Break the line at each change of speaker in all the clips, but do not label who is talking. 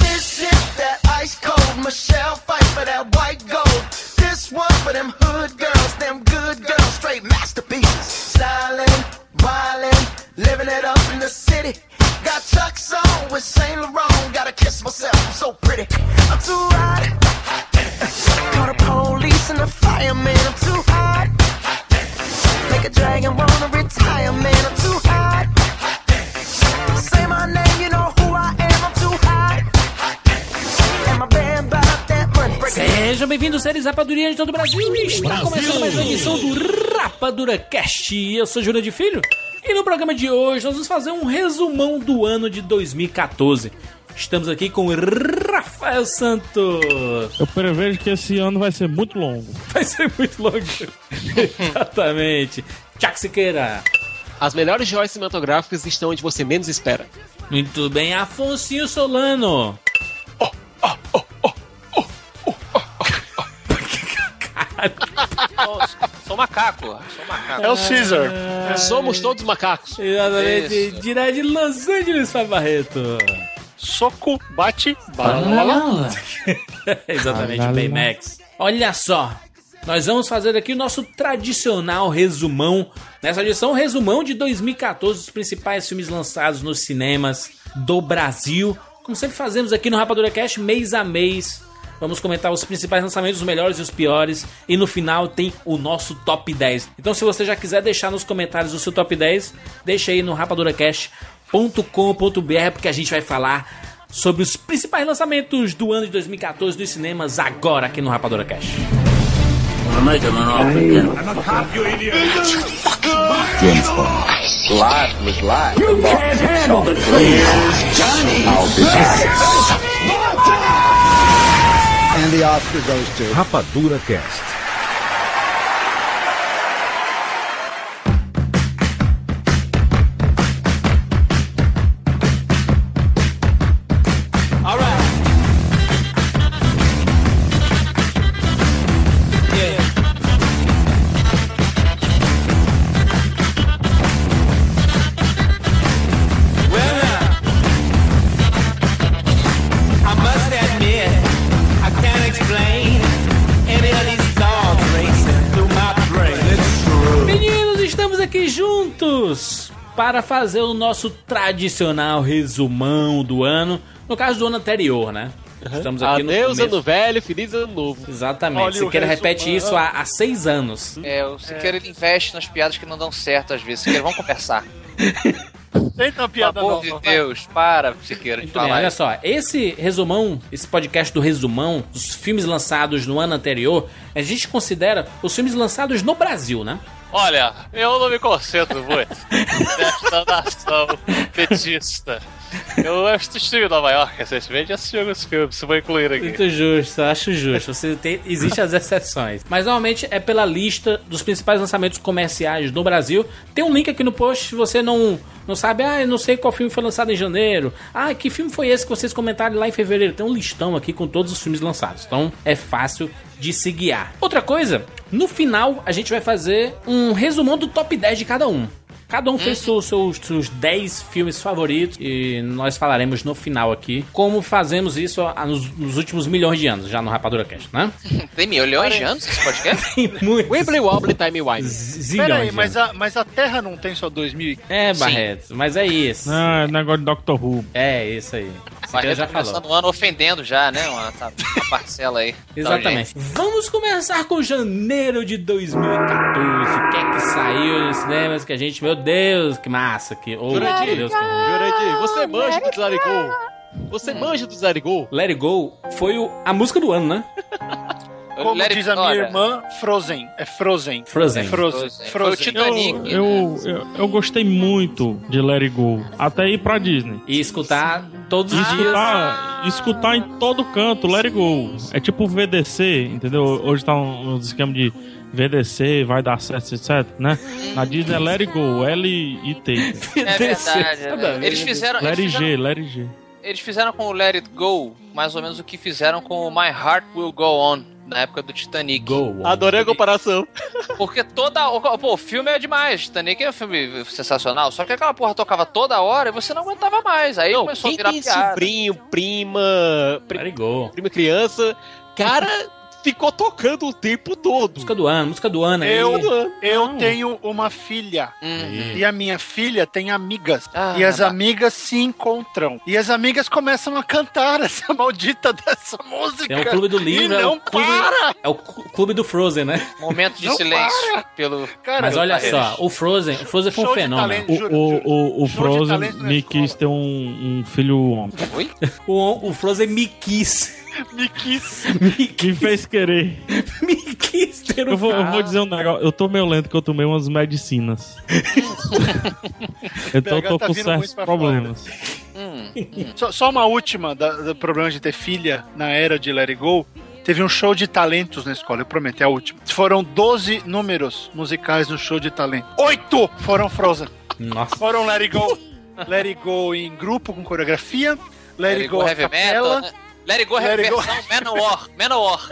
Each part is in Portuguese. This is that ice cold Michelle fight for that white gold. This one for them hood girls, them good girls, straight masterpieces. Stylin', wildin', living it up in the city. Got Chuck's on with Saint Laurent. Gotta kiss myself, I'm so pretty. I'm too hot. Call the police and the fireman. I'm too hot. Make a dragon wanna retire, man. I'm too hot. Say my name, you know who I am. I'm too hot. And my band bought that money. Break it.
Sejam bem-vindos, séries Rapadurinha de todo o Brasil. Está começando mais uma edição do Rapadura Cast. Eu sou Júlio de Filho e no programa de hoje nós vamos fazer um resumão do ano de 2014. Estamos aqui com Rafael Santos.
Eu prevejo que esse ano vai ser muito longo.
Vai ser muito longo. Exatamente. Tchau, Siqueira.
As melhores joias cinematográficas estão onde você menos espera.
Muito bem, Afonso Solano.
Sou, sou macaco, sou macaco.
É o Caesar.
Somos todos macacos.
Exatamente,
Isso.
direto de Los Angeles, Fábio Barreto.
Soco, bate,
Ah,
bala.
Exatamente,
Caralho.
Baymax. Olha só, nós vamos fazer aqui o nosso tradicional resumão. Nessa edição, resumão de 2014, os principais filmes lançados nos cinemas do Brasil. Como sempre fazemos aqui no Rapadura Cast, mês a mês. Vamos comentar os principais lançamentos, os melhores e os piores. E no final tem o nosso top 10. Então, se você já quiser deixar nos comentários o seu top 10, deixa aí no rapaduracast.com.br, porque a gente vai falar sobre os principais lançamentos do ano de 2014 dos cinemas agora aqui no Rapadura Cash.
Rapadura Cast.
I must admit, I can't explain any of these dogs racing through my brain. It's true.
Meninos, estamos aqui juntos para fazer o nosso tradicional resumão do ano. No caso do ano anterior, né? Estamos aqui
Adeus,
no começo.
ano velho, feliz ano novo.
Exatamente.
Olha
Você
o
quer
resumão.
repete isso há, há seis anos.
É, o Siqueira ele investe nas piadas que não dão certo às vezes. Siqueira, vamos conversar.
Eita,
Tá
uma
Pelo
piada
amor
nova.
de
vai.
Deus, para, Siqueira, de
Muito bem,
falar.
olha
isso.
só, esse resumão, esse podcast do resumão, dos filmes lançados no ano anterior, a gente considera os filmes lançados no Brasil, né?
Olha, eu não me concentro muito nesta nação petista. Eu estive em Nova York recentemente e assisti alguns filmes, vou incluir aqui.
Muito justo, acho justo. Você tem, existe as exceções. Mas normalmente é pela lista dos principais lançamentos comerciais do Brasil. Tem um link aqui no post se você não, não sabe, ah, eu não sei qual filme foi lançado em janeiro. Ah, que filme foi esse que vocês comentaram lá em fevereiro? Tem um listão aqui com todos os filmes lançados. Então é fácil de se guiar. Outra coisa, no final a gente vai fazer um resumão do top 10 de cada um. Cada um fez
Uhum.
seus, seus, seus 10 filmes favoritos e nós falaremos no final aqui como fazemos isso ah, nos, nos últimos milhões de anos, já no Rapadura Cast, né?
Tem milhões de anos esse podcast?
Tem muitos
Wibbly Wobbly Time Wine.
zilhões.
Peraí,
de
mas
anos.
a, mas a Terra não tem só 2000?
É, Barreto, mas é isso.
Ah, é negócio de Doctor Who.
É isso aí. Você
Barreto
já falou.
começando o ano ofendendo já, né? Uma, tá- uma parcela aí. da
Exatamente.
audiência.
Vamos começar com janeiro de 2014. O que é que saiu nos cinemas que a gente... Meu Deus, que massa. Que... Oh,
Jurandir.
meu Deus, que... ruim.
Jurandir, você manja do
É.
Zarigol. Você manja do Zarigol.
Let It Go foi o- a música do ano, né?
Como
Então, Let it-
diz a minha
olha,
irmã, Frozen. É Frozen.
Frozen.
É Frozen.
Frozen. Foi o
Frozen.
Titanic.
Eu, eu, eu gostei muito de Let It Go, até ir pra Disney.
E escutar todos
Ah,
E
os dias.
escutar, escutar em todo canto, Let It Go. É tipo o VDC, entendeu? Hoje tá um, um esquema de VDC, vai dar certo, etc, né? Na Disney é Let It Go, L-I-T.
É
Descer.
verdade.
Nada a ver,
né? Eles
né?
fizeram,
Let
eles
It
fizeram.
G, Let It G.
Eles fizeram com o Let It Go mais ou menos o que fizeram com o My Heart Will Go On na época do Titanic.
Go. on.
Adorei a comparação.
Porque toda hora. Pô, o filme é demais. Titanic é um filme sensacional. Só que aquela porra tocava toda hora e você não aguentava mais. Aí
Não,
começou a
quem
virar
tem
piada.
sobrinho, prima, pri-
Let it go.
prima criança, cara, ficou tocando o tempo todo.
Música do ano, música do ano aí.
Eu-
Mano,
Eu tenho uma filha.
Hum.
E a minha filha tem amigas.
Ah,
e as
bah.
amigas se encontram. E as amigas começam a cantar essa maldita dessa música.
Tem o clube do livro.
E
é,
não
o clube,
para!
é o cu- clube do Frozen, né?
Momento de
Não
silêncio pelo.
Cara,
Mas olha
eu-
só, o Frozen, o Frozen foi um
Show de
fenômeno.
talento.
O,
Juro,
o,
juro.
o,
Show
o
de
Frozen
talento é na
me
escola.
quis ter um, um filho homem.
Oi?
O, o Frozen me quis.
Me quis.
Me, qui-
Me fez querer.
me quis ter um
Eu vou, eu
carro.
vou dizer um negócio. Eu tô meio lento que eu tomei umas medicinas. então eu
PH
tô
tá
com
vindo
certos
muito pra
problemas.
Hum.
Só, só uma última da- do problema de ter filha na era de Let It Go. Teve um show de talentos na escola, eu prometo, é a última. Foram 12 números musicais no show de talento. Oito foram Frozen.
Nossa.
Foram Let It Go. Let It Go em grupo com coreografia. Let,
Let
It Go, a
Heavy Metal.
capela.
né? Let It Go
Let It Go.
Reversão Manowar. Manowar.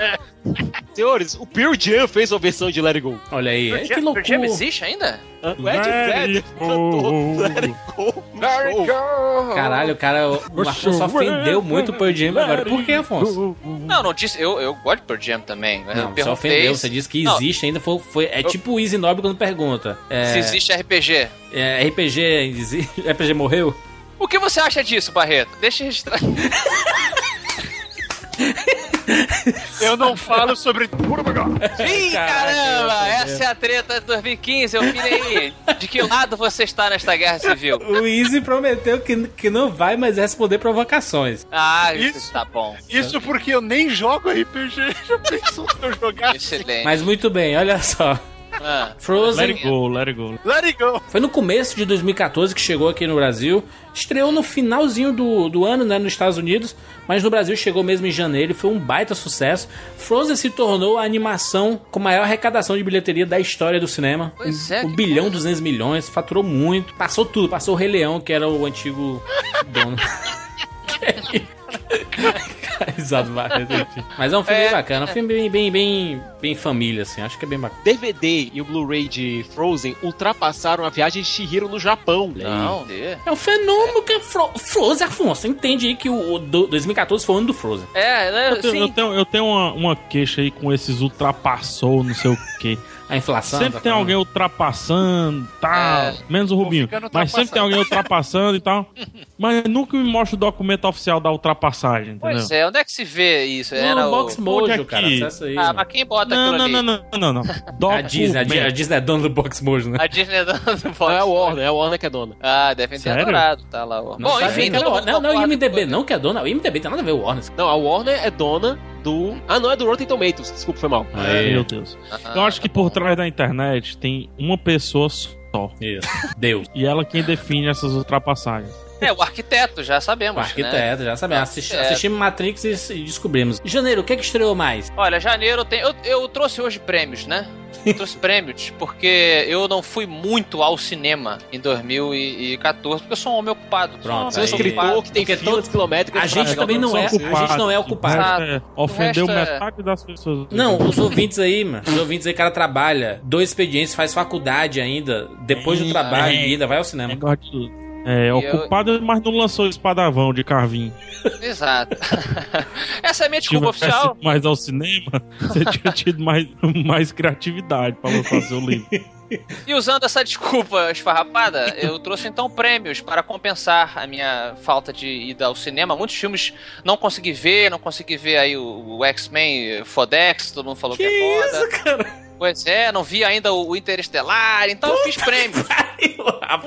Senhores, o Pearl Jam fez uma versão de Let It Go.
Olha aí. É, que
O Jam
loucura.
existe ainda?
O Ed Vedder cantou Let It Go. no show.
Caralho, o cara, o Afonso ofendeu muito o Pearl Jam agora. Por que, Afonso?
Não, não disse. Eu, eu gosto de Pearl Jam também. mas eu
Não, você
perguntei
ofendeu,
se-
você disse que
Não.
existe ainda. Foi, foi- é tipo o Easy Nobre quando pergunta.
se
É,
existe RPG.
é, RPG, exi- RPG morreu?
O que você acha disso, Barreto? Deixa eu registrar.
Eu não falo sobre.
Ih, caramba! Essa é a treta de 2015, eu aí. De que lado você está nesta guerra civil?
O Easy prometeu que, que não vai mais responder provocações.
Ah, isso,
Isso.
tá bom.
Isso porque eu nem jogo RPG. Já pensou se eu jogar?
Excelente.
Mas muito bem, olha só.
Ah,
Let
Frozen
it go, let it go.
Let It Go.
foi no começo de 2014 que chegou aqui no Brasil. Estreou no finalzinho do, do ano, né, nos Estados Unidos. Mas no Brasil chegou mesmo em janeiro e foi um baita sucesso. Frozen se tornou a animação com maior arrecadação de bilheteria da história do cinema.
Pois é,
Um
que
bilhão, 200 milhões, faturou muito. Passou tudo, passou o Rei Leão, que era o antigo dono. Exato, mas enfim. Mas é um filme
É.
bem bacana, um filme bem, bem, bem, bem família, assim. Acho que é bem bacana.
DVD e o Blu-ray de Frozen ultrapassaram a viagem de Shihiro no Japão.
não, dê.
É um fenômeno que é Fro Frozen, Afonso. Entende aí que o, o do- 2014 foi o ano do Frozen.
É, né,
Eu tenho, eu
sim.
tenho, eu tenho uma, uma queixa aí com esses ultrapassou, não sei o quê.
A inflação.
Sempre
tá
tem
falando.
alguém ultrapassando, tá?
É.
Menos o Rubinho.
ficando
Mas sempre tem alguém ultrapassando e tal. Mas nunca me mostra o documento oficial da ultrapassagem, entendeu?
Pois é, onde é que se vê isso?
Não,
Era
no Box
o...
Mojo,
Onde é que-
cara. Acessa aí.
Ah,
mano.
mas quem bota
Não,
aquilo
não,
ali?
não, não, não, não.
a Disney, a, Di- a
Documento.
Disney é dona do Box Mojo, né?
A Disney é dona do Box
Não é a
Mojo.
Warner, é a Warner que é dona.
Ah, devem ter
Sério?
adorado, tá lá. Ó.
Não
Bom,
sabe
enfim,
nem-
todo
não,
mundo
não, não, o
concorda com
IMDB
tudo.
não, que é dona. O IMDB tem nada a ver, o Warner.
Não, a Warner é dona do. Ah, não, é do Rotten Tomatoes. Desculpa, foi mal.
Meu Deus.
Ah,
Eu acho que por trás da internet tem uma pessoa só.
Isso. Deus.
E ela quem define essas ultrapassagens.
É, o arquiteto, já sabemos,
O
né?
arquiteto, já sabemos. Assisti,
Arquiteto.
assistimos Matrix e e descobrimos. Janeiro, o que é que estreou mais?
Olha, janeiro tem. Eu, eu trouxe hoje prêmios, né? Eu trouxe prêmios, porque eu não fui muito ao cinema em 2014, porque eu sou um homem ocupado. Sou um
Pronto,
Você é um
homem
aí.
escritor que tem
Porque
filas quilométricas
A
pra
gente
pegar
também
o
não
teu-
é-
São
a gente não é ocupado.
O resto é- ofendeu
O resto é-
metade das pessoas.
Não, os ouvintes aí, mano. Os ouvintes aí, cara, trabalha. Dois expedientes, faz faculdade ainda. Depois do
Sim,
trabalho,
é.
ainda vai ao cinema.
Negócio de- É, ocupado, mas não lançou espadavão de carvinho.
Exato. Essa é a minha
Se
desculpa
tivesse
oficial.
ido mais ao cinema, você tinha tido mais, mais criatividade pra lançar seu livro.
E usando essa desculpa esfarrapada, eu trouxe então prêmios para compensar a minha falta de ida ao cinema. Muitos filmes não consegui ver, não consegui ver aí o, o X-Men eh, Fodex, todo mundo falou que, é foda.
cara?
Pois é, não vi ainda o, o Interestelar, então eu fiz prêmios.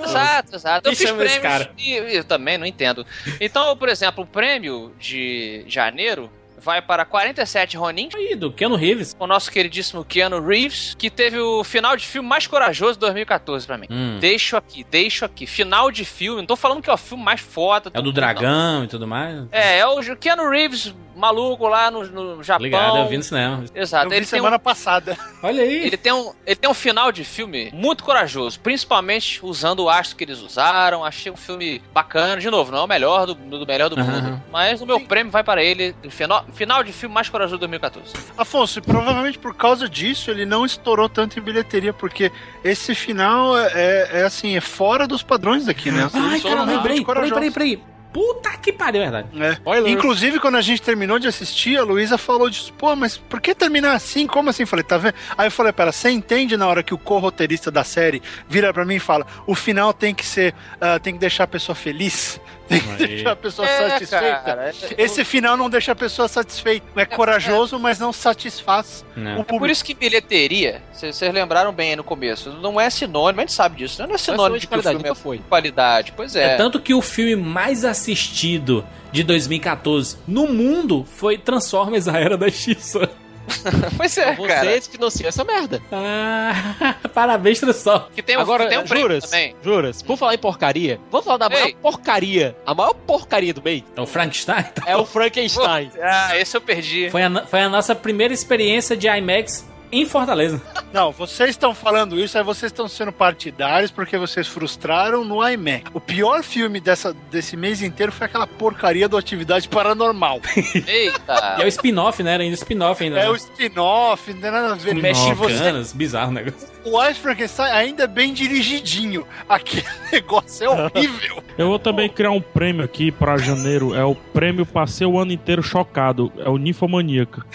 Exato, exato. Eu
Me
fiz
chama esse
prêmios
cara.
e e eu também não entendo. Então, por exemplo, o prêmio de janeiro vai para 47 Ronin,
Aí, do Keanu Reeves.
o nosso queridíssimo Keanu Reeves, que teve o final de filme mais corajoso de 2014 pra mim.
Hum.
Deixo aqui, deixo aqui. Final de filme, não tô falando que é o filme mais foda.
É o do
não.
dragão e tudo mais. Tá
É, é o Keanu Reeves maluco lá no, no Japão.
Ligado, eu vi no cinema.
Exato,
Eu vi
ele tem, um,
semana passada.
Olha aí.
ele, tem um, ele tem um final de filme muito corajoso, principalmente usando o astro que eles usaram. Achei um filme bacana, de novo, não é o melhor do, do melhor do mundo, mas o meu prêmio vai para ele, final, final de filme mais corajoso de 2014.
Afonso, e provavelmente por causa disso ele não estourou tanto em bilheteria, porque esse final é, é- é assim, é fora dos padrões daqui, né?
Ai,
Eles foram
cara,
realmente
lembrei. Peraí,
corajosos.
peraí, peraí. Puta que pariu, é verdade.
É. Inclusive, quando a gente terminou de assistir, a Luísa falou disso, pô, mas por que terminar assim? Como assim? Falei, tá vendo? Aí eu falei pra ela, você entende na hora que o corroteirista da série vira pra mim e fala, o final tem que ser, ah, tem que deixar a pessoa feliz, tem que deixar a pessoa satisfeita.
É, cara, é-
Esse final não deixa a pessoa satisfeita. É corajoso, mas não satisfaz
Não.
o
É por
público.
isso que bilheteria, vocês vocês lembraram bem aí no começo, não é sinônimo, a gente sabe disso, né? não é
sinônimo
sinônimo de
de
que o
qualidade,
filme é
nunca foi.
qualidade. Pois é.
É tanto que o filme mais assistido de 2014 no mundo foi Transformers A Era da Justiça.
Pois é, cara.
Vocês que não se essa merda.
Ah, parabéns, Transformers.
Que tem um,
Agora,
que tem um prêmio
juras,
também.
juras, por falar em porcaria, vamos falar da
Ei.
maior porcaria. A maior porcaria do meio
É o Frankenstein? Então,
é o Frankenstein.
Ah, esse eu perdi.
Foi a, no- foi a nossa primeira experiência de IMAX em Fortaleza.
Não, vocês estão falando isso, aí vocês estão sendo partidários porque vocês frustraram no IMAX. O pior filme dessa, desse mês inteiro foi aquela porcaria do Atividade Paranormal.
E é
Eita.
o spin-off, né? Era ainda spin-off ainda.
é
né?
o spin-off, é. não tem nada a ver.
Com
Mexe em você.
Mocanas, Bizarro o negócio.
O Ice Frankenstein ainda é bem dirigidinho. Aquele negócio é horrível.
Eu vou também criar um prêmio aqui pra janeiro. É o prêmio Passei o ano inteiro chocado. É o Ninfomaníaca.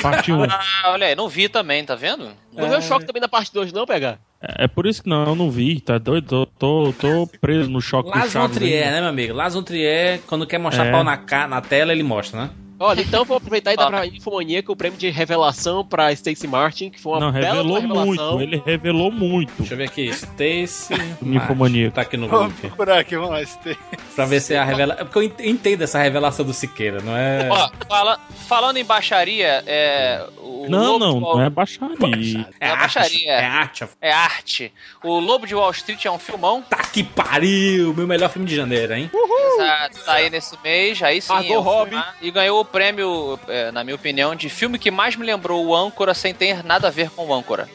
Parte 1.
Ah, olha aí, não vi também, tá vendo?
Não deu choque também da parte 2, não, pegar?
É é por isso que não, eu não vi, tá doido? Tô, tô, tô preso no choque do
Lars von
Chaves.
Trier,
ainda.
né, meu amigo? Lars von Trier, quando quer mostrar
É.
pau na, ca- na tela, ele mostra, né?
Olha, então vou aproveitar e dar
Ah.
pra Infomaníaca o prêmio de revelação pra Stacey Martin, que foi uma
Não,
bela
revelou
revelação.
muito. Ele revelou muito.
Deixa eu ver aqui. Stacy.
Ninfomaníaco.
Tá aqui no
Vamos
grupo.
procurar aqui, vamos lá. Steve.
Pra ver se é a revelação. Porque eu ent- entendo essa revelação do Siqueira, não é.
Ó, fala- falando em baixaria, é. O Lobo
Não,
de
não,
Wall-
não é baixaria.
É
É
arte.
baixaria.
É arte.
é arte. O Lobo de Wall Street é um filmão.
Tá que pariu! Meu melhor filme de janeiro, hein?
Exato, tá aí nesse mês, aí sim.
Margot
eu fui
Robbie.
lá E ganhou o prêmio, é, na minha opinião, de filme que mais me lembrou o âncora sem ter nada a ver com o âncora.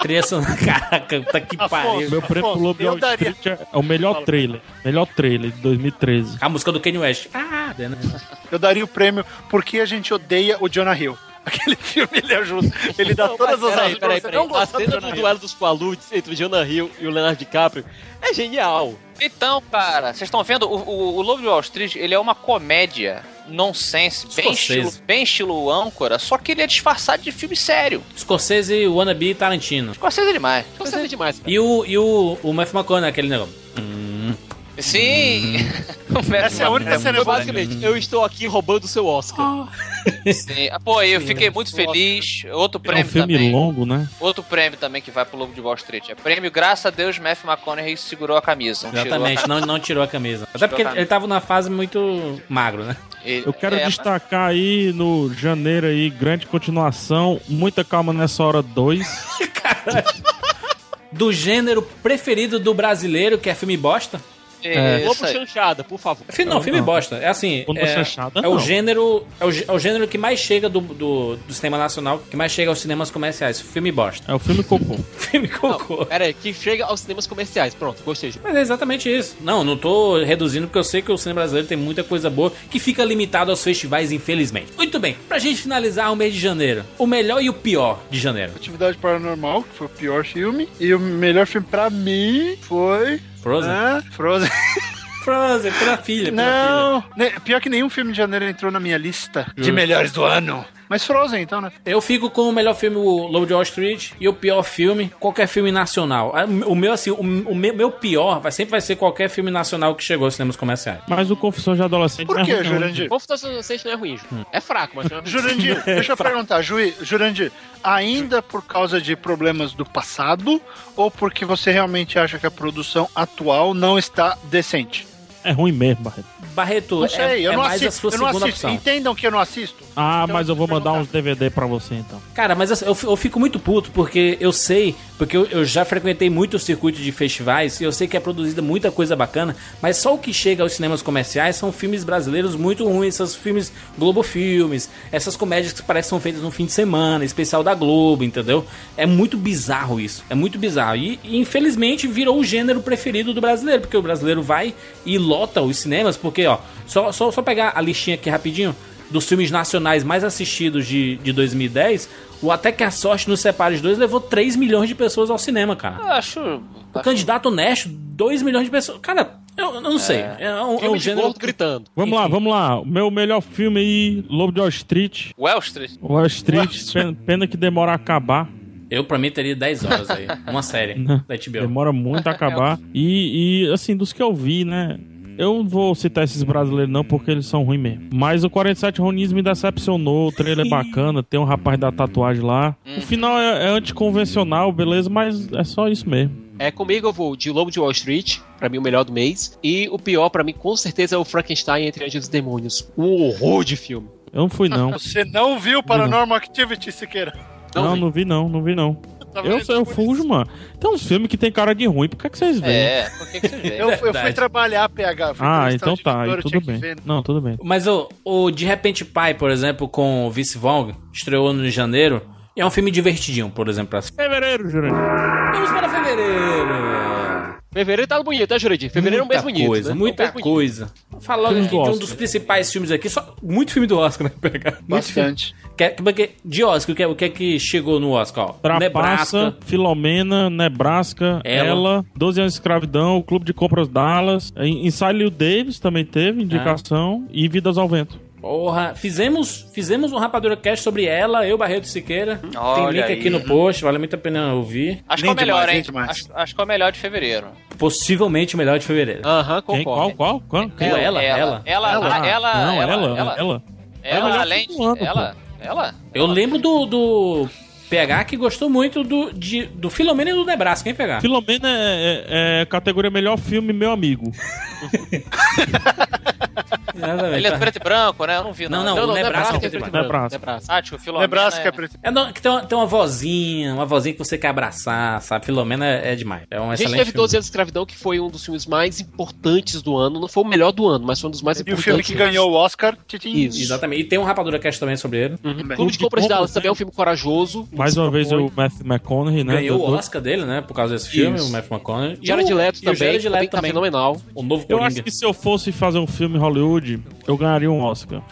Trilha sonora. Caraca, tá que
Afonso.
pariu.
Meu prêmio
Afonso,
pro Lobo
eu
Wall
daria-
Street é o melhor trailer. Melhor trailer de 2013.
A música do Kanye West. Ah, né?
Eu daria o prêmio porque a gente odeia o Jonah Hill. Aquele filme ele ajuda. Ele dá
Não,
todas
mas
as
peraí,
razões. pra
peraí,
você
peraí.
não
A
gostar do
cena do
Jonah Hill.
duelo dos Qualudes entre o Jonah Hill e o Leonardo DiCaprio é genial.
Então, cara, vocês estão vendo? O, o, o Lobo de Wall Street, ele é uma comédia nonsense, bem
Escocese.
estilo, bem estilo âncora, só que ele é disfarçado de filme sério.
Scorsese, Wannabe e Tarantino.
Escocese demais.
Você é demais, cara.
E o, e o, o Matthew McConaughey, aquele negócio.
Sim! Um Essa
Hum.
Essa é a única cena
Eu,
boa.
basicamente, eu estou aqui roubando o seu
Ah.
Oscar.
Ah, Pô, eu fiquei muito feliz. Outro
É um
prêmio
filme
também.
longo, né?
Outro prêmio também que vai pro Lobo de Wall Street. É prêmio, graças a Deus, Matthew McConaughey segurou a camisa. não tirou a
Exatamente,
camisa.
não, não tirou a camisa. Até porque ele,
a camisa.
ele tava numa fase muito magro, né?
Ele-
Eu quero
é,
destacar aí no janeiro aí, grande continuação. Muita calma nessa hora 2.
Do gênero preferido do brasileiro, que é filme bosta.
é,
Lobo
isso aí.
chanchada, por favor.
Filme, não, filme bosta. É assim.
Quando você
É,
chata,
é o
não.
gênero. É o, gê- é o gênero que mais chega do, do, do cinema nacional, que mais chega aos cinemas comerciais. Filme bosta.
É o filme Copom.
Filme cocô.
Pera aí, que chega aos cinemas comerciais. Pronto, gostei. gente.
Mas é exatamente isso. Não, não tô reduzindo, porque eu sei que o cinema brasileiro tem muita coisa boa que fica limitado aos festivais, infelizmente. Muito bem, pra gente finalizar o mês de janeiro, o melhor e o pior de janeiro.
Atividade Paranormal, que foi o pior filme. E o melhor filme pra mim foi.
Frozen?
Ah, Frozen.
Frozen, pela filha, pela
Não! Ne- Pior que nenhum filme de janeiro entrou na minha lista de
Justo.
melhores do ano. Mas Frozen, então, né?
filha. Eu fico com o melhor filme, o Lobo de Wall Street, e o pior filme, qualquer filme nacional. Ah, O meu, assim, o, o meu, meu pior vai, sempre vai ser qualquer filme nacional que chegou aos cinemas comerciais.
Mas o Confissão de Adolescente
Por
não é
quê,
ruim, não, hein?
Jurandir?
Bom, Fundação Inocente não é ruim, Ju.
Hum.
É fraco, mas não é ruim.
Jurandir, deixa eu perguntar, Juí, Jurandir, ainda por causa de problemas do passado ou porque você realmente acha que a produção atual não está decente?
é ruim mesmo, Barreto.
Barreto,
Não sei,
é,
eu
é
não
mais
assisto.
a sua
eu não
segunda
assisto.
opção.
Entendam que eu não assisto.
Ah,
Então,
mas eu vou
deixa eu
mandar
perguntar.
uns DVD pra você então.
Cara, mas assim, eu, fi- eu fico muito puto porque eu sei, porque eu, eu já frequentei muito o circuito de festivais e eu sei que é produzida muita coisa bacana, mas só o que chega aos cinemas comerciais são filmes brasileiros muito ruins, esses filmes Globo Filmes, essas comédias que parecem que são feitas no fim de semana, especial da Globo, entendeu? É muito bizarro isso, é muito bizarro. E, e, infelizmente virou o gênero preferido do brasileiro, porque o brasileiro vai e lota os cinemas, porque ó, só, só, só pegar a listinha aqui rapidinho dos filmes nacionais mais assistidos de, de 2010, o Até que a Sorte nos separe os dois levou 3 milhões de pessoas ao cinema, cara.
Eu acho.
O Candidato Honesto, 2 milhões de pessoas. Cara, eu, eu não sei. É, um, é um
Filme de
gênero.
gordo gritando.
Vamos lá,
Enfim.
vamos lá. O meu melhor filme aí, Lobo de Wall Street.
Wall Street.
Wall Street, pena- pena que demora a acabar. né?
Eu, pra mim, teria 10 horas aí. Uma série da HBO.
Demora muito a acabar. E, e, assim, dos que eu vi, né? Eu não vou citar esses brasileiros, não, porque eles são ruins mesmo. Mas o 47 Ronins me decepcionou. O trailer é bacana, tem um rapaz da tatuagem lá. O final é, é anticonvencional, beleza, mas é só isso mesmo.
É comigo eu vou de Lobo de Wall Street, pra mim o melhor do mês. E o pior pra mim com certeza é o Frankenstein entre Anjos e Demônios. Um horror de filme.
Eu não fui, não.
Você não viu Paranormal Activity, Siqueira?
Não
Não,
vi.
não vi, não, não vi, não.
Tá
Eu, um
vendo?
eu fujo, mano. Tem uns filmes que tem cara de ruim, por que, é que vocês veem?
É, por que, que você vê?
Eu, eu fui
Verdade.
trabalhar, PH. Fui
Ah,
entrevistar o
então tá,
diretor,
aí
eu
tudo
tinha que
bem.
ver, né?
Não, tudo bem.
Mas o, o De Repente Pai, por exemplo, com o Vice Vong, estreou no janeiro. e É um filme divertidinho, por exemplo. pra assistir.
Fevereiro, Jurandir.
Vamos para fevereiro.
Fevereiro tá bonito, né, Jurandir? Fevereiro é um mês bonito.
coisa,
né?
muita
É um mês bonito.
coisa. Falando
Filme
aqui de
do
um
Oscar.
dos principais filmes aqui, só muito filme do Oscar, né? Pegar. Muito filme.
Bastante.
Que- que- que- De Oscar, o que, é- o que é que chegou no Oscar? Ó,
Trapaça, Filomena, Nebraska,
Ela.
ela. 12 anos de escravidão, o Clube de Compras Dallas, en- Inside Lil Davis também teve indicação
É.
e Vidas ao Vento.
Porra, fizemos, fizemos um Rapadura Cast sobre ela, eu, Barreto Siqueira. Tem
Olha
link
aí.
aqui no post, vale muito a pena ouvir.
Acho que é
Nem
o melhor,
demais, nem
hein?
demais.
Acho, acho que é o melhor de fevereiro.
Possivelmente o melhor de fevereiro.
Aham,
Quem? Qual?
concordo.
Qual? Qual?
É, Ela, ela,
Ela, ela,
ela.
ela, ela,
Ah, não, ela, é ela,
ela,
Ela é melhor
além
que
de,
um ano, pô.
ela, ela,
eu lembro do, do PH que gostou muito do, de, do Filomena e do Nebraska, hein, PH?
Filomena é, é- é categoria melhor filme, meu amigo.
Exatamente.
ele é preto e branco, né? Eu não vi,
Não,
não.
não,
eu
o Nebraska é
é
preto e
branco. Nebraska.
Nebraska.
Ah, tipo, Filomena...
Nebraska,
é-
preto e
É não, que tem uma, tem uma vozinha, uma vozinha que você quer abraçar, sabe? Filomena é, é demais. É um
A gente
excelente
teve
filme.
12 anos de escravidão, que foi um dos filmes mais importantes do ano. Não foi o melhor do ano, mas foi um dos mais
E o
importantes.
filme que ganhou o Oscar, Titim.
Isso.
Exatamente. E tem um Rapadura Cast também sobre ele.
Uhum.
Clube
Clube
de
de Compras de
Compras,
Dallas também é um
né?
filme corajoso.
Mais
Se
uma vez
propõe.
o Matthew McConaughey, né?
Ganhou o
Deu-
Oscar dele, né? Por causa desse filme,
Uhum. Isso.
o Matthew McConaughey. E
Jared
o-
Leto
e
também,
o Jared
que
Leto
tá
também.
fenomenal.
O novo
Eu
Coringa.
acho que se eu fosse fazer um filme em Hollywood, eu ganharia um Oscar.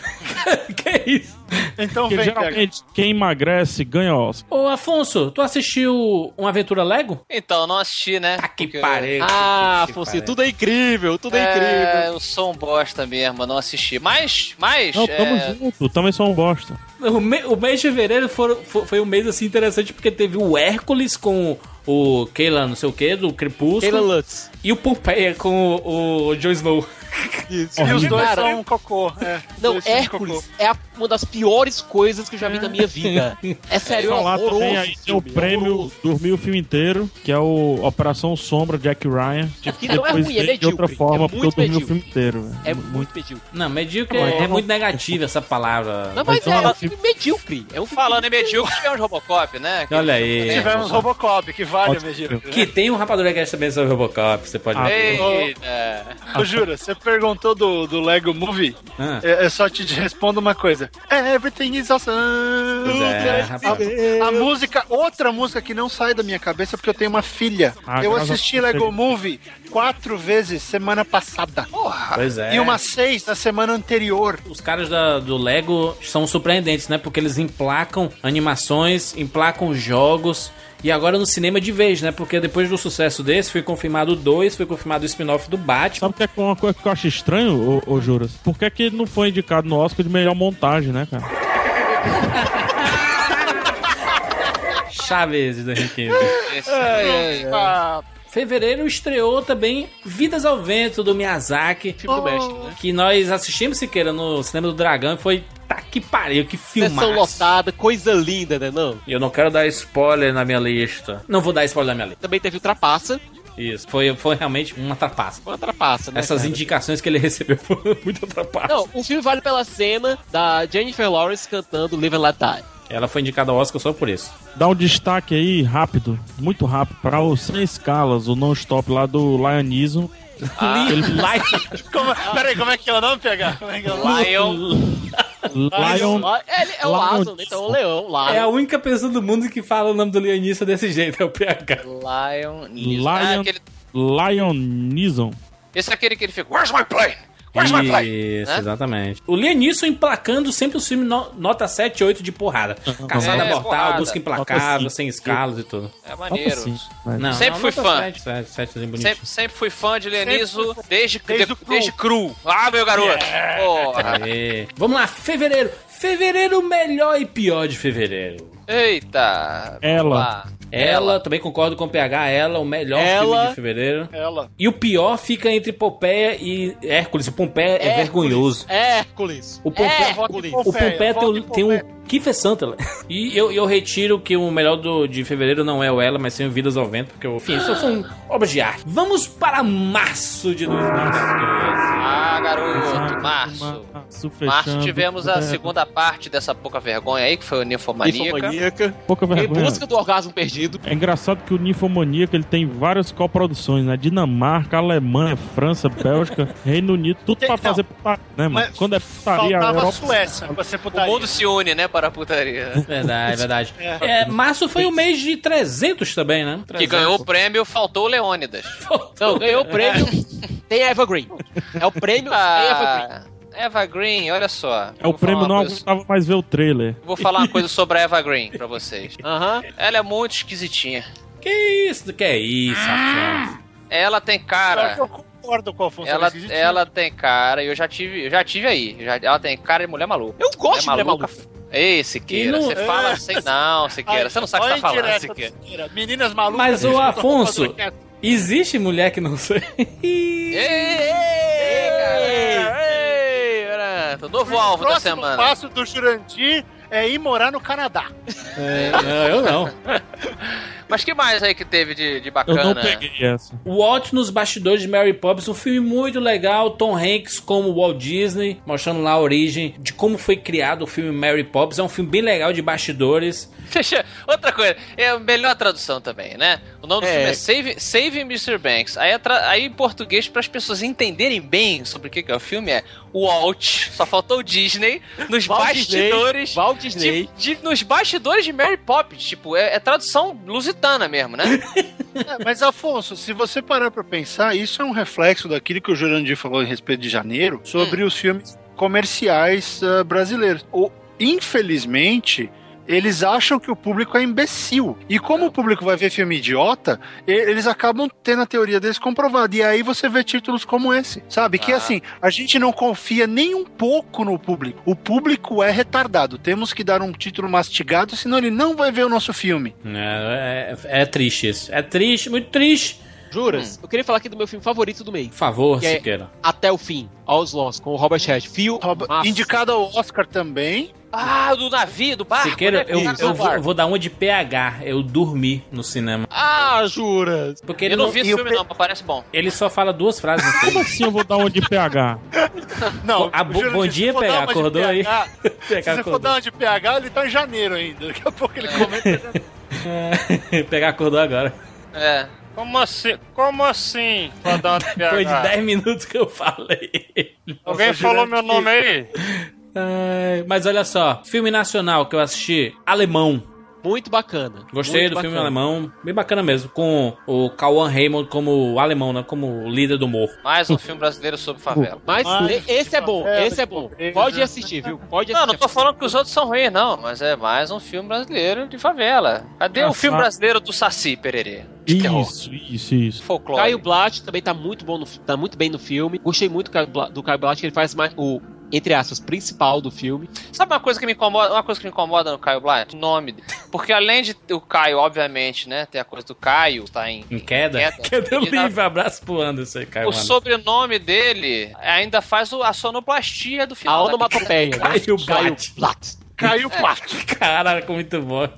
que é isso?
Então
Porque
vem, PH.
geralmente quem emagrece ganha Oscar.
Ô, Afonso, tu assistiu Uma Aventura Lego?
Então, não assisti, né?
Ah, que
Porque-
pariu.
É, Ah,
Que
Afonso,
pariu.
tudo é incrível, tudo é,
É,
incrível.
eu sou um bosta mesmo, eu não assisti. Mas, mas...
Não, tamo
é,
junto, também sou um bosta.
O, me- o mês de fevereiro foram- fo- foi, um mês assim interessante porque teve o Hércules com o Keila, não sei o que, do Crepúsculo.
Keila Lutz.
E o Pompeia com o, o Jon Snow.
E os dois
Cara,
são um cocô. É,
Não,
Dois são um cocô.
Hércules é a- uma das piores coisas que eu já vi na minha vida. É
um
sério, é
Então lá
horroroso.
também aí tem o
é
filme,
prêmio dormir o filme inteiro, que é o Operação Sombra Jack Ryan. Tipo,
Que não é ruim, é
vem de outra
medíocre,
forma,
é
porque eu
muito
dormi o
medíocre.
filme inteiro. velho.
É muito medíocre.
Não, medíocre
Não,
é, é
não.
muito negativa essa palavra.
Não, mas
Então,
é,
é
um
um
filme medíocre. É um filme
Falando em medíocre, tivemos Robocop, né? Que-
Olha aí.
Tivemos Robocop, que vale,
Ótimo.
Medina.
Que tem um rapadura que também sobre Robocop, você pode
Ah,
ver.
Eita.
Eu juro, você perguntou do, do Lego Movie.
Ah.
Eu, eu só te respondo uma coisa. Everything is awesome.
Pois é, rapaz.
A música, outra música que não sai da minha cabeça porque eu tenho uma filha.
Ah,
eu
graças
assisti
a Deus.
Lego Movie quatro vezes semana passada.
Pois é.
E umas seis na semana anterior.
Os caras da- do Lego são surpreendentes, né? Porque eles emplacam animações, emplacam jogos. E agora no cinema de vez, né? Porque depois do sucesso desse, foi confirmado o 2, foi confirmado o spin-off do Batman.
Sabe o que é uma coisa que eu acho estranho, ô, ô Juras? Por que, é que ele não foi indicado no Oscar de melhor montagem, né, cara?
Chaves de 2015.
Esse- é
Fevereiro estreou também Vidas ao Vento, do Miyazaki.
do mestre, né?
Que nós assistimos, Siqueira, no Cinema do Dragão. E foi, tá que pariu, que
Sessão
filmaço.
lotada, coisa linda, né não?
E eu não quero dar spoiler na minha lista. Não vou dar spoiler na minha lista.
Também teve o Trapaça,
Isso. Foi, foi realmente uma trapaça.
Uma trapaça, né?
Essas
cara?
indicações que ele recebeu foram muito trapaça.
Não, o filme vale pela cena da Jennifer Lawrence cantando Live and Let Die.
Ela foi indicada ao Oscar só por isso.
Dá um destaque aí rápido, muito rápido, para o Sem Escalas, o non-stop lá do Lionismo.
Ah. Como, peraí, como é que é o nome, pegar? Como é que é o nome?
Lion.
É, ele- é o
Lion.
Lion, então é o leão, Lion.
É a única pessoa do mundo que fala o nome do Leonissa desse jeito, é o PH.
Lion. Lion. Ah,
Lion.
aquele-
Lionism.
Esse é aquele que ele fica. Where's my plane? Where's my plane?
Isso,
Né?
exatamente. O Lianisson emplacando sempre o filme no- nota 7, 8 de porrada. Caçada
É,
mortal,
porrada.
busca
Nota
implacável,
cinco.
sem escalos e tudo.
É maneiro.
Como assim?
Não,
Sempre
não,
fui
nota
fã.
7, 7, 7, assim, bonitinho.
Sempre, sempre fui fã de Lenizo desde,
desde
de-
o Cru.
desde cru. Ah, meu garoto! Porra.
Aê. É. Vamos lá, fevereiro. Fevereiro, melhor e pior de fevereiro.
Eita! vamos
Ela.
lá.
Ela, também concordo com o PH, ela, o melhor filme
Ela.
de fevereiro.
Ela.
E o pior fica entre Pompeia e Hércules. O Pompeia é,
Hércules.
vergonhoso.
É, Hércules.
O Pompeia,
Hércules.
o Pompeia tem, o-
Voto em
tem um
Pompeia.
o Kiefer Sutherland. né? E eu, eu retiro que o melhor do, de fevereiro não é o Ela, mas sim o Vidas ao Vento, porque, eu- enfim, isso são obras de arte. Vamos para março de 2012.
Ah, garoto, março.
Março, fechando.
Março tivemos
É,
a segunda parte dessa pouca vergonha aí, que foi o Ninfomaníaca.
Ninfomaníaca.
Pouca
Em
vergonha.
busca do orgasmo perdido.
É engraçado que o Ninfomaníaco ele tem várias coproduções, né? Dinamarca, Alemanha, França, Bélgica, Reino Unido, tudo
Tem-
pra
não.
fazer putaria, né, mano?
Mas
Quando é putaria, a
Faltava a
Europa... é
Suécia pra ser
O
putaria.
mundo se une, né, para a putaria.
Verdade, verdade. É, março foi o mês de 300 também, né?
Que
300.
ganhou o prêmio, faltou o Leônidas.
Não, ganhou o prêmio. tem a Eva Green. É o prêmio tem a Eva Green.
Ah, Eva Green, olha só.
É o
Vou
prêmio,
falar
não
uma coisa-
aguentava mais ver o trailer.
Vou falar uma coisa sobre a Eva Green pra vocês.
Aham.
Ela é muito esquisitinha.
Que isso, que é isso, Afonso?
Ela tem
Pior que
cara.
eu concordo com o Afonso.
Ela,
Alves, existe
ela tem cara, eu já tive, eu já tive aí. Já- ela tem cara de mulher maluca.
Eu gosto de mulher
maluca.
maluca.
Ei, Siqueira,
E não-
você
É.
fala sem não, Siqueira.
Ai,
Você não sabe o
olha
que tá falando,
indireta
Siqueira.
do Siqueira. Meninas malucas.
Mas o
gente,
Afonso-
eu tô fazendo quieto.
Existe mulher que não sei.
Ei, ei, cara, ei, pronto. Novo alvo da
próximo
semana.
passo do Jurandir é ir morar no Canadá.
não, eu não.
Mas que mais aí que teve de, de
Eu
bacana?
não peguei essa.
Walt nos bastidores de Mary Poppins, um filme muito legal. Tom Hanks como Walt Disney, mostrando lá a origem de como foi criado o filme Mary Poppins. É um filme bem legal de bastidores.
Deixa- Outra coisa, é a melhor tradução também, né? O nome do
É.
filme é Save, Save Mr. Banks. Aí, a tra- aí em português, para as pessoas entenderem bem sobre o que, que é o filme, é Walt, só faltou o Disney, nos
Walt Disney,
bastidores.
Walt
de-
Disney.
de- nos bastidores de Mary Poppins, tipo, é, é tradução lusitana mesmo, né?
É, Mas, Afonso, se você parar pra pensar, isso é um reflexo daquilo que o Jurandir falou em respeito de janeiro sobre os filmes comerciais ah, brasileiros. O, infelizmente, eles acham que o público é imbecil. E como o público vai ver filme idiota, e- eles acabam tendo a teoria deles comprovada. E aí você vê títulos como esse, sabe? Que
Ah.
assim, a gente não confia nem um pouco no público. O público é retardado. Temos que dar um título mastigado, senão ele não vai ver o nosso filme.
É, é- é triste isso. É triste, muito triste.
Hum.
Juras? Eu queria falar aqui do meu filme favorito do mês.
Por favor,
E aí?
Siqueira.
Até o fim. Aos Lost, com o Robert Hedge. Fio.
Rob- Indicado ao Oscar também.
Ah, do navio, do barco.
Siqueira,
né?
eu,
Cara,
eu
do
vou,
barco.
eu vou dar uma de PH. Eu dormi no cinema.
Ah, juras.
Porque ele,
Eu não
não-
vi esse
e o
filme
pe-
não, mas parece bom.
ele só fala duas frases no filme.
Como assim eu vou dar uma de PH?
Não,
Ah, bo-
Jurandir,
bom
se
dia,
for dar
PH,
uma de
acordou aí?
PH,
PH
Se você for
acordou.
dar uma de PH, ele tá em janeiro ainda. Daqui a pouco ele comenta.
PH acordou agora.
É.
Como assim? Como assim? Pra dar uma
Foi de
piada.
10 minutos que eu falei.
Alguém falou meu nome aí?
Ai, É, mas olha só, filme nacional que eu assisti, alemão.
Muito bacana.
Gostei
Muito
do filme
bacana.
alemão, bem bacana mesmo, com o Cauan Raymond como alemão, né? Como líder do humor.
Mais um filme brasileiro sobre favela.
Mas
Mas,
e- esse é bom,
é,
esse é bom.
é,
Pode
né?
assistir, viu? Pode
Não,
assistir.
não tô falando que os outros são ruins, não, mas é mais um filme brasileiro de favela. Cadê
Ah,
o
Engraçado.
filme brasileiro do Saci Pererê? De terror.
Isso, isso, isso.
Folclore.
Caio Blatt também tá muito bom, no, fi- tá muito bem no filme. Gostei muito do Caio Blatt, do Caio Blatt que ele faz mais o entre aspas principal do filme.
Sabe uma coisa que me incomoda, uma coisa que me incomoda no Caio Blatt? O nome dele. Porque além de ter o Caio, obviamente, né, tem a coisa do Caio, tá em
Em queda?
Queda.
Queda
Ele dá-
livre, abraço pro Anderson, Caiu.
o sobrenome dele ainda faz o- a sonoplastia do
A
final. da-
onomatopeia. né?
Caio Blatt.
Blatt.
Caiu o quarto.
Caraca, muito bom.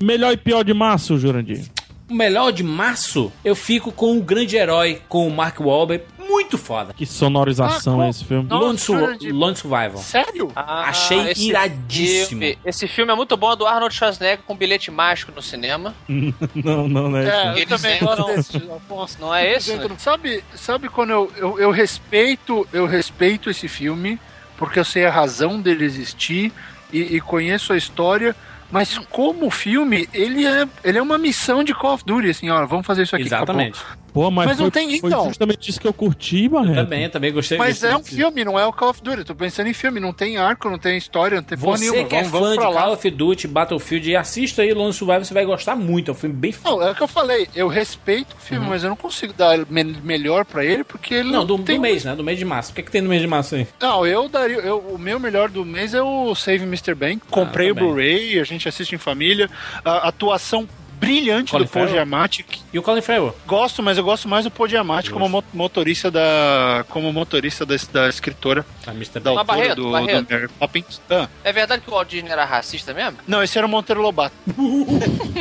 Melhor e pior de março, Jurandir.
melhor de março, eu fico com o grande herói, com o Mark Wahlberg. Muito foda.
Que sonorização
Ah,
é esse filme.
não.
Lone, Su
grande-
Lone Survival.
Sério?
Ah,
Achei
esse
iradíssimo.
filme- esse filme é muito bom, é do Arnold Schwarzenegger com bilhete mágico no cinema.
Não, não, não é esse.
É, eu
Eles
também
entram-
gosto desse, Afonso.
Não é esse?
Dentro- Sabe, sabe quando eu, eu, eu respeito eu respeito esse filme porque eu sei a razão dele existir e, e conheço a história, mas como filme ele é ele é uma missão de Call of Duty assim, ó, vamos fazer isso aqui.
Exatamente.
Pô, mas,
Mas
foi,
não tem,
foi
então.
justamente isso que eu curti, Barreto.
Também, também gostei.
acabou. Mas
gostei
é um
desse-
filme, não é o Call of Duty. Tô pensando em filme, não tem arco, não tem história, não tem porra
Você
nenhuma.
que é
Vamos,
fã
vamos
de
pra lá.
Call of Duty, Battlefield, e assista aí Lone Survival, você vai gostar muito. É um filme bem foda.
Não, é o que eu falei, eu respeito o filme, mas eu não consigo dar me- melhor pra ele porque ele
Uhum. Não, do, do
tem
mês, né? Do mês de março. O que, é que tem no mês de março aí?
Não, eu daria. eu- o meu melhor do mês é o Save Mr. Bank. Comprei o
Ah, também.
Blu-ray, a gente assiste em família. A atuação brilhante
Colin
do Paul
Farrell?
Giamatti. que
E o Colin Farrell?
Gosto, mas eu gosto mais do Paul Giamatti como mo- motorista da. como motorista da, da escritora
Ah,
da
Mr. Bean.
autora
Barreto,
do,
Barreto.
do Mary Poppins. Ah,
É verdade que o Walt Disney era racista mesmo?
não, esse era o Monteiro Lobato.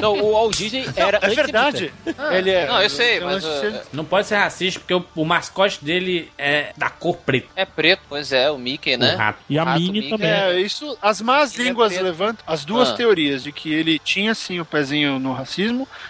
Não, o Walt Disney era.
É
anti-Hitler.
verdade. Ele é.
Não, eu sei,
tem
mas,
um lance de
uh,
ser-
Não pode ser racista, porque o, o mascote dele é da cor preta.
É preto, pois é, o Mickey,
O
né?
rato.
E a
Rato
Mini
Mickey.
também.
É, isso. As más
né? Ele é
línguas
preto.
levantam as duas
Ah.
teorias de que ele tinha sim o pezinho no racismo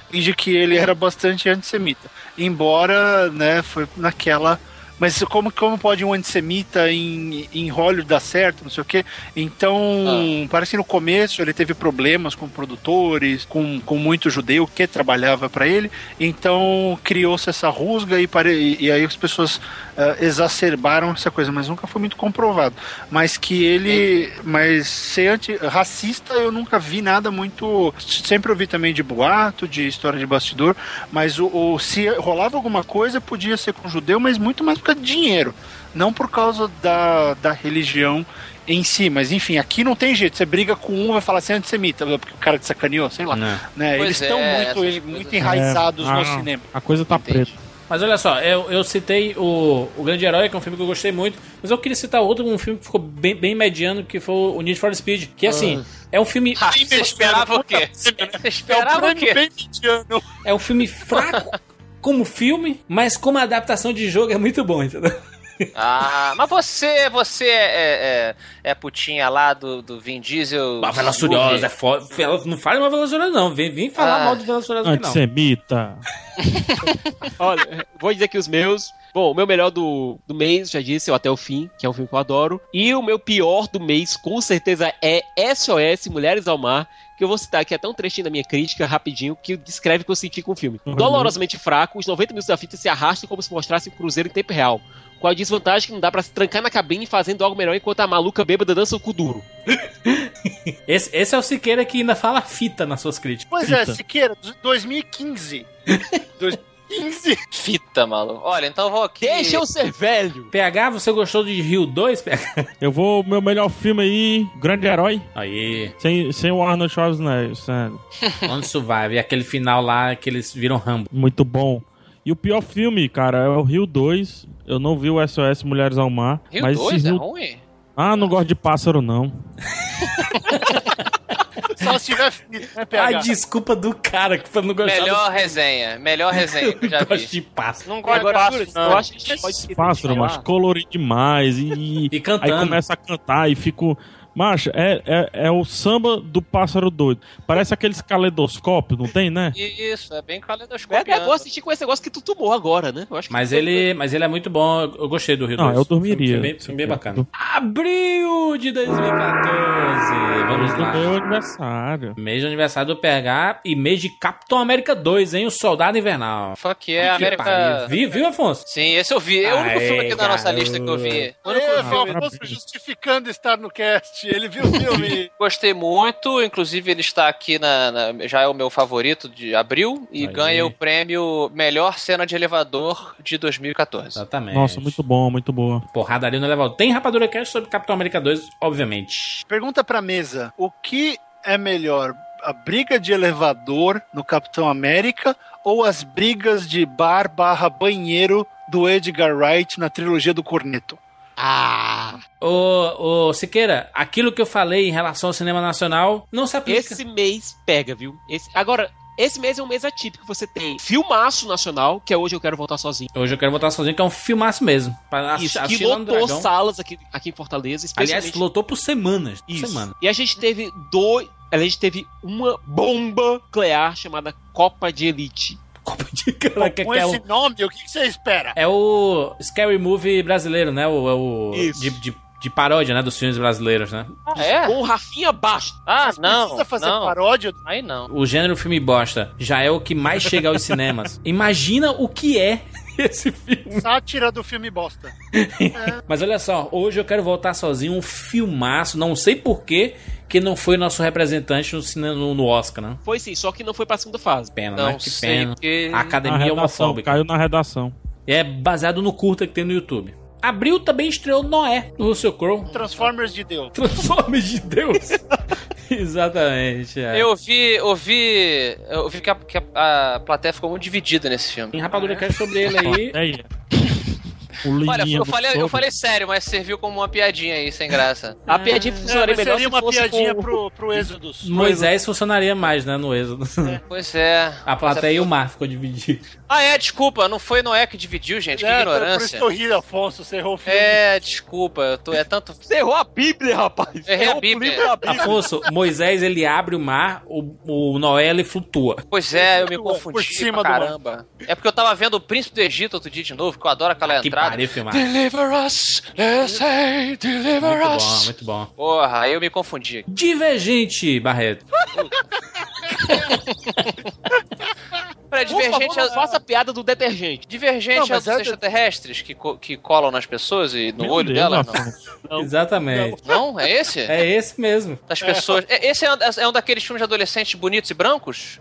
e de que ele era bastante antissemita. Embora, né, foi naquela. Mas como, como pode um antissemita em, em Hollywood dar certo, não sei o quê? Então,
Ah.
parece que no começo ele teve problemas com produtores, com, com muito judeu que trabalhava para ele. Então, criou-se essa rusga e, pare... e e aí as pessoas ah, exacerbaram essa coisa, mas nunca foi muito comprovado. Mas que ele. Mas ser anti racista eu nunca vi nada muito. Sempre ouvi também de boato, de história de bastidor. Mas o, o- se rolava alguma coisa, podia ser com judeu, mas muito mais por causa de dinheiro. Não por causa da, da religião em si. Mas enfim, aqui não tem jeito. Você briga com um vai falar assim antissemita, porque o cara te sacaneou, sei lá.
Né?
Né?
Pois
Eles
é,
estão
essas
muito,
coisas. assim.
muito enraizados
É.
no
Ah,
cinema.
A coisa tá
Entendi.
preta.
Mas olha só, eu, eu citei o, o Grande Herói, que é um filme que eu gostei muito, mas eu queria citar outro, um filme que ficou bem, bem mediano, que foi o Need for Speed. Que assim, é um filme.
Ah, você esperava o quê? Você esperava o quê?
É um filme fraco como filme, mas como adaptação de jogo é muito bom, entendeu?
Ah, mas você, você é, é, é putinha lá do, do Vin Diesel.
Mas Velas Furiosas é foda. Vel- Não fala mal Velas Furiosas, não. Vem, vem falar
Ah.
mal do Velas Furiosas aqui, não.
Antissemita.
Olha, vou dizer que os meus. Bom, o meu melhor do, do mês, já disse, eu até o fim, que é um filme que eu adoro. E o meu pior do mês, com certeza, é SOS Mulheres ao Mar, que eu vou citar aqui até um trechinho da minha crítica, rapidinho, que descreve o que eu senti com o filme.
Uhum.
Dolorosamente fraco, os 90 minutos da fita se arrastam como se mostrasse um cruzeiro em tempo real. Com a desvantagem que não dá pra se trancar na cabine fazendo algo melhor enquanto a maluca bêbada dança o cu duro.
Esse, esse é o Siqueira que ainda fala fita nas suas críticas.
Pois é,
Fita.
Siqueira, 2015. 2015.
Fita, maluco. Olha, então eu vou aqui.
Deixa eu ser velho!
PH, você gostou de Rio 2, PH?
Eu vou, meu melhor filme aí, Grande Herói,
Aí,
sem, sem o Arnold Schwarzenegger, sério.
onde survive? E aquele final lá que eles viram Rambo.
Muito bom. E o pior filme, cara, é o Rio 2. Eu não vi o SOS Mulheres ao Mar.
Rio
mas esse
2 é
Rio-
ruim?
Ah, não gosto de pássaro, não.
Só se tiver fita, né,
Ai,
PH?
desculpa do cara que foi não gostar
Melhor resenha, melhor resenha que
do...
eu já
Eu gosto
vi.
de pássaro.
Não gosto
Agora,
de pássaro,
Arthur, eu
não.
acho que a gente pode esquecer de
Pássaro,
falar.
mas colorido demais. E,
E cantando.
Aí começa a cantar e fico. Macho, é, é, é o samba do pássaro doido. Parece aqueles caleidoscópios, não tem, né?
Isso, é bem
Eu até
caleidoscopiano.
gosto de assistir com esse negócio que tu tomou agora, né? Eu acho que
Mas
foi-
ele, mas ele é muito bom, eu eu gostei do Rio
Não,
2.
eu dormiria.
Foi bem, foi bem bacana. Abril de 2014. Vamos
Mas do
lá.
meu aniversário.
Mês de aniversário do PH e mês de Capitão América 2, hein? O Soldado Invernal.
Fã que é
Que
América.
pariu. Viu, viu, Afonso?
Sim, esse eu vi. É o único
Aê,
filme aqui na nossa
garoto.
lista que eu vi.
Ô, Afonso
parabéns.
justificando estar no cast. Ele viu o filme.
Gostei muito, inclusive ele está aqui na, na- já é o meu favorito de abril e
Aí.
ganha o prêmio melhor cena de elevador de 2014.
Exatamente.
Nossa, muito bom, muito boa.
Porrada ali no elevador. Tem Rapadura Cast sobre Capitão América 2, obviamente.
Pergunta pra mesa: o que é melhor? A briga de elevador no Capitão América ou as brigas de bar barra banheiro do Edgar Wright na trilogia do Corneto?
Ah!
Ô, ô, Siqueira, aquilo que eu falei em relação ao cinema nacional não se aplica.
Esse mês pega, viu? Esse... Agora, Esse mês é um mês atípico. Você tem filmaço nacional, que é hoje eu quero voltar sozinho.
Hoje eu quero voltar sozinho, que é um filmaço mesmo. Pra
Isso,
assi- assistir
que
lá no
lotou
Dragão.
salas aqui, aqui em Fortaleza, especialmente.
Aliás, lotou por semanas. Por
Isso.
semana.
E a gente teve dois. A gente teve uma bomba nuclear chamada Copa de Elite.
Copa de Cana, que,
Com
é,
esse
o,
nome, o que que você espera?
é o Scary Movie brasileiro, né? O, é o
Isso.
de, de, de paródia, né? Dos filmes brasileiros, né?
Ah, é?
Com Rafinha Basta.
Ah, não.
Precisa fazer
não.
paródia?
Aí não.
O gênero filme bosta já é o que mais chega aos cinemas. Imagina o que é esse filme.
Sátira do filme bosta.
Mas olha só, hoje eu quero voltar sozinho, um filmaço, não sei porquê, que não foi nosso representante no, cine- no, no Oscar, né?
Foi sim, só que não foi pra segunda fase.
Pena,
Não
né? Que
sei
pena.
que-
A
Na
academia é
redação,
homofóbica.
caiu na redação.
É baseado no curta que tem no YouTube. Abril também estreou Noé, do Russell Crowe.
Transformers de Deus.
Transformers de Deus. Exatamente. é.
Eu ouvi, ouvi, eu ouvi que, a, que a- a plateia ficou muito dividida nesse filme.
Em Rapadura Cast sobre ele aí.
É aí. O
Olha,
Liminha
eu
do
falei, eu
sogro.
falei sério, mas serviu como uma piadinha aí, sem graça.
A piadinha
É,
funcionaria
mas
melhor
seria
se
uma
fosse
piadinha
com-
pro, pro Êxodos.
Moisés funcionaria mais, né? No Êxodo.
Pois é.
A plateia e o mar ficou dividido.
Ah, é, desculpa, não foi Noé que dividiu, gente, que
É, por isso
ignorância.
que eu ri, Afonso, você errou o filme.
É, desculpa, eu tô, é tanto...
Você errou a Bíblia, rapaz.
Errei
Errou
a Bíblia.
livro da Bíblia.
Afonso, Moisés ele abre o mar, o, o Noé ele flutua.
Pois é, eu me
Por
confundi
cima
pra
do mar.
caramba. É porque eu tava vendo o Príncipe do Egito outro dia de novo, que eu adoro aquela
Que
entrada.
pariu, filmar.
Deliver us, they say, deliver
Muito bom,
us.
muito bom.
Porra, aí eu me confundi.
Divergente, Barreto.
Pra
Por
Divergente,
favor, não
é-
faça piada do detergente.
Divergente
Não,
é
mas
dos
é-
extraterrestres que, co- que colam nas pessoas e no
Meu
olho
Deus,
delas, não?
Afonso.
Exatamente.
Não? É esse?
É esse mesmo.
Das pessoas. É- Esse é um, é um daqueles filmes de adolescentes bonitos e brancos?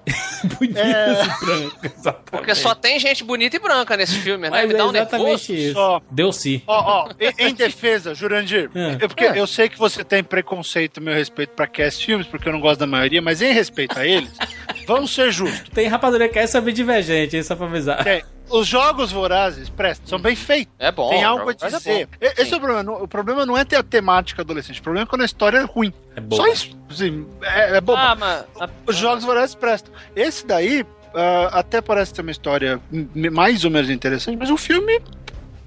Bonito esse branco.
É. Porque
Exatamente.
só tem gente bonita e branca nesse filme, né?
Mas
Me
é
dá um
exatamente
nervoso.
isso.
Só.
Deu-se.
Ó, ó, em- em defesa, Jurandir,
É.
é porque eu sei que você tem preconceito a meu respeito pra cast filmes, porque eu não gosto da maioria, mas em respeito a eles, vamos ser justos.
Tem rapadura que é sobre divergente, hein? Só pra avisar.
Tem- os jogos vorazes, presta, são bem feitos.
É bom.
tem algo a
mas é
dizer.
bom.
E- Esse
Sim.
é o problema. não- O problema não é ter a temática adolescente, o problema é quando a história é ruim.
É boa.
Só isso. assim, é, é boba.
Ah, mas.
Os jogos vorazes prestam. Esse daí ah, até parece ter uma história m- mais ou menos interessante, mas o filme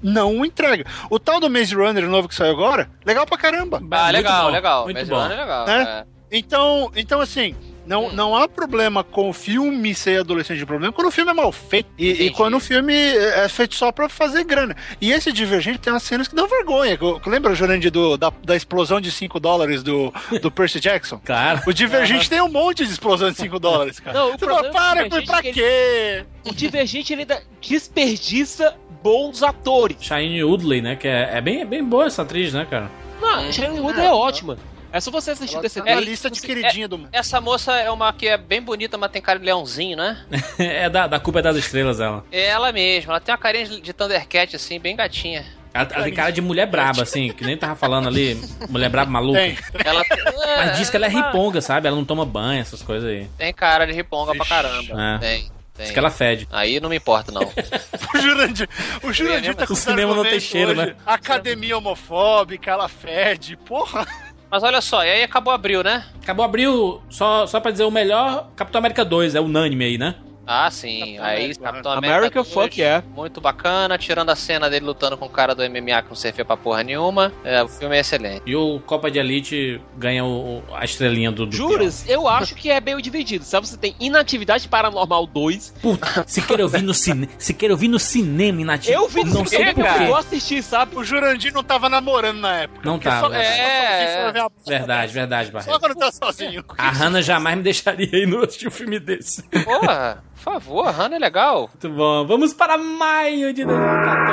não entrega. O tal do Maze Runner novo que saiu agora, legal pra caramba.
Ah, legal,
bom,
legal.
Muito
Maze
bom.
Runner é legal.
Né?
é.
Então, então assim, não,
Hum.
não há problema com o filme ser adolescente de problema quando o filme é mal feito. E- E,
Entendi.
quando o filme é é feito só pra fazer grana. E esse Divergente tem umas cenas que dão vergonha. Eu- Lembra, Jurandir, do, da, da explosão de 5 dólares do, do Percy Jackson?
Claro.
O
É.
Divergente tem um monte de explosão de 5 dólares, cara.
Não, o
Você
problema
fala, para,
do
foi
Divergente
pra
é que ele-
quê?
O Divergente ele ainda desperdiça bons atores.
Shailene Woodley, né? Que é, é bem, é bem boa essa atriz, né, cara?
Não, Shailene Wood é ótima. É só você assistir desse
Tá na lista de queridinha do mundo.
Essa moça é uma que é bem bonita, mas tem cara de leãozinho, né?
É da, da culpa é das estrelas, ela.
É ela mesma. Ela tem uma carinha de- de Thundercat, assim, bem gatinha.
Ela, ela tem cara de mulher braba, assim, que nem tava falando ali, mulher braba maluca.
Tem.
Ela tem-
Mas diz que ela é
uma-
riponga, sabe? Ela não toma banho, essas coisas aí.
Tem cara de riponga pra caramba.
É.
Tem, tem.
Diz que ela fede.
Aí não me importa, não.
O Jurandir, o Jurandir tá com
O
esse
cinema não tem
argumento
cheiro,
hoje.
né?
Academia homofóbica, ela fede, porra.
Mas olha só, e aí acabou abril, né?
Acabou abril, só, só pra dizer o melhor, Capitão América 2, é unânime aí, né?
Ah, sim.
Capitão
aí,
América.
Capitão América.
America
2,
Fuck Yeah.
Muito bacana, tirando a cena dele lutando com o cara do MMA que não servia pra porra nenhuma. É, o filme é excelente.
E o Copa de Elite ganha o, o- a estrelinha do. do
Juras, eu acho que é meio dividido, sabe? Você tem Inatividade Paranormal 2.
Puta, se quer eu vi no cinema, se quer eu vi no cinema inativo.
Eu vi
não
no
sei
cinema,
por
eu vou
quê.
assistir, sabe?
O Jurandir não tava namorando na época.
Não
Porque
tava.
só- é
verdade.
só sozinho você vai ver a porra
Verdade, verdade,
Só
Barreto.
quando tá sozinho.
A Hannah jamais me deixaria ir no assistir um filme desse.
Porra, por favor, Hannah é legal.
Muito bom. Vamos para maio de 2014.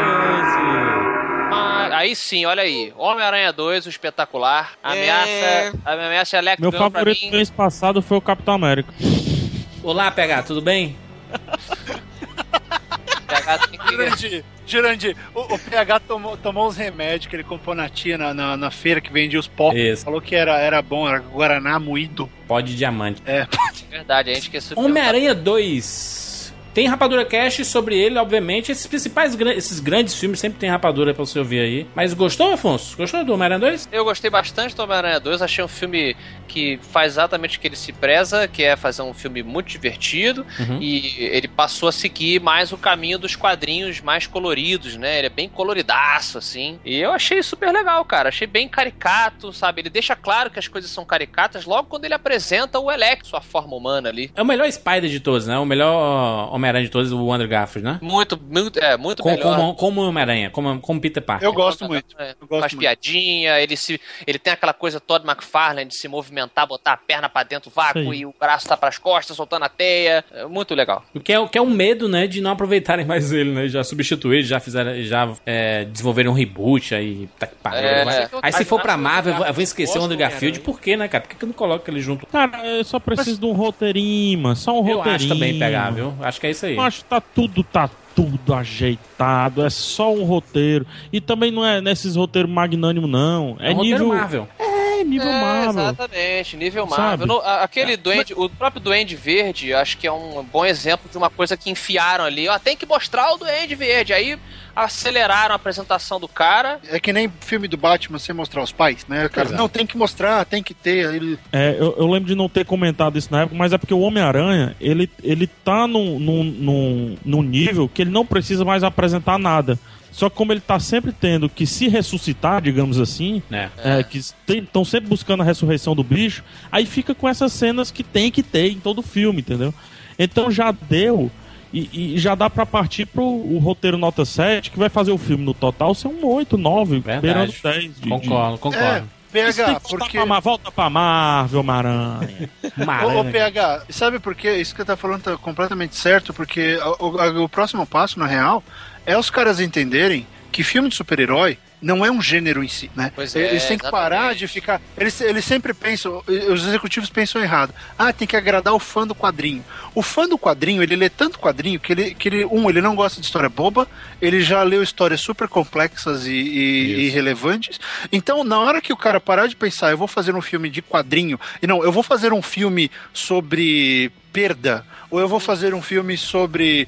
Mas- Ah, aí sim, olha aí. Homem-Aranha 2, o espetacular. Ameaça.
É.
A ameaça Electro
Meu
Gun pra
favorito é do
mim.
mês passado foi o Capitão América.
Olá, PH, tudo bem?
PH tem
é.
que-
Jurandir, Jurandir, o, o PH tomou, tomou uns remédios que ele comprou na tia na, na, na feira que vendia os pó.
Isso.
Falou que era, era bom, era Guaraná moído.
Pode diamante.
Verdade, a gente esqueceu. de
Homem-Aranha 2. Tem Rapadura Cast sobre ele, obviamente. Esses principais, gran- esses grandes filmes sempre tem Rapadura pra você ouvir aí. Mas gostou, Afonso? Gostou do Homem-Aranha 2?
Eu gostei bastante do Homem-Aranha 2, achei um filme que faz exatamente o que ele se preza, que é fazer um filme muito divertido,
Uhum.
e ele passou a seguir mais o caminho dos quadrinhos mais coloridos, né? Ele é bem coloridaço, assim. E eu achei super legal, cara. Achei bem caricato, sabe? Ele deixa claro que as coisas são caricatas logo quando ele apresenta o Electro, sua forma humana ali.
É o melhor Spider de todos, né? O melhor Homem-Aranha de todos, o Andrew Garfield, né?
Muito, muito, é, muito
Com,
melhor.
como, como Homem-Aranha, como, como Peter Parker.
Eu gosto muito.
É,
Eu gosto
faz
muito.
piadinha, ele se ele tem aquela coisa Todd McFarlane de se movimentar, botar a perna pra dentro do vácuo
Sim.
e o braço tá pras costas, soltando a teia. É muito legal.
O que é, o que é um medo, né, de não aproveitarem mais ele, né? Já substituir, já fizeram, já é, desenvolveram um reboot aí, tá que pariu.
É,
vai.
né?
Aí se for pra Marvel, eu vou- eu vou esquecer o
Gosto
Andrew
do
Garfield,
Homem-Aranha.
por quê, né, cara? Por que, que eu não coloco ele junto?
Cara, eu só preciso de um roteirinho, mano. Só um
Eu
roteirinho.
acho também pegar, viu? Acho que é isso aí.
Eu acho que tá tudo, tá tudo ajeitado. É só um roteiro. E também não é nesses roteiros magnânimo, não. É,
um roteiro
nível.
Marvel.
É nível
É,
Marvel.
exatamente, nível Marvel.
Sabe?
No- a- aquele duende, o próprio Duende Verde, acho que é um bom exemplo de uma coisa que enfiaram ali. Ó, tem que mostrar o Duende Verde. Aí aceleraram a apresentação do cara.
É que nem filme do Batman sem mostrar os pais, né? Cara, não, tem que mostrar, tem que ter. aí Ele...
É, eu, eu lembro de não ter comentado isso na época, mas é porque o Homem-Aranha, ele, ele tá num, num, num, num nível que ele não precisa mais apresentar nada. Só que como ele tá sempre tendo que se ressuscitar, digamos assim,
né?
é, que estão sempre buscando a ressurreição do bicho, aí fica com essas cenas que tem que ter em todo filme, entendeu? Então já deu e, e já dá pra partir pro o roteiro nota 7, que vai fazer o filme no total ser um 8, 9,
Verdade.
beirando 10. de- de-
Concordo,
É,
concordo.
Isso tem que
PH,
voltar
porque.
pra Mar- volta pra Marvel, Maranha.
Ô, ô,
Maranhão.
né?
PH, sabe por quê? Isso que você tá falando tá completamente certo, porque o, o- o próximo passo, na real, é os caras entenderem que filme de super-herói não é um gênero em si, né?
Pois é,
eles têm que parar
exatamente.
de ficar. Eles, eles sempre pensam, os executivos pensam errado. Ah, tem que agradar o fã do quadrinho. O fã do quadrinho, ele lê tanto quadrinho que ele, que ele um, ele não gosta de história boba, ele já leu histórias super complexas e, e- e relevantes. Então, na hora que o cara parar de pensar, eu vou fazer um filme de quadrinho, e não, eu vou fazer um filme sobre perda, ou eu vou fazer um filme sobre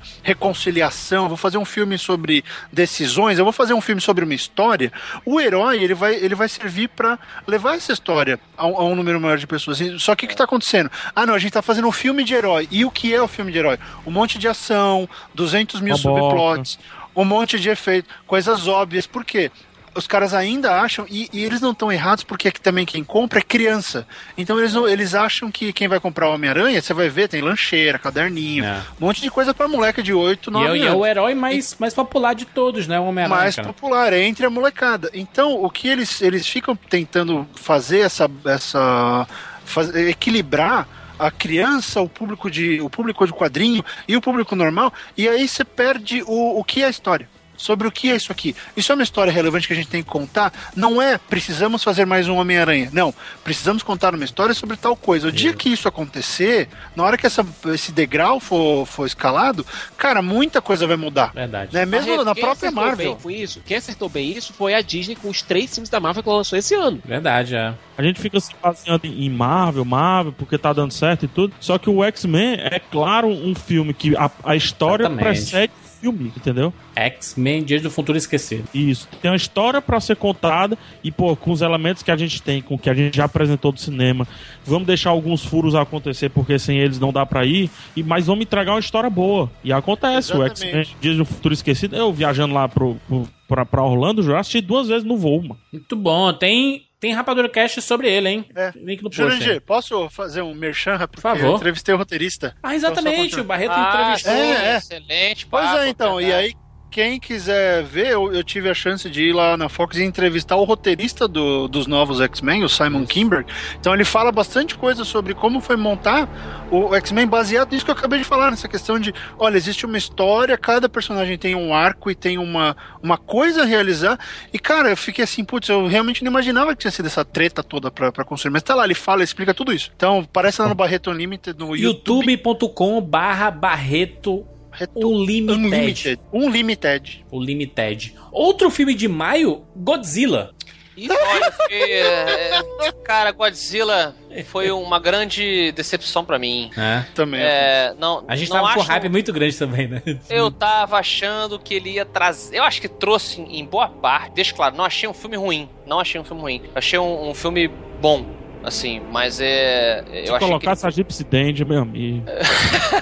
reconciliação, vou fazer um filme sobre decisões, eu vou fazer um filme sobre uma história, o herói ele vai, ele vai servir pra levar essa história a um, a um número maior de pessoas. E- Só que o que tá acontecendo? Ah, não, a gente tá fazendo um filme de herói. E o que é o filme de herói? Um monte de ação, 200 mil
Uma
subplots, um monte de efeito, coisas óbvias. Por quê? Os caras ainda acham, e, e eles não estão errados, porque aqui também quem compra é criança. Então eles, não- eles acham que quem vai comprar o Homem-Aranha, você vai ver, tem lancheira, caderninho,
É.
um monte de coisa pra moleca de 8,
E
9
é,
anos
e é o herói mais, mais popular de todos, né? O Homem-Aranha.
mais
cara.
popular, é entre a molecada. Então, o que eles, eles ficam tentando fazer essa. essa faz- equilibrar a criança, o público de o público de quadrinho e o público normal, e aí você perde o, o que é a história. Sobre o que é isso aqui. Isso é uma história relevante que a gente tem que contar. Não é precisamos fazer mais um Homem-Aranha. Não. Precisamos contar uma história sobre tal coisa. O dia que isso acontecer, na hora que essa, esse degrau for, for escalado, cara, muita coisa vai mudar.
Verdade.
Né? Mesmo
Mas
na
quem
própria
acertou
Marvel.
bem com isso, quem acertou bem isso foi a Disney com os três filmes da Marvel que ela lançou esse ano.
Verdade, é.
A gente fica se baseando em Marvel, Marvel, porque tá dando certo e tudo. Só que o X-Men é, claro, um filme que a, a história
Exatamente.
precede o filme, entendeu?
X-Men, Dias do Futuro Esquecido.
Isso. Tem uma história pra ser contada e, pô, com os elementos que a gente tem, com o que a gente já apresentou do cinema, vamos deixar alguns furos acontecer porque sem eles não dá pra ir, e, mas vamos entregar uma história boa. E acontece. O
Exatamente.
X-Men, Dias do Futuro Esquecido, eu viajando lá pro, pro, pra, pra Orlando, já assisti duas vezes no voo, mano.
Muito bom. Tem, tem Rapadura Cast sobre ele, hein?
É.
Link no post.
Jurandir,
aí.
posso fazer um merchan? Porque
favor.
Eu entrevistei o roteirista.
Ah, exatamente.
Então, só
O Barreto
Ah,
entrevistou.
sim,
É, é.
excelente.
Pois
papo,
é, então. E
verdade.
aí, quem quiser ver, eu, eu tive a chance de ir lá na Fox e entrevistar o roteirista do- dos novos X-Men, o Simon Kimberg. Então, ele fala bastante coisa sobre como foi montar o X-Men baseado nisso que eu acabei de falar, nessa questão de, olha, existe uma história, cada personagem tem um arco e tem uma, uma coisa a realizar. E, cara, eu fiquei assim, putz, eu realmente não imaginava que tinha sido essa treta toda pra, pra construir. Mas tá lá, ele fala, explica tudo isso. Então, parece lá no Barreto Unlimited, no YouTube.
youtube.com barra Barreto
Barreto
Unlimited.
Unlimited. Unlimited.
O Limited. Outro filme de maio, Godzilla.
Olha, que, é, é, cara, Godzilla foi uma grande decepção pra mim.
É.
Também.
É, não,
A gente
não
tava com
acho-
hype muito grande também, né?
Eu tava achando que ele ia trazer. Eu acho que trouxe em em boa parte. Deixa claro, não achei um filme ruim. Não achei um filme ruim. Achei um, um filme bom, assim, mas é.
Se
Eu achei que.
colocasse a Gypsy Dandy, meu amigo.
É.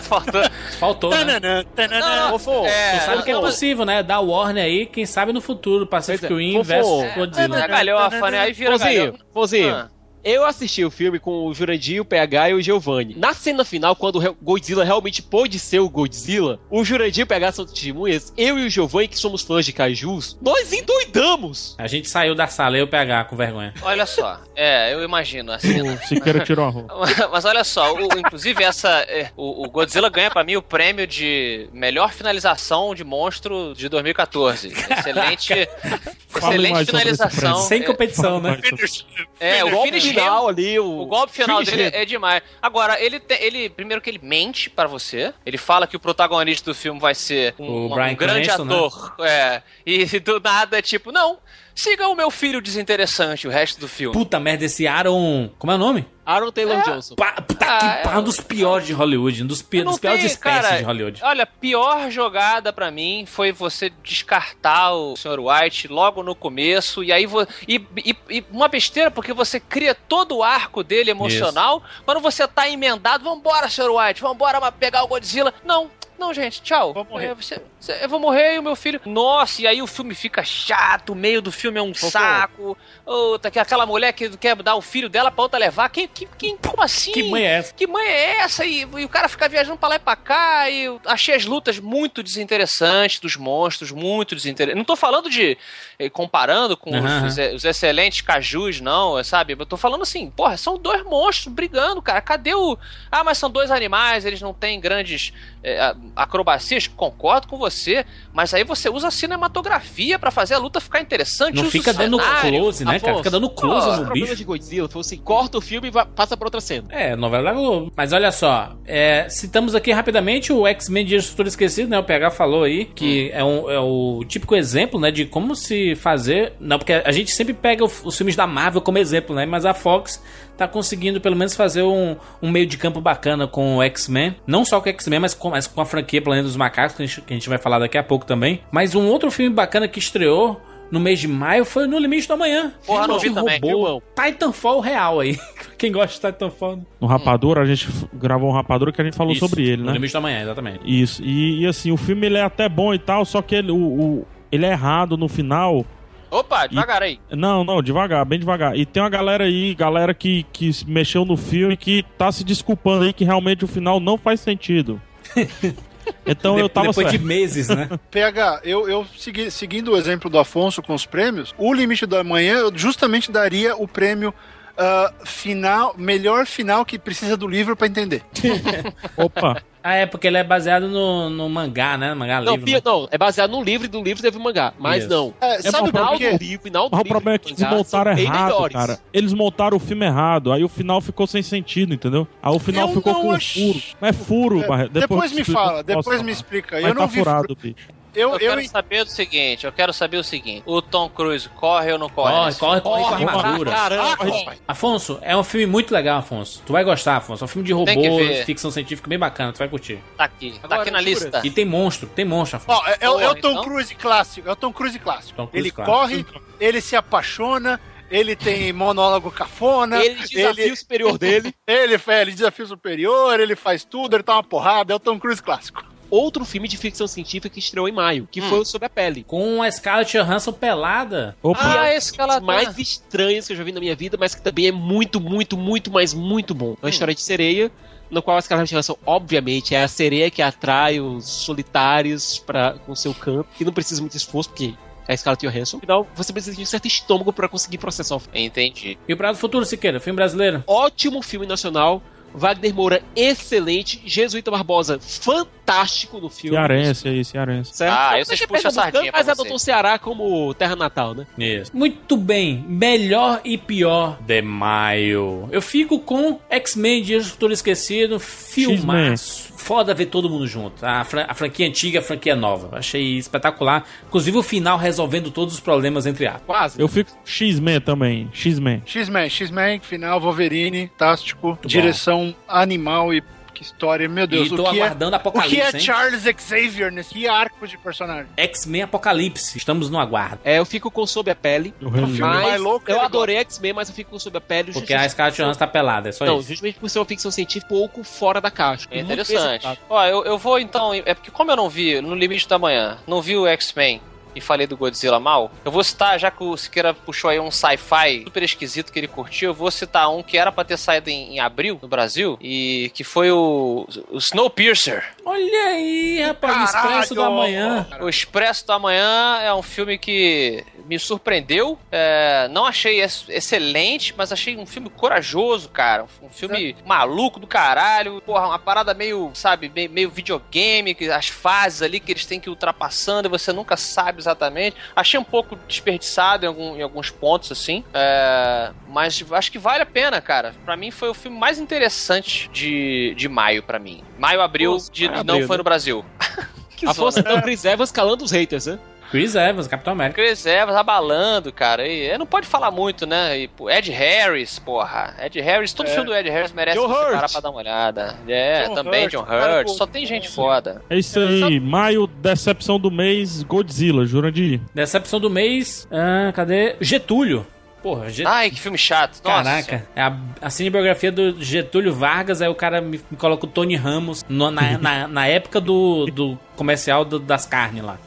Faltou.
Faltou, né?
Tananã, tananã.
Ô, Fofo,
é,
Sabe que é
não, mas-
possível, né? Da Warner aí, quem sabe no futuro, Pacific
Pois é.
Rim
Fofo.
versus
É,
Godzilla.
é galhofa, né? Aí vira
Fonzinho,
galhofa.
Fonzinho,
Ah.
eu assisti o filme com o Jurandir, o PH e o Giovanni. Na cena final, quando o Re- Godzilla realmente pôde ser o Godzilla, o Jurandir e o PH são testemunhas, eu e o Giovanni, que somos fãs de Kaijus, nós endoidamos!
A gente saiu da sala, eu PH com vergonha.
Olha só. É, eu imagino a cena.
O Siqueira tirou a roupa.
Mas olha só, o- inclusive essa. é, O, o Godzilla ganha pra mim o prêmio de melhor finalização de monstro de 2014. Excelente,
Fala mais sobre
excelente
esse prêmio.
finalização.
Sem
É,
competição, né?
assim,
É,
O
o
golpe
finish
final ali, o...
O golpe final
finish
dele
him.
é demais. Agora, ele tem- ele primeiro que ele mente pra você. Ele fala que o protagonista do filme vai ser
O
um, um
Bryan
grande
Cranston, né?
ator. É. E do nada é tipo, não, siga o meu filho desinteressante o resto do filme.
Puta merda, esse Aaron. Como é o nome?
Aaron Taylor Johnson.
Pa- Puta
Ah,
que pariu,
é-
um dos piores de Hollywood, um dos, pi-
Eu não
dos piores
tenho,
espécies
cara,
de Hollywood.
Olha, pior jogada pra mim foi você descartar o Sr. White logo no começo e aí vo- e, e- e uma besteira porque você cria todo o arco dele emocional quando você tá emendado, vambora, Sr. White, vambora mas pegar o Godzilla. Não. Não, gente, tchau.
Vou morrer.
É, você- você- eu vou morrer e o meu filho. Nossa, e aí o filme fica chato, o meio do filme é um saco. Outra, que aquela mulher que quer dar o filho dela pra outra levar. Quem, quem, quem- como assim?
Que mãe é essa?
Que mãe é essa? E, e o cara fica viajando pra lá e pra cá. E eu achei as lutas muito desinteressantes dos monstros, muito desinteressantes. Não tô falando de. eh, comparando com
Aham.
os, os excelentes cajus, não, eh, sabe? Eu tô falando assim, porra, são dois monstros brigando, cara. Cadê o. Ah, mas são dois animais, eles não têm grandes eh, a- acrobacias. Concordo com você, mas aí você usa a cinematografia pra fazer a luta ficar interessante.
Não
usa o
fica dando
cenário.
close, né, cara?
Afonso,
Fica dando close
pô,
O
no
problema
bicho.
de Godzilla foi assim, corta o filme e vai- passa pra outra cena.
É, novela da Globo. Mas olha só, é, citamos aqui rapidamente o X-Men Dias do Futuro Esquecido, né? O PH falou aí que
Hum.
é, um, é o típico exemplo, né? De como se fazer... Não, porque a gente sempre pega o- os filmes da Marvel como exemplo, né? Mas a Fox tá conseguindo pelo menos fazer um, um meio de campo bacana com o X-Men. Não só com o X-Men, mas com, mas com a franquia Planeta dos Macacos, que a, gente, que a gente vai falar daqui a pouco também. Mas um outro filme bacana que estreou... No mês de maio foi No Limite da Manhã.
Porra, não vi
Que
também,
roubou
viu, irmão?
Titanfall real aí. Quem gosta de Titanfall,
No Rapadura, a gente f- gravou um Rapadura que a gente falou
Isso,
sobre ele,
No
né?
Limite da Manhã, exatamente.
Isso. E, e, assim, o filme ele é até bom e tal, só que ele, o, o- ele é errado no final.
Opa, devagar aí.
Não, não, devagar, bem devagar. E tem uma galera aí, galera que, que se mexeu no filme que tá se desculpando aí que realmente o final não faz sentido. Então eu
De-
tava
Depois
certo.
de meses, né?
PH, eu, eu segui- seguindo o exemplo do Afonso com os prêmios, o limite da manhã eu justamente daria o prêmio ah, final, melhor final que precisa do livro pra entender.
Opa,
ah, é, porque ele é baseado no, no mangá, né? Mangá
Não,
livre.
fi-
né?
não, é baseado no livro e do livro teve mangá. Mas
Isso.
não.
É, sabe
bom,
por
Final
quê?
do livro, final do
Mas o
livro.
problema é
do
que eles
mangá são
montaram
bem
errado,
melhores.
cara. Eles montaram o filme errado, aí o final ficou sem sentido, entendeu? Aí o final
Eu
ficou
não
com um
ach-
furo. Mas é furo,
É,
Barreto.
depois
eu te
me
explico o
fala,
que eu posso
depois me
falar.
explica.
Mas
eu não
tá
vi.
furado, bicho.
Eu,
Eu
eu,
quero saber do seguinte, eu quero saber o seguinte. O Tom Cruise corre ou não corre?
Corre,
nesse
corre, corre com
Corre,
armadura.
pra caramba.
Afonso, é um filme muito legal, Afonso. Tu vai gostar, Afonso. É um filme de
Tem que
robô,
ver.
ficção científica, bem bacana. Tu vai curtir.
filme? Tá aqui, tá
Agora,
aqui na
jura?
lista.
E tem monstro, tem monstro, Afonso.
Ó, é, é o- é o
Porra,
Tom
então?
Cruise clássico. É o Tom Cruise clássico.
Tom Cruise
ele
clássico.
corre, ele se apaixona, ele tem monólogo cafona,
Ele desafia o
ele,
superior dele.
ele, fe- ele desafio superior, ele faz tudo, ele tá uma porrada. É o Tom Cruise clássico.
Outro filme de ficção científica que estreou em maio, que
Hum.
foi o Sobre a Pele.
Com a Scarlett Johansson pelada.
Opa,
Ah, esse que ela tá.
mais estranhos que eu já vi na minha vida, mas que também é muito, muito, muito, mas muito bom.
Hum.
É uma história de sereia, no qual a Scarlett Johansson, obviamente, é a sereia que atrai os solitários pra, com seu canto, que não precisa muito esforço, porque é a Scarlett Johansson. Afinal, você precisa de um certo estômago pra conseguir processar o filme.
Entendi.
E o Prato do Futuro, Siqueira, filme brasileiro.
Ótimo filme nacional. Wagner Moura, excelente. Jesuíta Barbosa, fantástico no filme.
cearense aí, cearense.
Certo?
Ah, eu
Mas
sempre
é
puxo a
pernambucano,
sardinha pra
Mas
você.
adotou o Ceará como terra natal, né?
Isso. Muito bem. Melhor e pior de maio. Eu fico com X-Men Dias do Futuro Esquecido, filmaço. foda ver todo mundo junto. A, fran- a franquia antiga, a franquia nova. Achei espetacular. Inclusive o final resolvendo todos os problemas entre aspas.
Quase.
Eu fico com X-Men também, X-Men.
X-Men, X-Men, final, Wolverine, tástico, direção animal e que história, meu Deus,
E tô
o que é,
aguardando
o que
Apocalipse,
é
hein?
Charles Xavier nesse que arco de personagem?
X-Men Apocalipse. Estamos no aguardo.
É, eu fico com Sob a Pele.
Eu releio.
Uhum. filme mais
Mas
louco
eu
é
adorei X-Men, mas eu fico com Sob a Pele.
Porque
justamente-
a Scarlett Johansson tá pelada, é só
Não,
isso.
justamente por ser uma ficção científica um pouco fora da caixa.
É
Muito
interessante.
executado.
Ó, eu, eu vou então. É porque, como eu não vi No Limite da Manhã, não vi o X-Men e falei do Godzilla mal, eu vou citar, já que o Siqueira puxou aí um sci-fi super esquisito que ele curtiu, eu vou citar um que era pra ter saído em, em abril no Brasil e que foi o, o Snowpiercer.
Olha aí, rapaz, o
Caralho!
expresso do amanhã.
O Expresso da Manhã é um filme que me surpreendeu. é, não achei ex- excelente, mas achei um filme corajoso, cara. Um filme maluco do caralho. Porra, uma parada meio, sabe, me- meio videogame, que as fases ali que eles têm que ir ultrapassando e você nunca sabe exatamente. Achei um pouco desperdiçado em, algum- em alguns pontos, assim. é, mas acho que vale a pena, cara. Pra mim foi o filme mais interessante de, de maio, pra mim. Maio, abril,
Nossa,
de,
maio,
não
abril,
foi
né?
no Brasil.
A
é.
força do Chris Evans calando os haters, né?
Chris Evans, Capitão América.
Chris Evans abalando, cara. E, é, não pode falar muito, né? E, pô, Ed Harris, porra. Ed Harris, todo filme do Ed Harris merece
John
você
Hurt.
parar pra dar uma olhada. É,
É. John
também
Hurt,
John
cara,
Hurt.
pô,
Só tem gente foda.
É isso aí, maio, decepção do mês, Godzilla, Jurandir.
Decepção do mês. Ah, cadê? Getúlio. Porra, Getúlio.
Ai, que filme chato. Nossa.
Caraca, é a, a cinebiografia do Getúlio Vargas, aí o cara me, me coloca o Tony Ramos no- na, na, na época do, do comercial do- das carnes lá.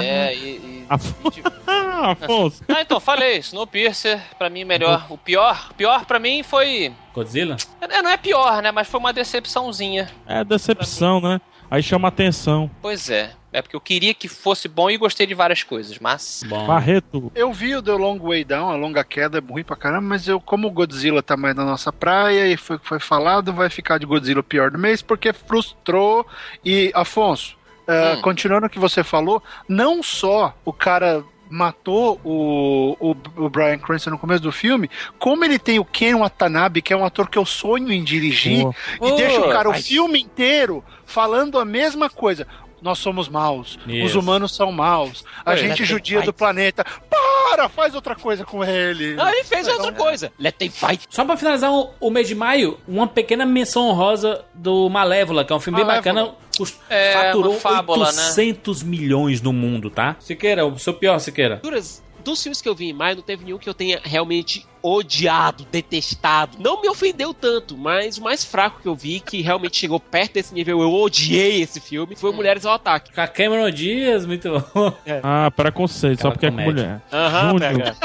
É, e. e...
Afonso. Afonso.
Ah, então, falei, Snowpiercer, pra mim, melhor. O pior, pior pra mim foi...
Godzilla?
É, Não é pior, né? Mas foi uma decepçãozinha.
É decepção, né? Aí chama atenção.
Pois é. É porque eu queria que fosse bom e gostei de várias coisas, mas...
É.
Bom.
Barreto.
Eu vi o The Long Way Down, a longa queda, é ruim pra caramba, mas eu, como o Godzilla tá mais na nossa praia e foi o que foi falado, vai ficar de Godzilla o pior do mês, porque frustrou. E, Afonso, ah,
Hum.
continuando o que você falou, não só o cara matou o, o, o Brian Cranston no começo do filme, como ele tem o Ken Watanabe, que é um ator que eu sonho em dirigir,
Boa.
e deixa o cara o
Ai.
filme inteiro falando a mesma coisa. Nós somos maus, os
Isso.
humanos são maus, a
Ué,
gente
mas-
judia do planeta. Para, faz outra coisa com ele. Então,
Não, ele Ah, fez
é.
outra coisa. Let them fight.
Só pra finalizar o, o mês de maio, uma pequena menção honrosa do Malévola, que é um filme bem
Malévola.
bacana. cust-
É,
faturou
uma fábula, né?
800 milhões no mundo, tá? Siqueira, o seu pior, Siqueira.
Duras, dos filmes que eu vi em maio, não teve nenhum que eu tenha realmente odiado, detestado. Não me ofendeu tanto, mas o mais fraco que eu vi, que realmente chegou perto desse nível, eu odiei esse filme,
Hum.
foi Mulheres ao Ataque.
Com a Cameron Dias, muito bom.
Ah, preconceito, só
Aquela
porque é com
comédia.
mulher.
É. Aham,
Júnior.
pega.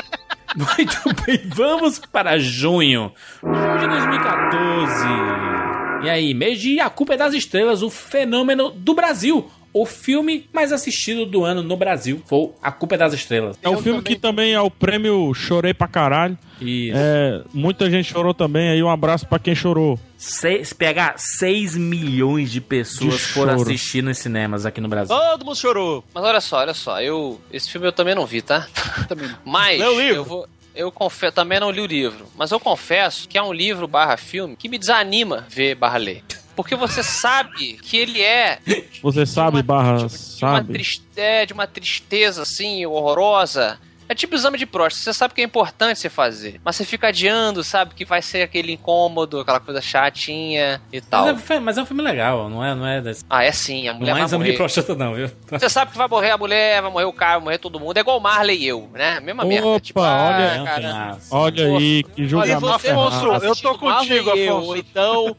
Muito bem, vamos para junho. Junho de 2014. E aí, mês de A Culpa é das Estrelas, o fenômeno do Brasil. O filme mais assistido do ano no Brasil foi A Culpa é das Estrelas.
É um
Eu
filme
também.
que também é o prêmio Chorei pra caralho.
E
É, muita gente chorou também, aí um abraço pra quem chorou.
seis, pegar 6 milhões de pessoas
De
foram
choro.
assistir nos cinemas aqui no Brasil.
Todo mundo chorou.
Mas olha só, olha só, eu. Esse filme eu também não vi, tá?
Também não.
Mas
Lê o livro.
eu vou. Eu confesso, também não li o livro, mas eu confesso que é um livro barra filme que me desanima ver barra ler. Porque você sabe que ele é
Você sabe, barra,
de uma,
sabe?
triste, é, de uma tristeza, assim, horrorosa. É tipo exame de próstata, você sabe que é importante você fazer. Mas você fica adiando, sabe, que vai ser aquele incômodo, aquela coisa chatinha e
Mas é,
tal.
um fi- mas é um filme legal, não é? Não é, desse-
Ah, é sim, a mulher
não é
vai
exame de
morrer.
próstata, não, viu?
Você sabe que vai morrer a mulher, vai morrer o cara, vai morrer todo mundo. É igual o Marley e eu, né? Mesma merda.
Opa, olha-
Não, nossa.
Olha um aí, que é
Olha,
julgamento.
você,
errado.
Afonso, eu tô contigo,
Marvel,
Afonso.
Então,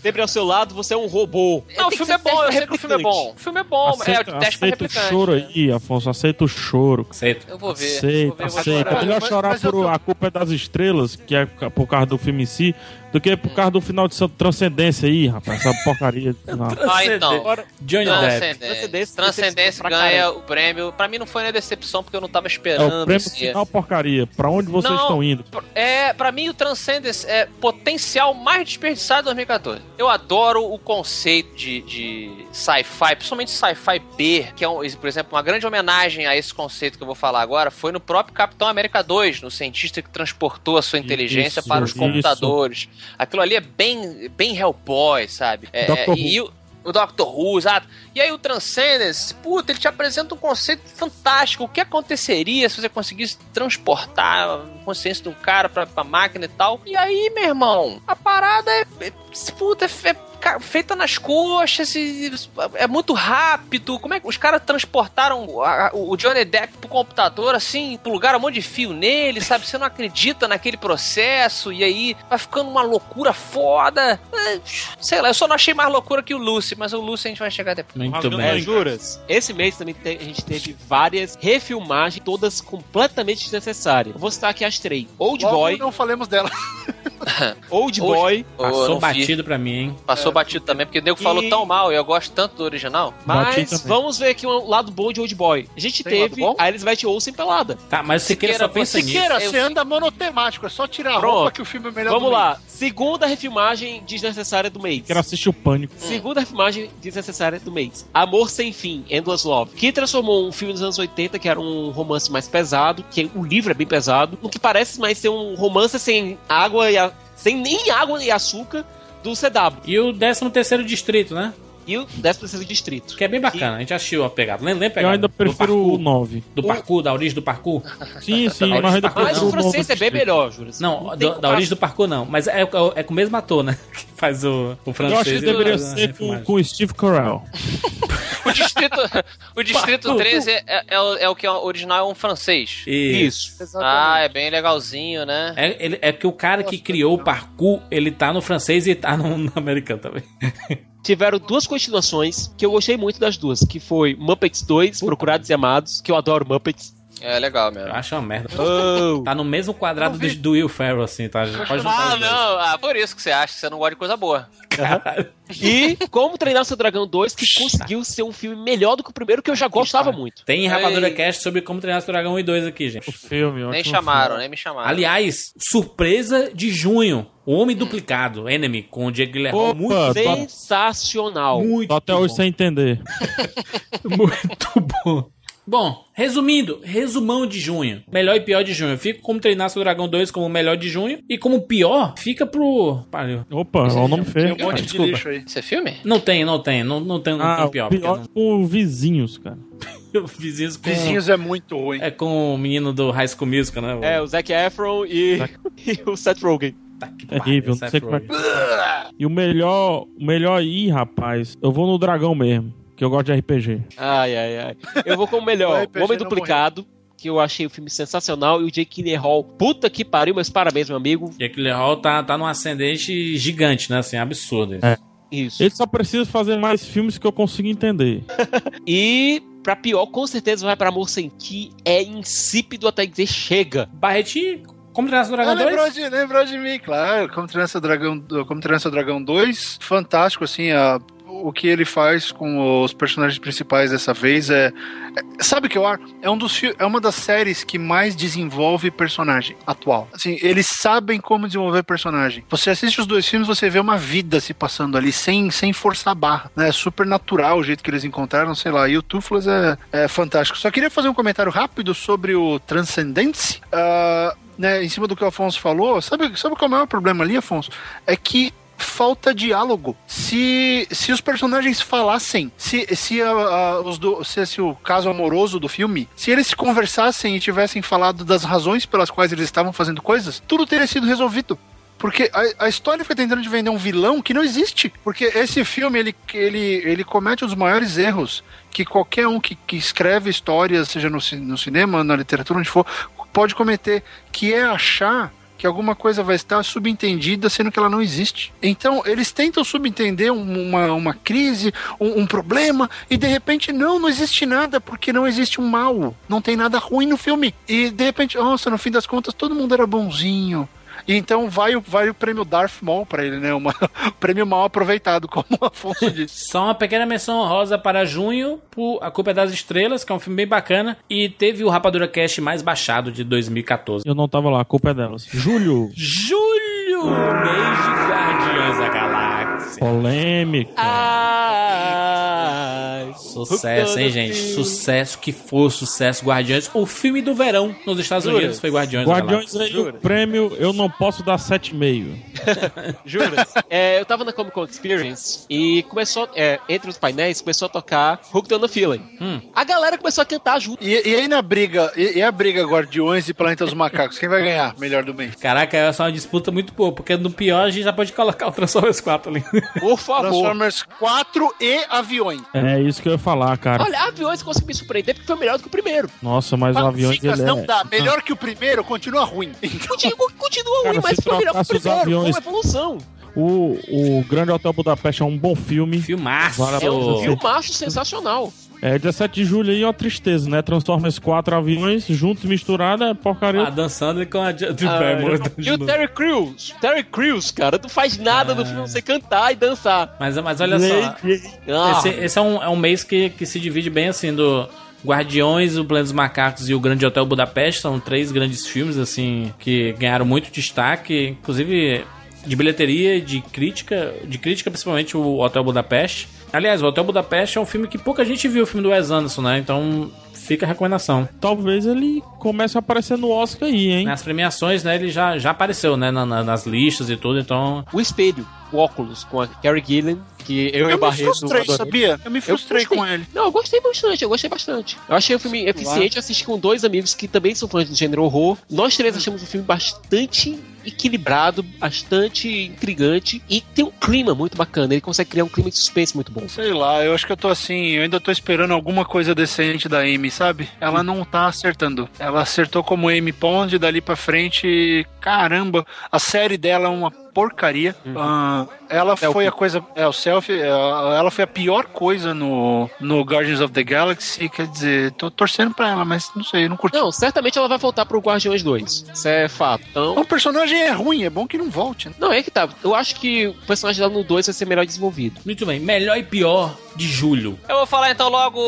sempre ao seu lado, você é um robô.
Não, o
Tem que
filme é
ser
bom, eu sei que o
replicante.
filme é bom. O filme é bom,
aceita,
é o teste pra
aceita o
replicante.
choro aí, Afonso, aceita o choro.
Aceito.
Eu vou ver. vou ver, vou
Aceita, aceita.
chorar.
É melhor
Mas-
chorar
mas eu
por
tô-
A Culpa é das Estrelas, que é por causa do filme em si, do que por causa do final de Transcendência aí, rapaz. Essa porcaria. de final.
Ah, então.
Johnny Depp.
Transcendência,
Transcendência.
Transcendência
Pra
ganha
caralho.
o prêmio. Pra mim não foi nem decepção, porque eu não tava
É
esperando.
o prêmio
assim, é.
final porcaria. Pra onde vocês
Não.
estão indo?
É, pra mim o Transcendence é potencial mais desperdiçado de 2014. Eu adoro o conceito de, de sci-fi, principalmente sci-fi B, que é, um, por exemplo, uma grande homenagem a esse conceito que eu vou falar agora, foi no próprio Capitão América 2, no cientista que transportou a sua inteligência
Isso,
para os
isso.
computadores. Aquilo ali é bem, bem Hellboy, sabe? É,
Dr.
e o- o Doctor Who, exato. E aí o Transcendence, puta, ele te apresenta um conceito fantástico. O que aconteceria se você conseguisse transportar a consciência de um cara pra, pra máquina e tal? E aí, meu irmão, a parada é. é puta, é, é ca- feita nas coxas, e- e- é muito rápido. Como é que os caras transportaram a- a- o Johnny Depp pro computador, assim, plugaram um monte de fio nele, sabe? Você não acredita naquele processo, e aí vai ficando uma loucura foda. É, Sei lá, eu só não achei mais loucura que o Lucy, mas o Lucy a gente vai chegar depois.
Muito
Rasgando
bem.
as
Juras, esse mês também te- a gente teve várias refilmagens, todas completamente desnecessárias. Eu Vou citar aqui as três: Old
Logo
Boy,
não falemos dela.
Old
Old-
Boy,
Ô, eu
Passou
não vi.
batido pra mim, hein?
Passou batido também, porque o nego
E-
falou tão mal, É. e eu gosto tanto do original.
Bati
mas
também.
vamos ver aqui um lado bom de Old Boy. A gente
Tem lado
teve
bom?
a Elizabeth Olsen pelada.
Tá, mas o Siqueira,
Siqueira,
só pensa nisso.
Siqueira,
Eu-
você anda monotemático, é só tirar a
Pronto.
roupa que o filme é melhor
Vamos
do
lá, segunda refilmagem desnecessária do mês.
Quero assistir o Pânico.
Segunda filmagem desnecessária do mês. Amor Sem Fim, Endless Love. Que transformou um filme dos anos 80, que era um romance mais pesado, que o livro é bem pesado, no que parece mais ser um romance sem água e a- sem nem água e açúcar do CW.
E o 13 terceiro distrito, né?
E o 13 Distrito.
Que é bem bacana. A gente achou a pegada. Lembra, lembra a
Eu
pegada
ainda
do
prefiro o
parkour?
9.
Do parkour, da origem do parkour?
Sim, sim, mas eu ainda
Mas
prefiro
o
o 9.
francês é bem melhor, Júlio.
Não, do-
tem
da
comparação.
origem do parkour não. Mas é, é- é com o mesmo ator, né? Que faz o, o francês. é Ah, né,
Eu acho que
ele
deveria
faz a
ser com,
refilmagem.
com o Steve Carell.
O Distrito, o distrito
Pá, tu-
13 é, é o- é o que é o original é um francês.
Isso.
Isso.
Ah, é bem legalzinho, né?
É, ele- é que o cara que criou o parkour, ele tá no francês e tá no, no americano também.
Tiveram duas continuações que eu gostei muito das duas, que foi Muppets 2, Procurados e Amados, que eu adoro Muppets.
É legal mesmo.
Eu acho uma merda.
Oh.
Tá no mesmo quadrado do, do Will Ferrell, assim, tá? Pode juntar
Ah,
os dois.
não. Ah, por isso que você acha que você não gosta de coisa boa.
Caralho.
E Como Treinar Seu Dragão 2, que conseguiu ser um filme melhor do que o primeiro, que eu já gostava muito.
Tem Rapadura
Ei.
Cast sobre como treinar seu dragão 1 e 2 aqui, gente.
O filme,
nem chamaram, nem me chamaram.
Aliás, surpresa de junho. O Homem Duplicado, Enemy, com o Diego Guilherme.
Opa,
muito
Ah, tá.
tô-
Sensacional.
muito
Tô até hoje
bom.
sem entender.
Muito bom. Bom, resumindo, resumão de junho. Melhor e pior de junho. Fica como treinar seu dragão 2 como melhor de junho. E como pior, fica pro. Pariu.
Opa, é o nome
Tem
feio.
um monte de
desculpa.
lixo aí.
Esse é filme?
Não tem, não tem. Não, não tem, não
Ah,
tem um
o
pior.
pior,
porque
com vizinhos, cara.
não- Vizinhos com.
Vizinhos é muito ruim.
É com o menino do High School Musical, né?
É, o Zac Efron e, e o Seth Rogen.
Puta que pariu,
Terrível, não
Seth
sei como é que
Rogen.
E o melhor, o melhor aí, rapaz, eu vou no dragão mesmo, que eu gosto de RPG.
Ai, ai, ai. Eu vou com o
O
melhor.
RPG
O Homem
não
Duplicado, que eu achei o filme sensacional, e o Jake Gyllenhaal. Puta que pariu, mas parabéns, meu amigo.
Jack Hall tá, tá num ascendente gigante, né? Assim, absurdo. isso.
É.
Isso.
Ele só precisa fazer mais filmes que eu consiga entender.
E, pra pior, com certeza vai pra Amor Sem que é insípido até dizer chega.
Barretinho, como treinar seu
Ah,
dragão
lembrou,
2?
de, lembrou de mim, claro. Como Trança Dragão, do- como Trança Dragão 2, fantástico, assim, a- o que ele faz com os personagens principais dessa vez é. é- sabe o que eu acho? É, um dos, fi- é uma das séries que mais desenvolve personagem atual. Assim, eles sabem como desenvolver personagem. Você assiste os dois filmes, você vê uma vida se passando ali, sem, sem forçar a barra. né? É super natural o jeito que eles encontraram, sei lá. E o Tuflas é, é fantástico. Só queria fazer um comentário rápido sobre o Transcendence. Ah, né, em cima do que o Afonso falou, sabe, sabe qual é o maior problema ali, Afonso? É que falta diálogo. Se, se os personagens falassem, se, se, a- a- os do, se, se o caso amoroso do filme, se eles se conversassem e tivessem falado das razões pelas quais eles estavam fazendo coisas, tudo teria sido resolvido. Porque a, a história fica tentando de vender um vilão que não existe. Porque esse filme, ele, ele, ele comete um dos maiores erros que qualquer um que, que escreve histórias, seja no, ci- no cinema, na literatura, onde for, pode cometer, que é achar que alguma coisa vai estar subentendida, sendo que ela não existe. Então, eles tentam subentender um- uma, uma crise, um, um problema, e de repente, não, não existe nada, porque não existe um mal, não tem nada ruim no filme. E de repente, nossa, no fim das contas, todo mundo era bonzinho. E então vai, o- vai o prêmio Darth Maul pra ele, né? Uma, o prêmio mal aproveitado, como o Afonso disse.
Só uma pequena menção honrosa para junho, por A Culpa é das Estrelas, que é um filme bem bacana, e teve o Rapadura Cast mais baixado de 2014.
Eu não tava lá, a culpa é delas. Júlio,
Julho, mês
É. Ah,
de Guardiões da Galáxia.
polêmica.
Ai.
Sucesso, hein, gente? Sucesso que for sucesso, Guardiões. O filme do verão nos Estados Unidos foi Guardiões. da
Guardiões aí, o
Jura?
prêmio eu não posso dar 7,5.
Jura? É, eu tava na Comic Con Experience e começou, é, entre os painéis, começou a tocar Hooked on the Feeling.
Hum.
A galera começou a cantar junto.
E, e aí na briga, e, e a briga Guardiões e Planeta dos Macacos? Quem vai ganhar? Melhor do bem.
Caraca, é só uma disputa muito boa, porque no pior a gente já pode colocar o Transformers 4 ali.
Por favor.
Transformers 4 e aviões.
É isso que eu ia falar, cara.
Olha, aviões conseguiu me surpreender porque foi melhor do que o primeiro.
Nossa, mas o avião ele
Mas não
é...
dá. Melhor que o primeiro, continua ruim. Então,
Continua, continua
Cara,
ruim, mas
se
foi melhor que o
trocasse os
primeiro. Foi
aviões-
uma evolução.
O, o Grande Hotel Budapeste é um bom filme.
Filmaço.
Bora,
É um
Pô.
filmaço sensacional.
É 17 de julho aí, é uma tristeza, né? Transformers 4 aviões, juntos, misturada, é porcaria.
A Dan Sandler Tá com a Drew
Ah,
Barrymore.
E o Terry Crews, Terry Crews, cara, não faz nada no filme, não sei cantar e dançar.
Mas, mas Ah. olha só,
Ah,
esse, esse é, um, é um mês que, que se divide bem assim do Guardiões, o Planeta dos Macacos e o Grande Hotel Budapeste. São três grandes filmes, assim, que ganharam muito destaque, inclusive de bilheteria, de crítica, de crítica principalmente o Hotel Budapeste. Aliás, o Hotel Budapeste é um filme que pouca gente viu, o filme do Wes Anderson, né? Então fica a recomendação.
Talvez ele comece a aparecer no Oscar aí, hein?
Nas premiações, né, ele já, já apareceu, né, na- na- nas listas e tudo, então...
o espelho, o óculos com a Carrie Gilliam, que eu, e
eu
o
me
Barreto
frustrei,
adoramos.
sabia? Eu me frustrei
gostei.
com ele.
Não, eu gostei bastante, eu gostei bastante. Eu achei o filme eficiente, eu assisti com dois amigos que também são fãs do gênero horror. Nós três achamos o filme bastante equilibrado, bastante intrigante e tem um clima muito bacana. Ele consegue criar um clima de suspense muito bom.
Sei lá, eu acho que eu tô assim, eu ainda tô esperando alguma coisa decente da Amy, sabe? Ela não tá acertando. Ela acertou como Amy Pond, dali pra frente, caramba, a série dela é uma porcaria. Ah, ela foi a coisa, é o selfie, é, ela foi a pior coisa no, no Guardians of the Galaxy, quer dizer, tô torcendo pra ela, mas não sei, eu não curti.
Não, certamente ela vai voltar pro Guardiões 2. Isso é fato. Então,
O personagem é ruim, é bom que não volte, né?
Não, é que tá. Eu acho que o personagem dela no 2 vai ser melhor desenvolvido.
Muito bem, melhor e pior de julho.
Eu vou falar então logo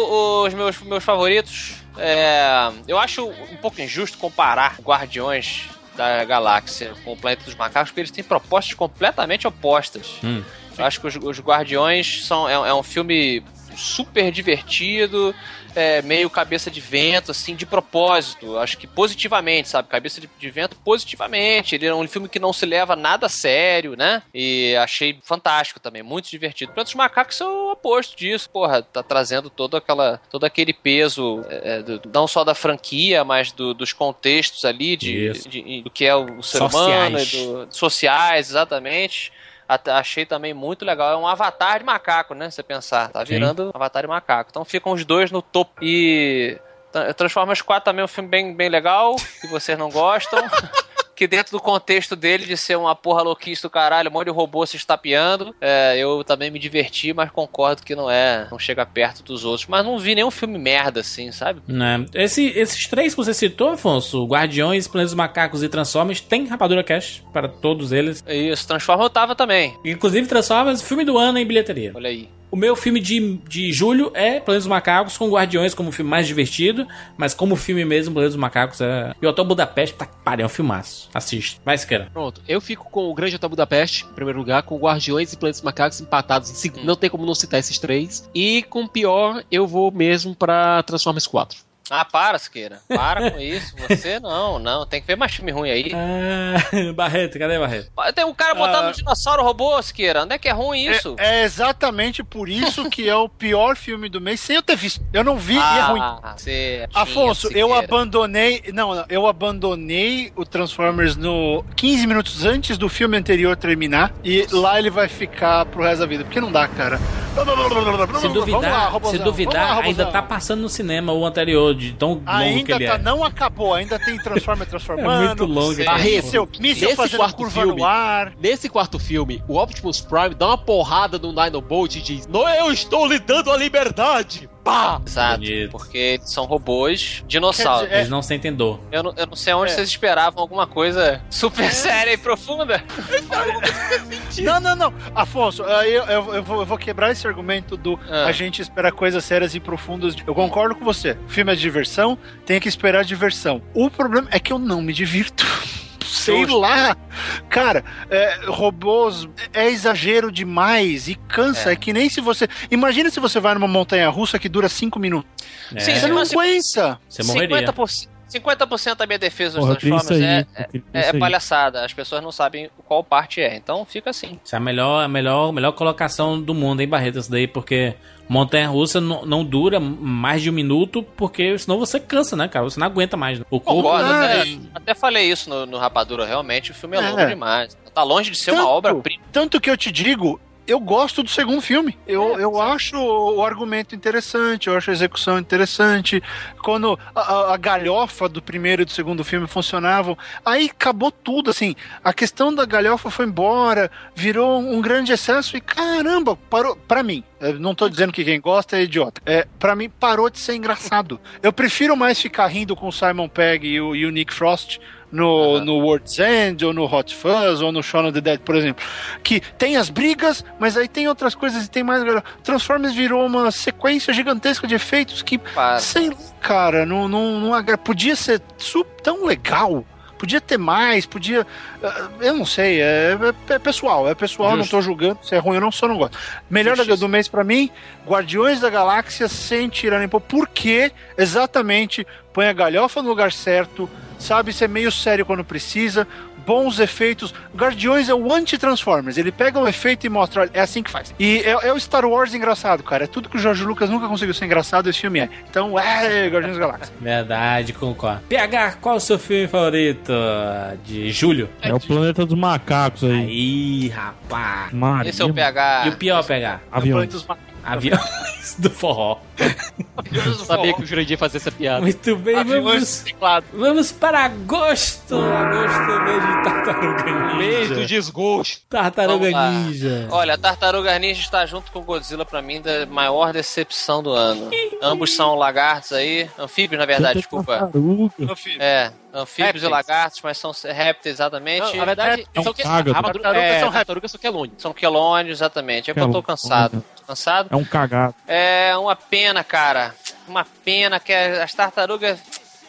os meus, meus favoritos. É, eu acho um pouco injusto comparar Guardiões da Galáxia com o Planeta dos Macacos, porque eles têm propostas completamente opostas.
Hum.
Eu acho que os, os Guardiões são, é, é um filme super divertido, é, meio cabeça de vento, assim, de propósito. Acho que positivamente, sabe? Cabeça de, de vento positivamente. Ele é um filme que não se leva nada a sério, né? E achei fantástico também, muito divertido. Planeta dos Macacos é o oposto disso, porra. Tá trazendo todo, aquela, todo aquele peso, é, é, do- do- não só da franquia, mas do- dos contextos ali, de,
Isso.
de- do que é o ser humano,
Sociais.
e do- sociais, exatamente. Até achei também muito legal. É um avatar de macaco, né? Se você pensar. Tá
Sim.
virando avatar de macaco. Então ficam os dois no topo. E. Tra- Transformers 4 também é um filme bem, bem legal, que vocês não gostam. que dentro do contexto dele de ser uma porra louquice do caralho, um monte de robô se estapeando, é, eu também me diverti, mas concordo que não é, não chega perto dos outros. Mas não vi nenhum filme merda assim, sabe?
Né? Esse- esses três que você citou, Afonso, Guardiões, Planetas dos Macacos e Transformers, tem Rapadura Cash para todos eles.
Isso, Transformers eu tava também.
Inclusive Transformers, filme do ano em bilheteria.
Olha aí.
O meu filme de, de julho é Planetas dos Macacos, com Guardiões como o filme mais divertido, mas como filme mesmo, Planetas dos Macacos é... E o Hotel Budapeste, tá que pariu, é um filmaço. Assiste. Vai, Siqueira.
Pronto, eu fico com o Grande Hotel Budapeste em primeiro lugar, com Guardiões e Planetas Macacos empatados em segundo. Não tem como não citar esses três. E com o pior, eu vou mesmo pra Transformers 4.
Ah, para, Siqueira. Para com isso. Você não, não. Tem que ver mais filme ruim aí.
Ah, Barreto, cadê Barreto?
Tem um cara botado
Ah.
no dinossauro robô, Siqueira. Onde é que é ruim isso?
É, é exatamente por isso que é o pior filme do mês, sem eu ter visto. Eu não vi
Ah.
e é ruim.
certinho,
Afonso, eu
Siqueira.
abandonei. Não, não, eu abandonei o Transformers no 15 minutos antes do filme anterior terminar. E lá ele vai ficar pro resto da vida. Porque não dá, cara.
Se
Vamos lá,
duvidar, se
robozão.
duvidar
Vamos lá,
ainda
robozão.
tá passando no cinema o anterior, de tão longo que
Ainda
ele
tá,
é.
não acabou, ainda tem Transformer transformando.
É muito longo,
míssil-
cara.
Míssil, míssil
Nesse
fazendo
quarto
curva
filme.
no ar.
Nesse quarto filme, o Optimus Prime dá uma porrada no Dinobolt e diz: Não, eu estou lhe dando a liberdade! Pá!
Exato,
Bonito.
porque eles são robôs
Quer
dinossauros.
dizer,
Eles não sentem dor.
Eu, não, eu não sei onde
É.
vocês esperavam alguma coisa super séria e profunda.
Não, não, não. Afonso, aí eu, eu- eu vou, eu vou quebrar esse argumento do
Ah.
a gente espera coisas sérias e profundas. Eu concordo com você. Filme é diversão, tem que esperar diversão. O problema é que eu não me divirto. sei lá. Cara, é, robôs é exagero demais e cansa. É. que nem se você. Imagina se você vai numa montanha russa que dura cinco minutos.
É,
Sim,
Você
sim.
não
Mas-
aguenta.
Você morreria.
50%, 50% da minha defesa dos
Porra, eu queria
Transformers
isso aí,
é,
eu queria
é- é
isso aí.
palhaçada. As pessoas não sabem qual parte é. Então fica assim.
Isso é a melhor, a melhor, melhor colocação do mundo, hein, Barreto? Isso daí, porque montanha russa não, não dura mais de um minuto, porque senão você cansa, né, cara? Você não aguenta mais. né? O corpo.
Concordo,
Ah,
até, até falei isso no, no Rapadura. Realmente, o filme é longo
É.
demais. Tá longe de ser uma
Tanto.
obra-prima.
Tanto que eu te digo, eu gosto do segundo filme. Eu, eu acho o argumento interessante, eu acho a execução interessante. Quando a, a- a galhofa do primeiro e do segundo filme funcionavam, aí acabou tudo, assim. A questão da galhofa foi embora, virou um grande excesso e caramba, parou. Pra mim, eu não tô dizendo que quem gosta é idiota. É, pra mim, parou de ser engraçado. Eu prefiro mais ficar rindo com o Simon Pegg e o, e o Nick Frost. No, no World's End, ou no Hot Fuzz, ou no Shaun of the Dead, por exemplo que tem as brigas, mas aí tem outras coisas e tem mais. Transformers virou uma sequência gigantesca de efeitos que,
Para.
sei lá, cara, não, não, não agra- podia ser su- tão legal. Podia ter mais, podia. ah, Eu não sei, é, é- é pessoal, é pessoal, não tô julgando se é ruim ou não, só não gosto. Melhor
Justiça.
do mês pra mim, Guardiões da Galáxia sem tirar nem pôr. Por quê? Exatamente, põe a galhofa no lugar certo, sabe ser meio sério quando precisa, bons efeitos. Guardiões é o anti-Transformers, ele pega o efeito e mostra, olha, é assim que faz. E é, é o Star Wars engraçado, cara, é tudo que o Jorge Lucas nunca conseguiu ser engraçado, esse filme é. Então, é, Guardiões da Galáxia.
Verdade, concordo. PH, qual o seu filme favorito de julho?
É o planeta dos macacos aí.
Aí, rapaz.
Maria,
Esse é o PH.
E o pior, PH?
é
Avião.
Aviões do forró.
Eu sabia que o Jurandir ia fazer essa piada.
Muito bem,
Aviões
vamos,
reciclados.
vamos para agosto. Agosto é mês de Tartaruga
É.
Mês do
Ninja.
desgosto.
Tartaruga
Vamos lá.
Ninja.
Olha, Tartaruga Ninja está junto com Godzilla pra mim da maior decepção do ano. Ambos são lagartos aí, anfíbios na verdade, desculpa.
Tartaruga.
É,
Répteis.
anfíbios e lagartos, mas são répteis
Não,
exatamente.
na verdade,
É um
são que, a
cágado.
madruga,
É.
é, são tartaruga são quelônios.
São quelônios, exatamente. É que eu tô
Quelônio.
cansado. Cansado?
É um cagado.
É uma pena, cara. Uma pena que as tartarugas.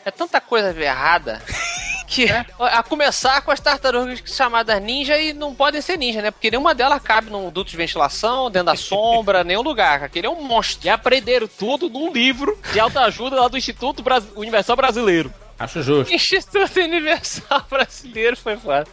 É tanta coisa errada. Que,
É.
a começar com as tartarugas chamadas ninja e não podem ser ninja, né? Porque nenhuma delas cabe num duto de ventilação, dentro da sombra, nenhum lugar. Aquele é um monstro.
E aprenderam tudo num livro de autoajuda lá do Instituto Bras- Universal Brasileiro.
Acho justo.
Instituto Universal Brasileiro foi foda.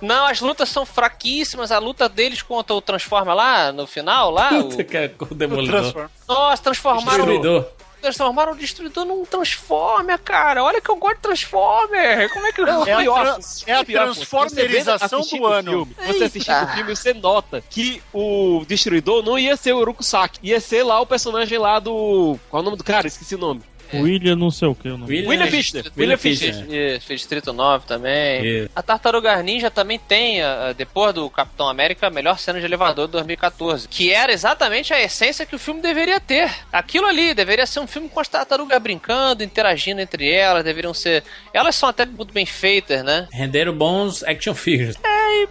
Não, as lutas são fraquíssimas. A luta deles contra o Transforma lá no final, lá.
Puta
O...
que é o demolidor.
Nossa, transformaram
Destruidor.
transformaram o destruidor num Transformer, cara. Olha que eu gosto de Transformer. Como é que eu
É a,
Pior.
tran- é a
Pior, pô, se você
transformerização
vendo- assistindo
do
o
ano.
filme, você assistindo o
Eita.
filme, você nota que o destruidor não ia ser o Urukusaki, ia ser lá o personagem lá do. Qual é o nome do cara? Esqueci o nome.
William não sei o que. o nome.
William-
William Fichtner. William Fichtner.
Fichtner.
Isso, fez Distrito 9 também.
Isso.
A Tartaruga Ninja também tem, ah, ah, depois do Capitão América, a melhor cena de elevador de 2014. Que era exatamente a essência que o filme deveria ter. Aquilo ali deveria ser um filme com as tartarugas brincando, interagindo entre elas, deveriam ser. Elas são até muito bem feitas, né?
Renderam bons action figures.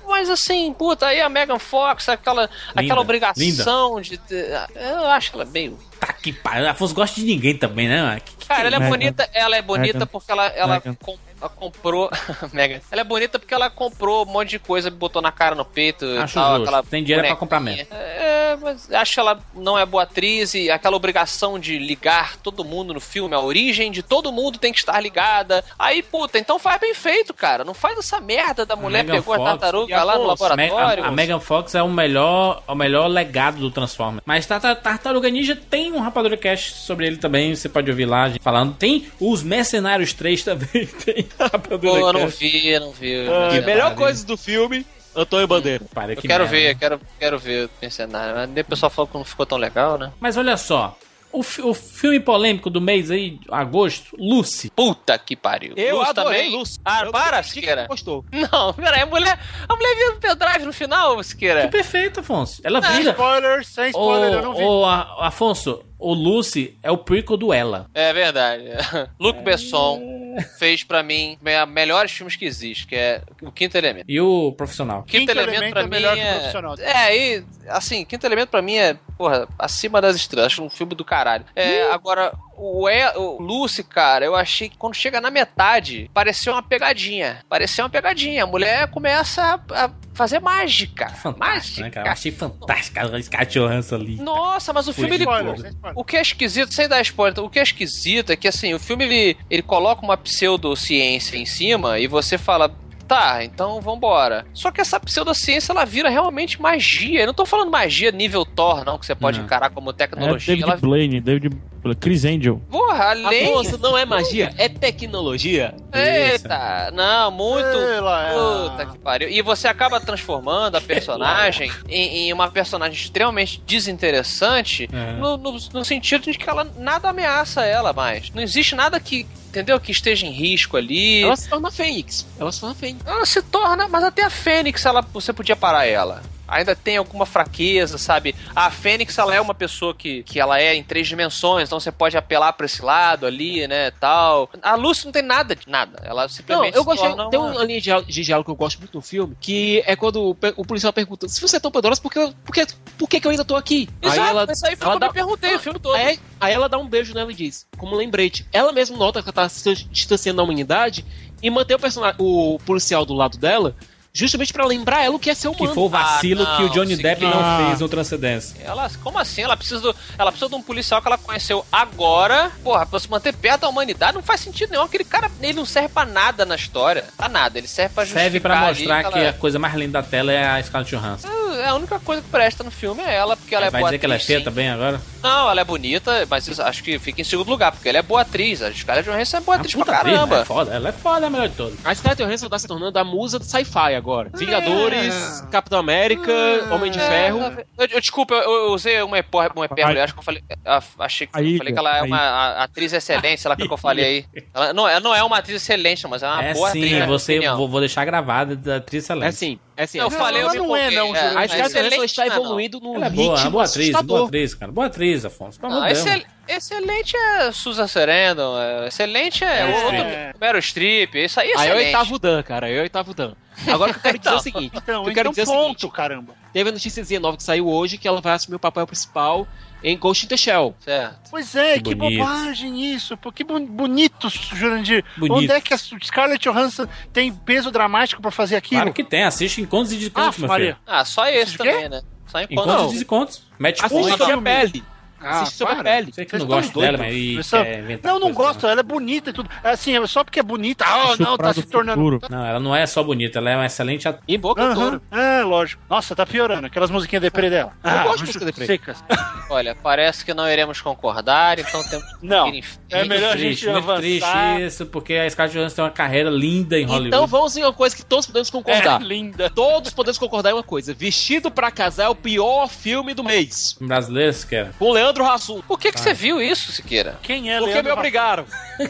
Mas assim, puta, aí a Megan Fox, aquela, aquela obrigação de. ter- Eu acho que ela é meio.
Tá que pariu. Afonso gosta de ninguém também, né? mano? Que- que-
Cara, ela é
Megan.
bonita, ela é bonita
Megan.
porque ela, ela,
Megan.
com- ela comprou. Megan. Ela é bonita porque ela comprou um monte de coisa, botou na cara, no peito e
Acho
tal.
justo.
tá, Aquela
Tem dinheiro pra
bonequinha.
comprar mesmo.
É, mas acho que ela não é boa atriz e aquela obrigação de ligar todo mundo no filme, a origem de todo mundo tem que estar ligada. Aí, puta, então faz bem feito, cara. Não faz essa merda da mulher
Megan
pegou a
Fox
tartaruga
e a
lá no
Fox.
Me-
laboratório.
A, a Megan Fox é o melhor, o melhor legado do Transformers. Mas Tarta- Tartaruga Ninja tem um Rapadura Cast sobre ele também. Você pode ouvir lá a gente falando. Tem os Mercenários 3 também. Tem
Pô, eu
Rapadura
não
Cast.
vi, não vi.
Ah,
Mercenário.
melhor coisa do filme, Antônio Bandeira.
Para,
Eu
que
quero
merda. né?
ver, eu quero, quero ver o mercenário. Mas daí o pessoal falou que não ficou tão legal, né?
Mas olha só. O, fi- o filme polêmico do mês aí, agosto, Lucy.
Puta que pariu.
Eu
Luz
adorei
também?
Luz.
Ah,
Eu
para,
senti que
Siqueira.
Gostou.
Não, peraí, a mulher. A mulher vira o pendrive no final, Siqueira.
É Perfeito, Afonso. Ela
É.
vira.
Spoiler, sem
Ô,
spoiler, eu não vi.
ô, A- Afonso, o Lucy é o prequel do Ela.
É verdade. Luc Besson fez pra mim os melhores filmes que existe, que é o Quinto Elemento.
E o profissional.
Quinto,
Quinto
elemento,
Elemento
pra
é
mim
melhor que o
é...
Profissional.
É, aí, assim, Quinto Elemento pra mim é, porra, acima das estrelas. Acho um filme do caralho. É, agora, o, e, o Lucy, cara, eu achei que quando chega na metade, pareceu uma pegadinha. Pareceu uma pegadinha. A mulher começa a, a fazer mágica.
Fantástico,
mágica.
né, cara? Eu achei fantástica a Scarlett Johansson ali.
Nossa, mas o
Foi
filme ele.
Spoiler, sem spoiler.
O que é esquisito, sem dar spoiler, então, o que é esquisito é que assim, o filme ele, ele coloca uma pseudociência em cima e você fala. Tá, então vambora. Só que essa pseudociência ela vira realmente magia. Eu não tô falando magia nível Thor, não, que você pode
Não.
encarar como
É
tecnologia.
David
ela...
Blaine, David Blaine, Chris Angel.
Porra,
A
além.
moça não é magia, é tecnologia.
Eita, não, muito.
Sei lá, é.
Puta que pariu. E você acaba transformando a personagem em, em uma personagem extremamente desinteressante no, no- no sentido de que ela nada ameaça ela mais. Não existe nada que, entendeu, que esteja em risco ali.
Ela se torna fênix. Ela se torna fênix.
Ela se torna, mas até a Fênix ela, você podia parar ela. Ainda tem alguma fraqueza, sabe? A Fênix, ela é uma pessoa que, que ela é em três dimensões, então você pode apelar pra esse lado ali, né, tal. A Lucy não tem nada de nada. Ela
Não,
simplesmente
eu
se
gostei.
torna
Tem
uma-
uma linha de um diá- de diálogo que eu gosto muito no filme, que é quando o pe- o policial pergunta: se você é tão poderosa, por que, eu- por que, por que, que eu ainda tô aqui?
Exato,
aí ela,
mas isso aí foi
ela
o que eu
dá-
me perguntei o filme todo.
aí, aí ela dá um beijo nela e diz, como um lembrete. Ela mesma nota que ela tá se distanciando da humanidade e mantém o, personagem, o policial do lado dela, justamente pra lembrar ela o que é ser
Que
humano.
foi o vacilo
Ah, não,
que o Johnny
se-
Depp não
Ah.
fez no Transcendência.
Ela, como assim? Ela precisa, do- ela precisa de um policial que ela conheceu agora. Porra, pra se manter perto da humanidade não faz sentido nenhum. Aquele cara, ele não serve pra nada na história. Pra nada. Ele serve pra
Serve pra
justificar ali
mostrar que
ela-
a coisa mais linda da tela é a Scarlett Johansson.
É a única coisa que presta no filme é ela, porque ela é
Vai
boa
dizer que ela é
atriz,
feia
sim.
também agora?
Não, ela é bonita, mas isso- acho que fica em segundo lugar, porque ela é boa atriz. A Scarlett Johansson é boa
Ah,
atriz pra
puta atriz,
caramba.
né? É foda, ela é foda, é a melhor de todas.
A Scarlett Johansson tá se tornando a musa do sci-fi agora. Vingadores, Capitão América, Homem de
É,
Ferro.
ela- Eu, eu- desculpa, eu, eu usei uma hipótese, uma hipérbole, acho que eu falei, a- achei que eu
Aí,
falei que ela é
aí.
uma a- atriz excelente, sei lá o que que eu falei aí. Ela não, ela não é uma atriz excelente, mas é uma
é
boa
sim,
atriz. na minha
você
opinião.
vou, vou deixar gravada da atriz excelente.
É assim, é assim.
Não, eu falei, eu
ela
me
não é,
empolguei,
não, Júlio.
A Scarlett
excelente, né,
Johansson está
não, não.
evoluindo num
Ela é boa, é uma
ritmo
boa atriz, boa
assustador.
atriz, cara. Boa atriz, Afonso. Pelo
um Não, é-
amor de Deus.
excel- excelente é Susan Sarandon, é- excelente é,
É.
outro Meryl Streep, isso aí é
Aí
excelente.
é o oitavo Dan, cara. Aí é o oitavo Dan. Agora o que eu quero dizer é o seguinte.
Então,
eu quero
então
dizer o
ponto,
seguinte.
caramba.
Teve a notíciazinha nova que saiu hoje que ela vai assumir o papel principal em Ghost in the Shell.
Certo.
Pois é,
Que
que,
bonito.
bobagem isso. Pô, que bon- bonito, Jurandir.
Bonito.
Onde é que a Scarlett Johansson tem peso dramático pra fazer aquilo?
Claro que tem, assiste Encontros e Descontos,
Ah,
meu
Maria.
filho.
Ah, só esse
Isso de
também, né? Só enquanto
Encontros
não.
e Descontos. Mete
Assiste
ponto.
sobre a
filme.
pele.
Ah,
Assiste sobre a
para.
pele.
Sei que eu não
Vocês
gosto
estão
dela,
doidos,
mas é, e
pessoal.
quer inventar
Não, não
coisa, né?
gosto, ela é bonita e tudo. Assim, é só porque é bonita. Ah, não, tá
Chuprado
se tornando.
futuro.
Não, ela não é só bonita, ela é uma excelente atriz.
Em boca
Aham,
touro.
É, lógico. Nossa, tá piorando. Aquelas musiquinhas deprê dela. Eu
gosto de música deprê.
Secas.
Olha, parece que não iremos concordar, então temos que
Não.
ir em-
É melhor a
triste,
gente
muito
avançar.
triste isso, porque a Scarlett Johansson tem uma carreira linda em Hollywood.
Então vamos em uma coisa que todos podemos concordar.
É
É.
linda.
Todos podemos concordar em uma coisa. Vestido pra Casar é o pior filme do mês.
Brasileiros, cara.
Com Leandro Hassum.
Por que, que você viu isso, Siqueira?
Quem é
Porque
Leandro
me obrigaram.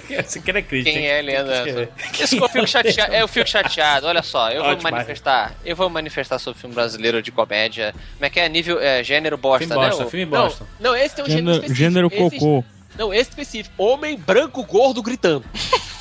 Esse cara é crítico.
Quem
hein?
é Leandro?
escrever.
Isso que eu fico chateado. Eu fico é chateado. Olha só, eu vou
Ótimo,
manifestar. Eu vou manifestar sobre filme brasileiro de comédia. Como é que é? Nível é, gênero bosta,
Filme
né?
bosta,
O-
filme
Não,
bosta.
não, esse tem um gênero,
Gênero,
específico.
gênero
Esse-
cocô.
não, esse específico. Homem branco gordo gritando.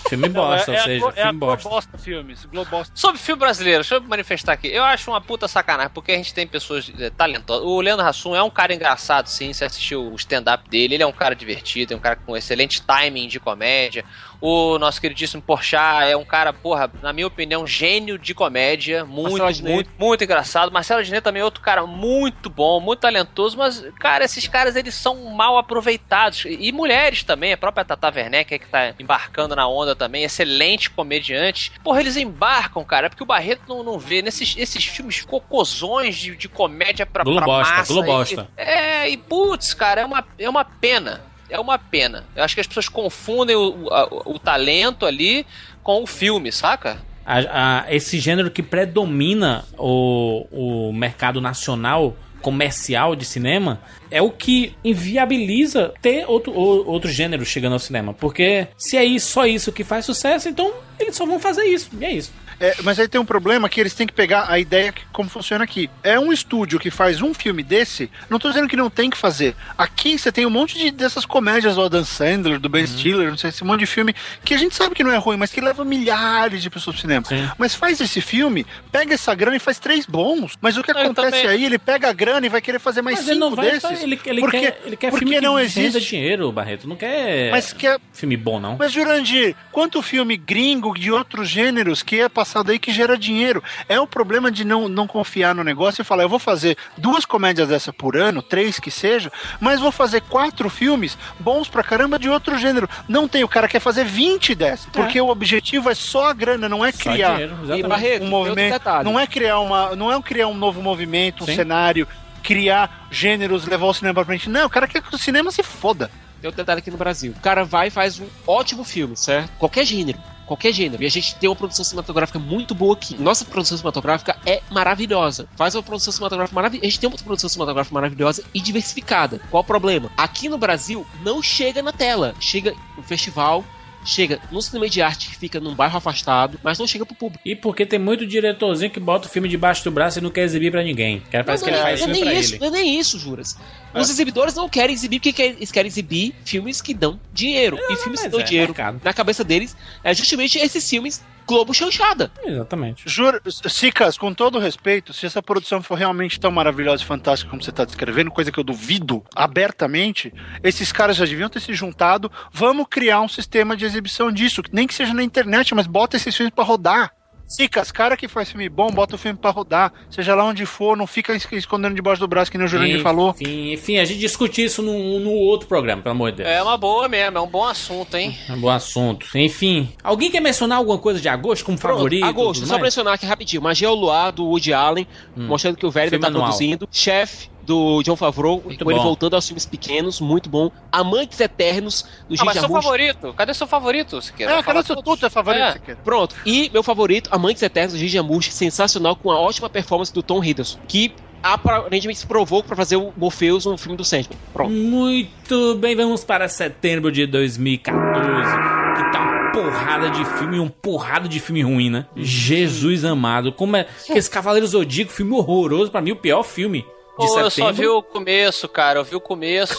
Filme bosta,
é,
ou
a-
seja,
é a
filme bosta.
Globosta Filmes. Globosta.
Sobre filme brasileiro, deixa eu manifestar aqui. Eu acho uma puta sacanagem, porque a gente tem pessoas é, talentosas. O Leandro Hassum é um cara engraçado, sim. Você assistiu o stand-up dele, ele é um cara divertido, é um cara com excelente timing de comédia. O nosso queridíssimo Porchat é um cara, porra, na minha opinião, um gênio de comédia. Muito,
Marcelo Adnet.
muito, muito engraçado. Marcelo Diné também é outro cara muito bom, muito talentoso, mas, cara, esses caras, eles são mal aproveitados. E e mulheres também, a própria Tata Werneck, que tá embarcando na onda também, excelente comediante. Porra, eles embarcam, cara, é porque o Barreto não, não vê nesses esses filmes cocôzões de, de comédia pra, Tá pra
Globosta,
massa.
globosta.
E, é, e putz, cara, é uma, é uma pena. É uma pena. Eu acho que as pessoas confundem o, o- a- o talento ali com o filme, saca?
A- a- esse gênero que predomina o, o mercado nacional comercial de cinema é o que inviabiliza ter outro, o- outro gênero chegando ao cinema. Porque se é isso- só isso que faz sucesso, então eles só vão fazer isso. E é isso.
É, mas aí tem um problema que eles têm que pegar a ideia que, como funciona aqui. É um estúdio que faz um filme desse, não tô dizendo que não tem que fazer. Aqui você tem um monte de, dessas comédias do Adam Sandler, do Ben
Uhum.
Stiller, não sei, esse monte de filme que a gente sabe que não é ruim, mas que leva milhares de pessoas pro cinema. Mas faz esse filme, pega essa grana e faz três bons. Mas o que
Não, eu
acontece
também-
aí, ele pega a grana e vai querer fazer mais
É, Mas ele
cinco
não vai.
desses.
fazer- Ele, ele
porque,
quer, ele quer
porque
filme
não
que
existe.
renda dinheiro, Barreto. Não quer
Mas que é-
filme bom, não.
Mas, Jurandir, quanto filme gringo de outros gêneros que é passado aí que gera dinheiro? É o problema de não, não confiar no negócio e falar, eu vou fazer duas comédias dessa por ano, três que seja, mas vou fazer quatro filmes bons pra caramba de outro gênero. Não tem, o cara quer fazer 20
É.
dessas, porque o objetivo é só a grana, não é
Só
criar
dinheiro,
E
exatamente.
Barreto,
um
tem outro
movimento.
detalhe.
Não é criar uma, não é criar um novo movimento, um
Sim.
cenário, criar gêneros, levar o cinema pra frente. Não, o cara quer que o cinema se foda.
é- Tem outro detalhe aqui no Brasil. O cara vai e faz um ótimo filme, certo? Qualquer gênero. Qualquer gênero. E a gente tem uma produção cinematográfica muito boa aqui. Nossa produção cinematográfica é maravilhosa. Faz uma produção cinematográfica maravilhosa. A gente tem uma produção cinematográfica maravilhosa e diversificada. Qual o problema? Aqui no Brasil, não chega na tela. Chega no festival, chega no cinema de arte que fica num bairro afastado, mas não chega pro público.
E porque tem muito diretorzinho que bota o filme debaixo do braço e não quer exibir É pra ninguém. Cara, parece
não,
que ele
não,
faz
não,
filme
nem
pra
isso,
ele. É.
não é nem isso, Juras. Os exibidores não querem exibir porque quer- eles querem exibir filmes que dão dinheiro. e filmes que
mas
dão
é
dinheiro
mercado.
na cabeça deles é justamente esses filmes Globo Chanchada.
Exatamente.
Juro, Sicas, com todo respeito, se essa produção for realmente tão maravilhosa e fantástica como você está descrevendo, coisa que eu duvido abertamente, esses caras já deviam ter se juntado. Vamos criar um sistema de exibição disso, nem que seja na internet, mas bota esses filmes pra rodar. Sicas, cara que faz filme bom, bota o filme pra rodar. Seja lá onde for, não fica es- escondendo debaixo do braço, que nem o Jurandir falou.
Enfim, enfim, a gente discutiu isso no, no outro programa, pelo amor de Deus.
É uma boa mesmo, é um bom assunto, hein?
É um bom assunto. Enfim, alguém quer mencionar alguma coisa de agosto como favorito?
Agosto,
tudo
só
mais? Hum.
pressionar aqui rapidinho. Magia ao Luar, do Woody Allen, mostrando que o velho
Filme
tá
anual.
produzindo. Chefe, do John Favreau,
Muito
com ele
bom.
voltando aos filmes pequenos, muito bom. Amantes Eternos, do
Ah,
Jim
mas seu
Jarmusch.
favorito? Cadê seu favorito, Siqueira?
É,
Vai
cara,
falar
seu
todos.
tudo é favorito,
É.
Siqueira.
Pronto. E meu favorito, Amantes Eternos, do Gigi Amurch, sensacional, com a ótima performance do Tom Hiddleston, que aparentemente se provou pra fazer o Morpheus no filme do Sandman. Pronto.
Muito bem, vamos para setembro de 2014. Que tá uma porrada de filme, um porrada de filme ruim, né? Jesus amado. Como é que esse Cavaleiro Zodíaco, filme horroroso, pra mim, o pior filme de
Pô,
setembro.
eu só vi o começo, cara. Eu vi o começo.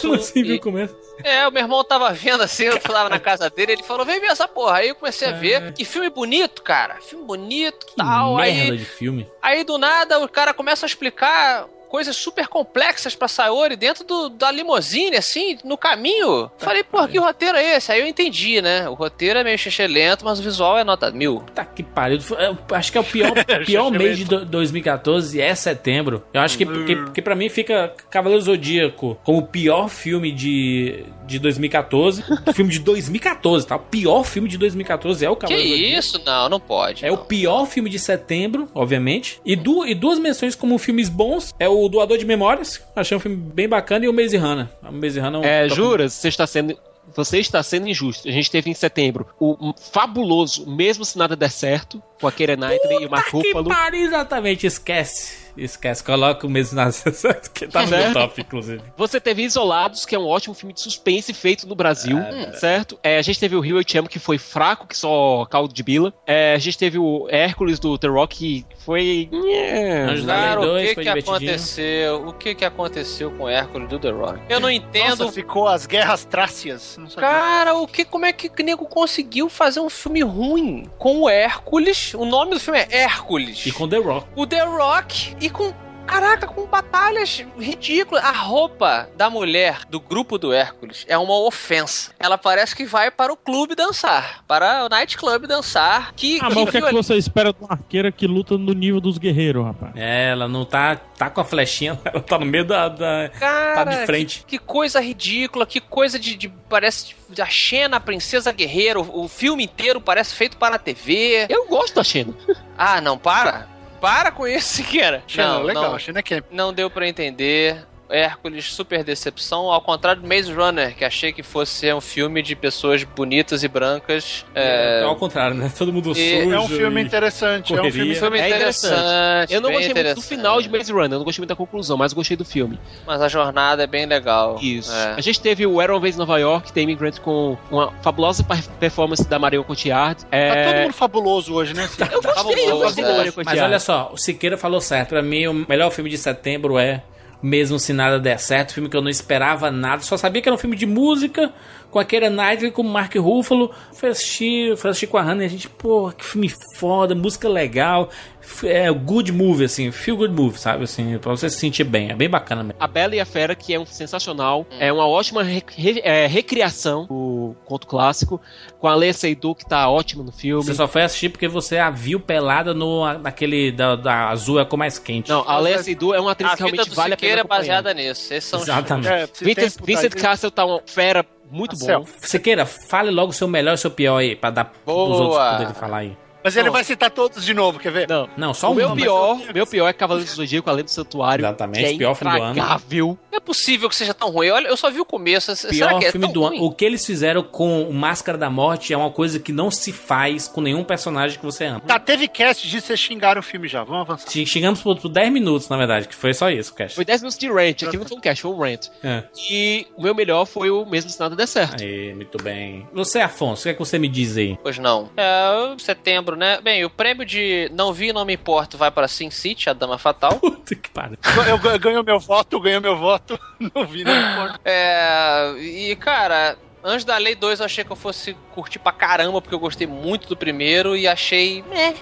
Como assim, viu
e-
o começo?
É, o meu irmão tava vendo assim, eu tava na casa dele, ele falou, vem ver essa porra. Aí eu comecei a ver. Que filme bonito, cara. Filme bonito
É. Que
tal.
merda
Aí,
de filme.
aí do nada o cara começa a explicar coisas super complexas pra Sayori dentro do- da limusine, assim, no caminho. Falei, porra, que roteiro é esse? Aí eu entendi, né? O roteiro é meio xixi lento, mas o visual é nota mil.
Tá que pariu. Eu Acho que é o pior, pior mês de do- 2014 é setembro. Eu acho que,
Hum.
que, que pra mim fica Cavaleiro Zodíaco como o pior filme de, de 2014. O filme de 2014, tá? O pior filme de 2014 é o
Que
Cavaleiro Zodíaco.
isso? Não, não pode.
É o
não.
pior filme de setembro, obviamente. E, du- e duas menções como filmes bons. É o Doador de Memórias, achei um filme bem bacana, e o Maze Runner. O Maze Runner é um
É,
top-
juras, você está sendo. Você está sendo injusto. A gente teve em setembro o um fabuloso Mesmo Se Nada Der Certo, com a Keira Knightley e o Mark
Puta que
Ruffalo.
pariu, exatamente. Esquece. Esquece. Coloca o mesmo na que tá no meu
Né?
top, inclusive.
Você teve Isolados, que é um ótimo filme de suspense feito no Brasil, certo? É, a gente teve o Rio Eu Te Amo, que foi fraco, que só caldo de bila. É, a gente teve o Hércules do The Rock, que foi...
Anjo da Lei
Cara, o
2
que,
foi
que
divertidinho.
aconteceu? O que, que aconteceu com o Hércules do The Rock? Eu não entendo.
Nossa, ficou as guerras trácias. Não sabia.
Cara, o que, como é que o nego conseguiu fazer um filme ruim com o Hércules? O nome do filme é Hércules.
E com The Rock.
o The Rock e com. Caraca, com batalhas ridículas. A roupa da mulher do grupo do Hércules é uma ofensa. Ela parece que vai para o clube dançar. Para o nightclub dançar. Que,
Ah, mas o que é que
violência.
você espera de uma arqueira que luta no nível dos guerreiros, rapaz?
É, ela não tá, tá com a flechinha, ela tá no meio da. da-
Cara,
Tá de frente.
Que, que coisa ridícula, que coisa de. de- parece de- a Xena, a Princesa Guerreira. O, o filme inteiro parece feito para a TV.
Eu gosto da Xena.
Ah, não, para! Para com isso, Siqueira!
Xena,
não,
legal,
não,
Xena é que é
não deu pra entender. Hércules, super decepção. Ao contrário do Maze Runner, que achei que fosse um filme de pessoas bonitas e brancas.
É...
É,
ao contrário, né? Todo mundo
E-
sujo.
É um filme
e-
interessante, é um
correria.
filme
um filme
É
interessante.
Eu não
bem
gostei muito do
interessante.
final de Maze Runner, eu não gostei muito da conclusão, mas gostei do filme.
Mas a jornada é bem legal.
Isso.
É.
A gente teve o Era Uma Vez em Nova York, Tame Grant com uma fabulosa per- performance da Marion Cotillard.
Tá todo
É...
mundo fabuloso hoje, né?
Eu gostei, eu
fabuloso,
gostei da
é.
Marion
Mas
Cotillard.
olha só, o Siqueira falou certo. Pra mim, o melhor filme de setembro é Mesmo Se Nada Der Certo. Filme que eu não esperava nada. Só sabia que era um filme de música com a Keira Knightley, com o Mark Ruffalo. Fui assistir, fui assistir com a Hannah e a gente, pô, que filme foda, música legal. F- É good movie, assim, feel good movie, sabe? Assim, pra você se sentir bem. É bem bacana mesmo.
A Bela e a Fera, que é um sensacional,
Hum.
é uma ótima re- re- é, recriação do conto clássico, com a Leia Seydoux, que tá ótima no filme.
Você só foi assistir porque você a viu pelada no, naquele da, da azul é com mais quente.
Não, a Leia Seydoux é uma atriz
A
que
vida
realmente
do
vale a
Siqueira
pena
é baseada nisso. Esses são os-
Exatamente.
Vincent, Vincent Castle tá uma fera muito
Marcel.
bom.
Siqueira, fale logo o seu melhor e o seu pior aí, pra dar pros
Boa.
outros poderem falar aí.
Mas ele vai citar todos de novo, quer ver?
Não.
Não, só
o meu
um.
pior, o meu pior é Cavaleiro do Zodíaco, Além do Santuário.
Exatamente,
que é
pior filme do ano.
impagável.
Não é possível que seja tão ruim. Olha, eu só vi o começo. Será
Pior
que é
filme
tão
do ano.
ruim?
O que eles fizeram com o Máscara da Morte é uma coisa que não se faz com nenhum personagem que você ama.
Tá, teve cast de vocês xingaram o filme já, vamos avançar.
Che- Chegamos por, por 10 minutos, na verdade, que foi só isso, Cash.
Foi 10 minutos de rant, aqui não foi um cast, foi um rant.
É.
E o meu melhor foi o mesmo se nada der certo.
Aí, muito bem. Você, Afonso, o que é que você me diz aí?
Pois não. É, setembro, né? Bem, o prêmio de Não Vi, Não Me Importo vai pra Sin City, a Dama Fatal.
Puta que pariu.
Eu, eu ganho meu voto, ganho meu voto. Não vi, né? não importa.
É, e, cara, Anjos da Lei 2 eu achei que eu fosse curtir pra caramba, porque eu gostei muito do primeiro e achei. É,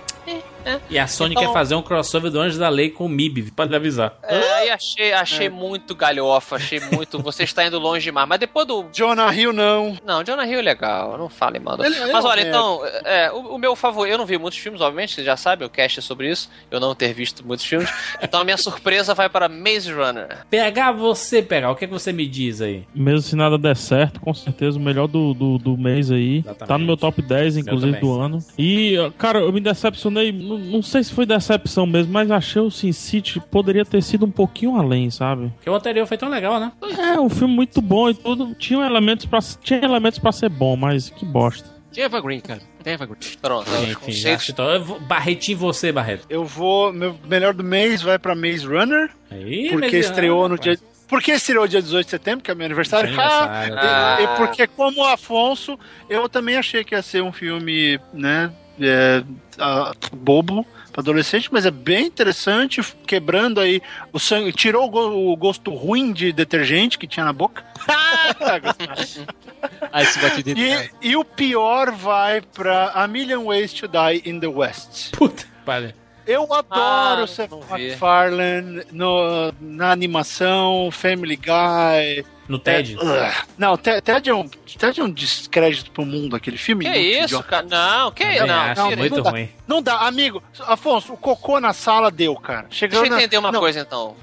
E a Sony
Então-
quer fazer um crossover do Anjo da Lei com o MIB, pra lhe avisar.
é, e achei, achei muito galhofa, achei muito. Você está indo longe demais. Mas depois do.
Jonah Hill, não.
Não, Jonah Hill é legal, não fale mal. do-
Ele- ele
Mas
é
olha,
um
então, é, o, o meu favorito. Eu não vi muitos filmes, obviamente, vocês já sabem, o cast é sobre isso, eu não ter visto muitos filmes. Então a minha surpresa vai para Maze Runner.
PH, você, PH, o que é que você me diz aí?
Mesmo se nada der certo, com certeza o melhor do, do, do mês aí.
Exatamente.
Tá no meu top 10, inclusive,
também.
do ano. E, cara, eu me decepcionei. Não, não sei se foi decepção mesmo, mas achei o Sin City poderia ter sido um pouquinho além, sabe?
Porque o anterior foi tão legal, né?
É, um filme muito bom e tudo. Tinha elementos pra, tinha elementos pra ser bom, mas que bosta.
Tem Eva Green, cara. Tem Eva Green.
Pronto, os
Enfim, acho
conceitos.
que tô- eu vou- Barretinho você, Barreto.
Eu vou. Meu melhor do mês vai pra Maze Runner,
Aí,
porque
mas-
estreou no
rapaz.
dia. Porque estreou dia 18 de setembro, que é meu aniversário.
Sim,
Ah,
aniversário.
e, e porque, como o Afonso, eu também achei que ia ser um filme, né? é, ah, bobo pra adolescente, mas é bem interessante, quebrando aí o sangue, tirou o, go- o gosto ruim de detergente que tinha na boca.
Ah, esse batido
E, e o pior vai pra A Million Ways to Die in the West.
Puta, pare.
Eu adoro
Ah, não
o Seth
vi.
MacFarlane no- na animação, Family Guy.
No TED?
Ugh. É, Não, Te- Ted é, um, Ted é um descrédito pro mundo, aquele filme.
Que
inútil,
isso,
idiota.
cara? Não, que
é Também
isso? Não,
acho
tira
muito
isso.
não dá.
ruim.
Não dá, amigo. Afonso, o cocô na sala deu, cara. Chegou
Deixa eu
na-
entender uma
Não,
coisa então.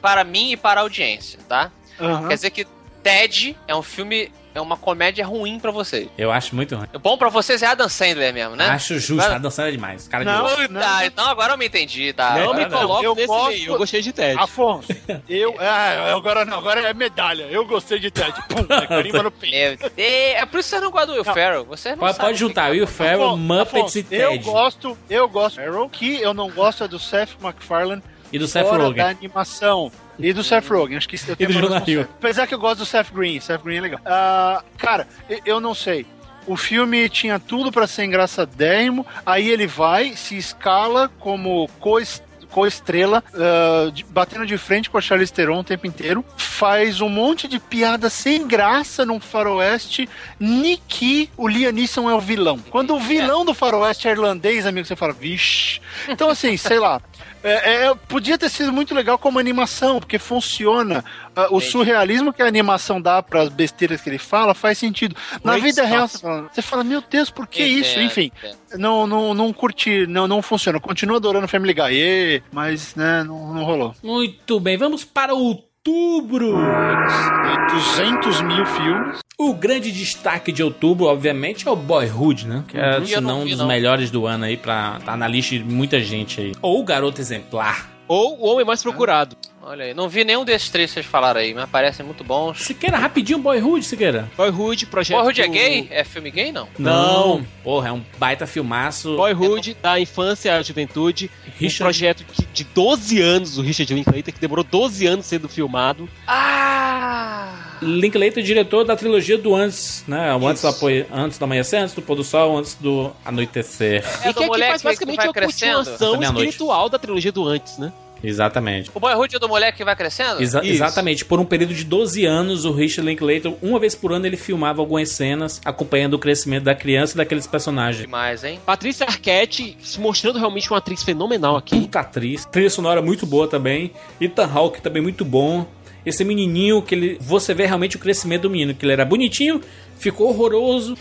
Para mim e para a audiência, tá?
aham.
Quer dizer que Ted é um filme, é uma comédia ruim pra vocês.
Eu acho muito ruim.
Bom pra vocês é Adam Sandler mesmo, né?
Acho justo,
Vai-
tá dançando demais. Cara
Não.
de ouro.
Puta,
não.
então agora eu me entendi, tá?
Não
Não
Agora
me coloco
Eu
nesse
gosto-
meio. Eu gostei de Ted.
Afonso, eu. Ah, agora não, agora é medalha. Eu gostei de Ted. Pum, é carimba no peito.
Meu Deus. É, é por isso que vocês não gostam do Will Ferrell. Vocês não
Pode,
sabem
pode
o que-
juntar Will Ferrell,
Afonso,
Muppets
Afonso,
e Ted.
Eu gosto, eu gosto. Arrow, que eu não gosto é do Seth MacFarlane
E do Seth
fora da
Rogen.
animação. E do Seth Rogen, acho que eu tenho
do
problemas
Jonah
com o
Hill.
Seth. Apesar que eu gosto do Seth Green, Seth Green é legal. Ah, cara, e- eu não sei. O filme tinha tudo pra ser engraçadérrimo, aí ele vai, se escala como cois- co-estrela, ah, de- batendo de frente com a Charlize Theron o tempo inteiro, faz um monte de piada sem graça num faroeste, ni que o Liam Neeson é o vilão. Quando o vilão do faroeste é irlandês, amigo, você fala, vixe. Então assim, sei lá, é, é, podia ter sido muito legal como animação, porque funciona. Ah, o surrealismo que a animação dá para as besteiras que ele fala faz sentido. Na
Great
vida
stuff.
real, você fala, você fala, meu Deus, por que é
Entendo,
isso? Enfim,
entendo.
não, não, não curti, não, não funciona. Continuo adorando Family Guy, ê, mas né, não, não rolou.
Muito bem, vamos para outubro.
E 200 mil filmes.
O grande destaque de outubro, obviamente, é o Boyhood, né? Que é,
Uhum.
se
Eu não
não, um
vi,
dos
não.
melhores do ano aí, pra, tá na lista de muita gente aí. Ou o Garoto Exemplar.
Ou o Homem Mais Procurado.
Olha aí. Não vi nenhum desses três que vocês falaram aí, mas parecem muito bons.
Siqueira, rapidinho, Boyhood, Siqueira.
Boyhood, projeto.
Boyhood é
do-
gay? É filme gay, não?
Não.
Porra, é um baita filmaço.
Boyhood, da infância à juventude. Um
Richard-
projeto que- de 12 anos, do Richard Linklater, que demorou 12 anos sendo filmado.
Ah!
Linklater, diretor da trilogia do Antes, né? O antes, do
Isso.
apoio, antes do amanhecer, antes do pôr do sol, antes do anoitecer.
É
e
do
que aqui
moleque
faz basicamente
que
uma
vai crescendo.
continuação
Essa é meia-noite.
espiritual da trilogia do antes, né?
Exatamente.
O Boyhood é do moleque que vai crescendo?
Exa-
Isso.
Exatamente. Por um período de 12 anos, o Richard Linklater, uma vez por ano, ele filmava algumas cenas acompanhando o crescimento da criança e daqueles personagens.
Demais, hein?
Patrícia Arquette se mostrando realmente uma atriz fenomenal aqui.
Puta atriz. Trilha sonora muito boa também. Ethan Hawke também muito bom. Esse menininho que ele... Você vê realmente o crescimento do menino. Que ele era bonitinho, ficou horroroso.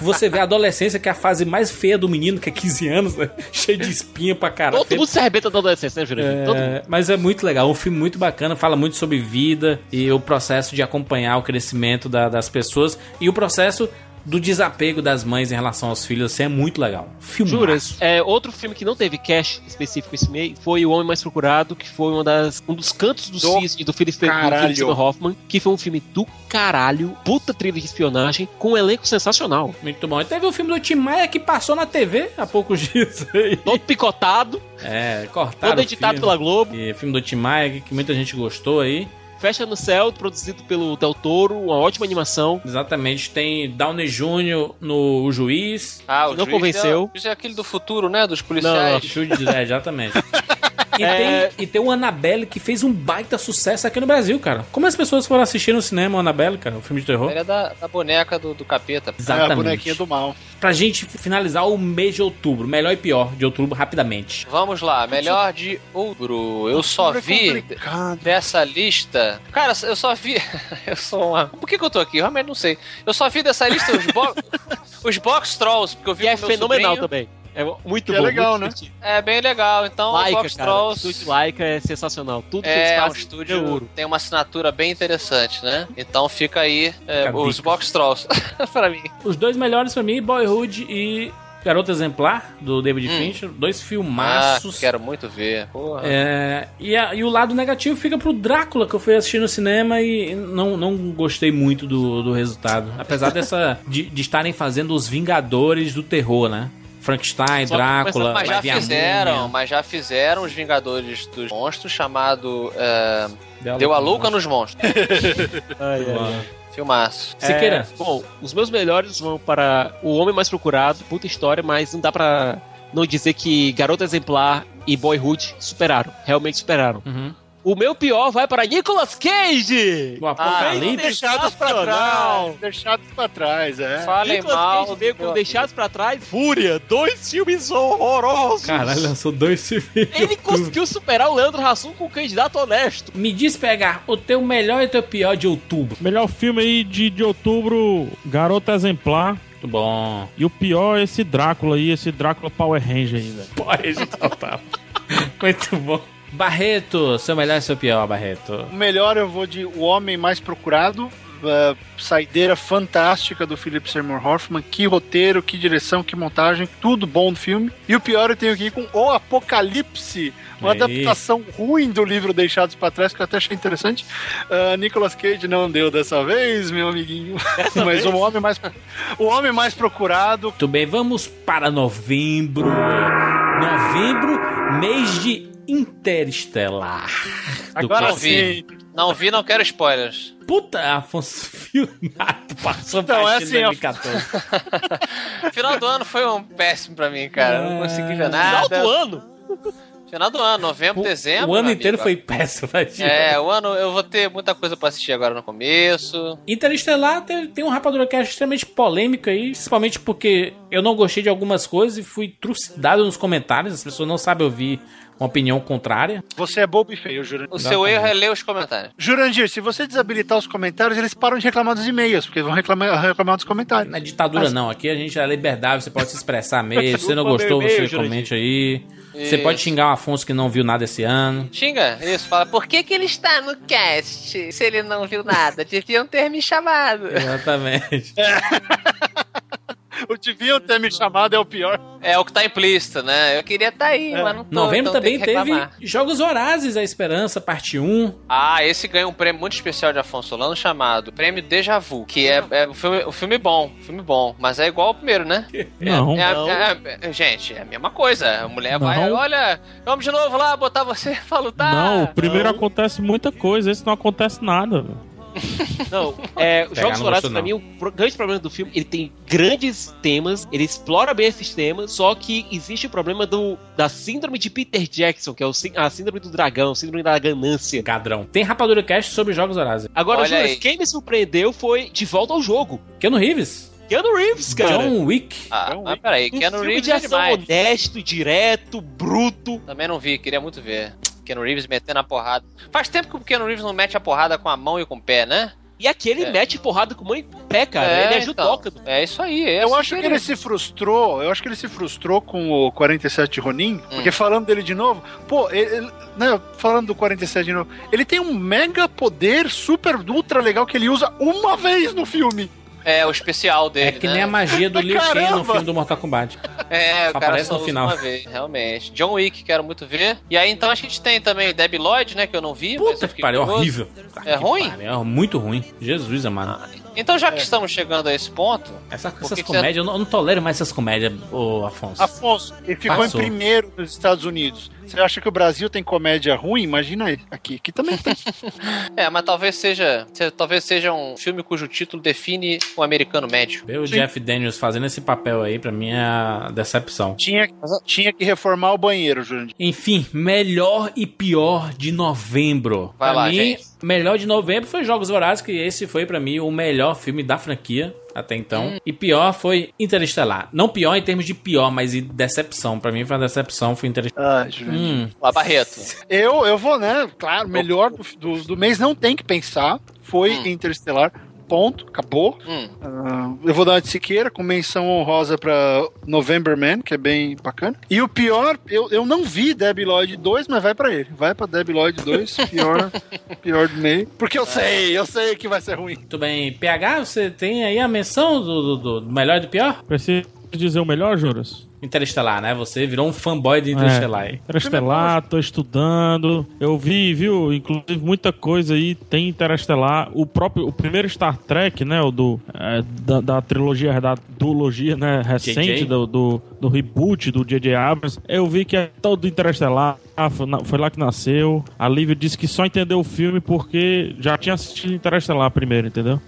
Você vê a adolescência, que é a fase mais feia do menino, que é 15 anos, né? Cheio de espinha pra caralho.
Todo mundo se arrebenta da adolescência, né, Jurandir? Todo mundo.
É, mas é muito legal, é um filme muito bacana, fala muito sobre vida e o processo de acompanhar o crescimento da- das pessoas e o processo do desapego das mães em relação aos filhos, assim, é muito legal. Filme.
Juras, é, outro filme que não teve cash específico esse mês foi O Homem Mais Procurado, que foi uma das, um dos cantos do,
Do
cisne do Philip Fe- do
caralho.
Philip Seymour Hoffman, que foi um filme do caralho, puta trilha de espionagem, com um elenco sensacional.
Muito bom. E teve o filme do Tim Maia que passou na TV há poucos dias aí.
Todo picotado,
É, cortado.
todo editado pela Globo,
E filme do Tim Maia que- que muita gente gostou aí.
Festa no Céu, produzido pelo Del Toro, uma ótima animação.
Exatamente, tem Downey Jr. no O Juiz.
Ah,
Não convenceu.
É, isso é aquele do futuro, né? Dos
Não,
policiais.
Jude Law, exatamente. E,
É.
tem, e tem o Annabelle que fez um baita sucesso aqui no Brasil, cara. Como as pessoas foram assistir no cinema o Annabelle, cara, o filme de terror?
Ele é da, da boneca do, do capeta.
É,
Exatamente.
a bonequinha do mal.
Pra gente finalizar o mês de outubro, melhor e pior de outubro, rapidamente.
Vamos lá, melhor de outubro. Eu só
Cara, é
vi
complicado.
dessa lista. Cara, eu só vi. Eu sou uma. Por que, que eu tô aqui? Eu realmente não sei. Eu só vi dessa lista os, bo... os box trolls, porque eu vi
E é
com meu
fenomenal
sobrinho.
também. É
Que
muito
é
bom.
legal,
muito
né?
divertido.
É bem legal. Então, o
Laika,
box
cara. O
trolls.
estúdio Laika é sensacional. Tudo que eles
É, um
fazem
estúdio
é ouro.
tem uma assinatura bem interessante, né? Então fica aí é,
Fica a
os
dica.
box trolls pra mim.
Os dois melhores pra mim, Boyhood e Garota Exemplar, do David Fincher. Dois filmaços.
Ah, Hum. quero muito ver. Porra.
É, e, a- e o lado negativo fica pro Drácula, que eu fui assistir no cinema e não, não gostei muito do, do resultado. Apesar dessa. De, de estarem fazendo os Vingadores do Terror, né? Frankenstein,
Só que
Drácula,
Mas
vai
já
vir a
fizeram,
múmia.
mas já fizeram os Vingadores dos Monstros, chamado é, Deu a Louca nos Monstros. é Filmaço.
É. Siqueira,
É, Bom, os meus melhores vão para O Homem Mais Procurado, puta história, mas não dá pra não dizer que Garota Exemplar e Boyhood superaram. Realmente superaram.
Uhum.
O meu pior vai para Nicolas Cage!
o
Ah.
Apocalipse.
Deixados pra trás. Deixados pra trás, é.
Falem mal.
Cage veio com
meu
Deixados pra Trás, Fúria, dois filmes horrorosos!
Caralho, lançou dois civis.
Ele conseguiu superar o Leandro Hassum com o candidato honesto.
Me diz pegar o teu melhor e o teu pior de outubro.
Melhor filme aí de, de outubro, Garota Exemplar.
Muito bom.
E o pior é esse Drácula aí, esse Drácula Power Ranger aí, velho.
Pode total. tá? Muito bom. Barreto, seu melhor e seu pior, Barreto.
O melhor eu vou de O Homem Mais Procurado. eh, saideira fantástica do Philip Seymour Hoffman. Que roteiro, que direção, que montagem. Tudo bom no filme. E o pior eu tenho aqui com O Apocalipse. Uma
Aí.
adaptação ruim do livro Deixados pra Trás, que eu até achei interessante. Ah, Nicolas Cage não deu dessa vez, meu amiguinho. Mas o homem, mais, o homem mais procurado
Muito bem, vamos para novembro. Novembro, mês de Interestelar. Do
Agora
Paulo.
sim.
Deus. Não vi, não quero spoilers.
Puta, Afonso Filmato passou
Então,
pra
é assim,
Chile em
ó.
2014.
Final do ano foi um péssimo pra mim, cara. Não consegui ver
Final
nada.
do ano!
Final do ano, novembro, dezembro.
o ano
meu
inteiro
amigo.
foi péssimo. vai, Chile.
É, o ano eu vou ter muita coisa pra assistir agora no começo.
Interestelar tem, tem um rapadura que é extremamente polêmico aí, principalmente porque eu não gostei de algumas coisas e fui trucidado nos comentários. As pessoas não sabem ouvir uma opinião contrária.
Você é bobo e feio, Jurandir.
O seu erro é ler os comentários.
Jurandir, se você desabilitar os comentários, eles param de reclamar dos e-mails, porque vão reclamar, reclamar dos comentários.
Na ditadura, não. Aqui a gente é liberdade, você pode se expressar mesmo. Se você não
Desculpa,
gostou,
meu e-mail,
você comente aí. Você
Isso.
pode xingar o Afonso que não viu nada esse ano.
Xinga, isso, fala, por que que ele está no cast se ele não viu nada? Deviam ter me chamado.
Exatamente.
O deviam ter me chamado, é o pior.
É o que tá implícito, né? Eu queria tá aí, mas não tô.
É. Novembro
então
também
tem que
teve
reclamar.
Jogos Horazes A Esperança, parte 1.
Ah, esse ganhou um prêmio muito especial de Afonso Solano chamado Prêmio Deja Vu, que é, é um, filme, um filme bom, um filme bom, mas é igual ao primeiro, né?
Não.
É a- é a- gente, é a mesma coisa. A mulher vai,
Não.
olha, vamos de novo lá botar você pra lutar.
Não, o primeiro acontece muita coisa, esse não acontece nada. velho.
Não, é,
Pegar
Jogos
não
Vorazes,
gostou,
pra
não.
mim, o pro- grande problema do filme, ele tem grandes temas, ele explora bem esses temas, só que existe o problema do, da síndrome de Peter Jackson, que é o, sí- a síndrome do dragão, síndrome da ganância.
Cadrão. Tem Rapadura Cast sobre Jogos Horazes.
Agora,
Olha
Júlio,
aí.
quem me surpreendeu foi De Volta ao Jogo.
Keanu Reeves.
Keanu Reeves, cara.
John Wick.
Ah, mas peraí,
um
Keanu
filme
Reeves
de
é
ação
demais.
honesto, direto, bruto.
Também não vi, queria muito ver. Keanu Reeves metendo a porrada. Faz tempo que o Keanu Reeves não mete a porrada com a mão e com o pé, né?
E aquele
É.
mete porrada com mãe e pé, cara. ele é judoca.
então. É isso aí. é
Eu
isso
acho que ele se frustrou, eu acho que ele se frustrou com o 47 Ronin, porque falando dele de novo, pô, ele, né, falando do 47 de novo, ele tem um mega poder super ultra legal que ele usa uma vez no filme.
É, o especial dele.
É que
né?
nem a magia do Liu Kang no
Caramba!
filme do Mortal Kombat.
É,
Só
o cara
aparece
só
no
usa
final.
uma vez, realmente. John Wick, quero muito ver. E aí, então, a gente tem também Debbie Lloyd, né, que eu não vi. mas
Puta
eu
que
fiquei
pariu,
curioso.
horrível.
É
Que
ruim?
pariu, É muito ruim. Jesus amado.
Então, já que estamos chegando a esse ponto...
Essa-
por
essas
que que
comédias, eu, não, eu não tolero mais essas comédias, ô Afonso.
Afonso, ele ficou
Passou.
em primeiro nos Estados Unidos. Você acha que o Brasil tem comédia ruim? Imagina aí, aqui, que também tem.
É, mas talvez seja, se- talvez seja um filme cujo título define o americano médio.
Ver o Jeff Daniels fazendo esse papel aí, pra mim, é a decepção.
tinha, tinha que reformar o banheiro, Jurandir.
Enfim, melhor e pior de novembro.
Vai
pra
lá,
mim,
gente.
melhor de novembro foi Jogos Vorazes, que esse foi pra mim o melhor filme da franquia até então. E pior foi Interestelar. Não pior em termos de pior, mas de decepção. Pra mim foi uma decepção, foi Interestelar.
Ah, Jurandir.
Hum,
Lá, Barreto.
Eu, eu vou, né? Claro, melhor do, do, do mês não tem que pensar. Foi Interestelar. Ponto, acabou.
Hum.
Ah, eu vou dar de Siqueira com menção honrosa pra November Man, que é bem bacana. E o pior, eu, eu não vi Debbie Lloyd 2, mas vai pra ele. Vai pra Debbie Lloyd 2, pior, pior do meio. Porque eu sei, eu sei que vai ser ruim.
muito bem. PH, você tem aí a menção do, do- do melhor e do pior?
Preciso dizer o melhor, Juras?
Interestelar, né? Você virou um fanboy de Interestelar aí.
É, Interestelar, tô estudando. Eu vi, viu? Inclusive, muita coisa aí tem Interestelar. O próprio, o primeiro Star Trek, né? O do, é, da, da trilogia, da duologia, né? Recente,
JJ.
do, do, do reboot do J.J. Abrams. Eu vi que é todo Interestelar. Ah, Foi na- foi lá que nasceu. A Lívia disse que só entendeu o filme porque já tinha assistido Interestelar primeiro, entendeu?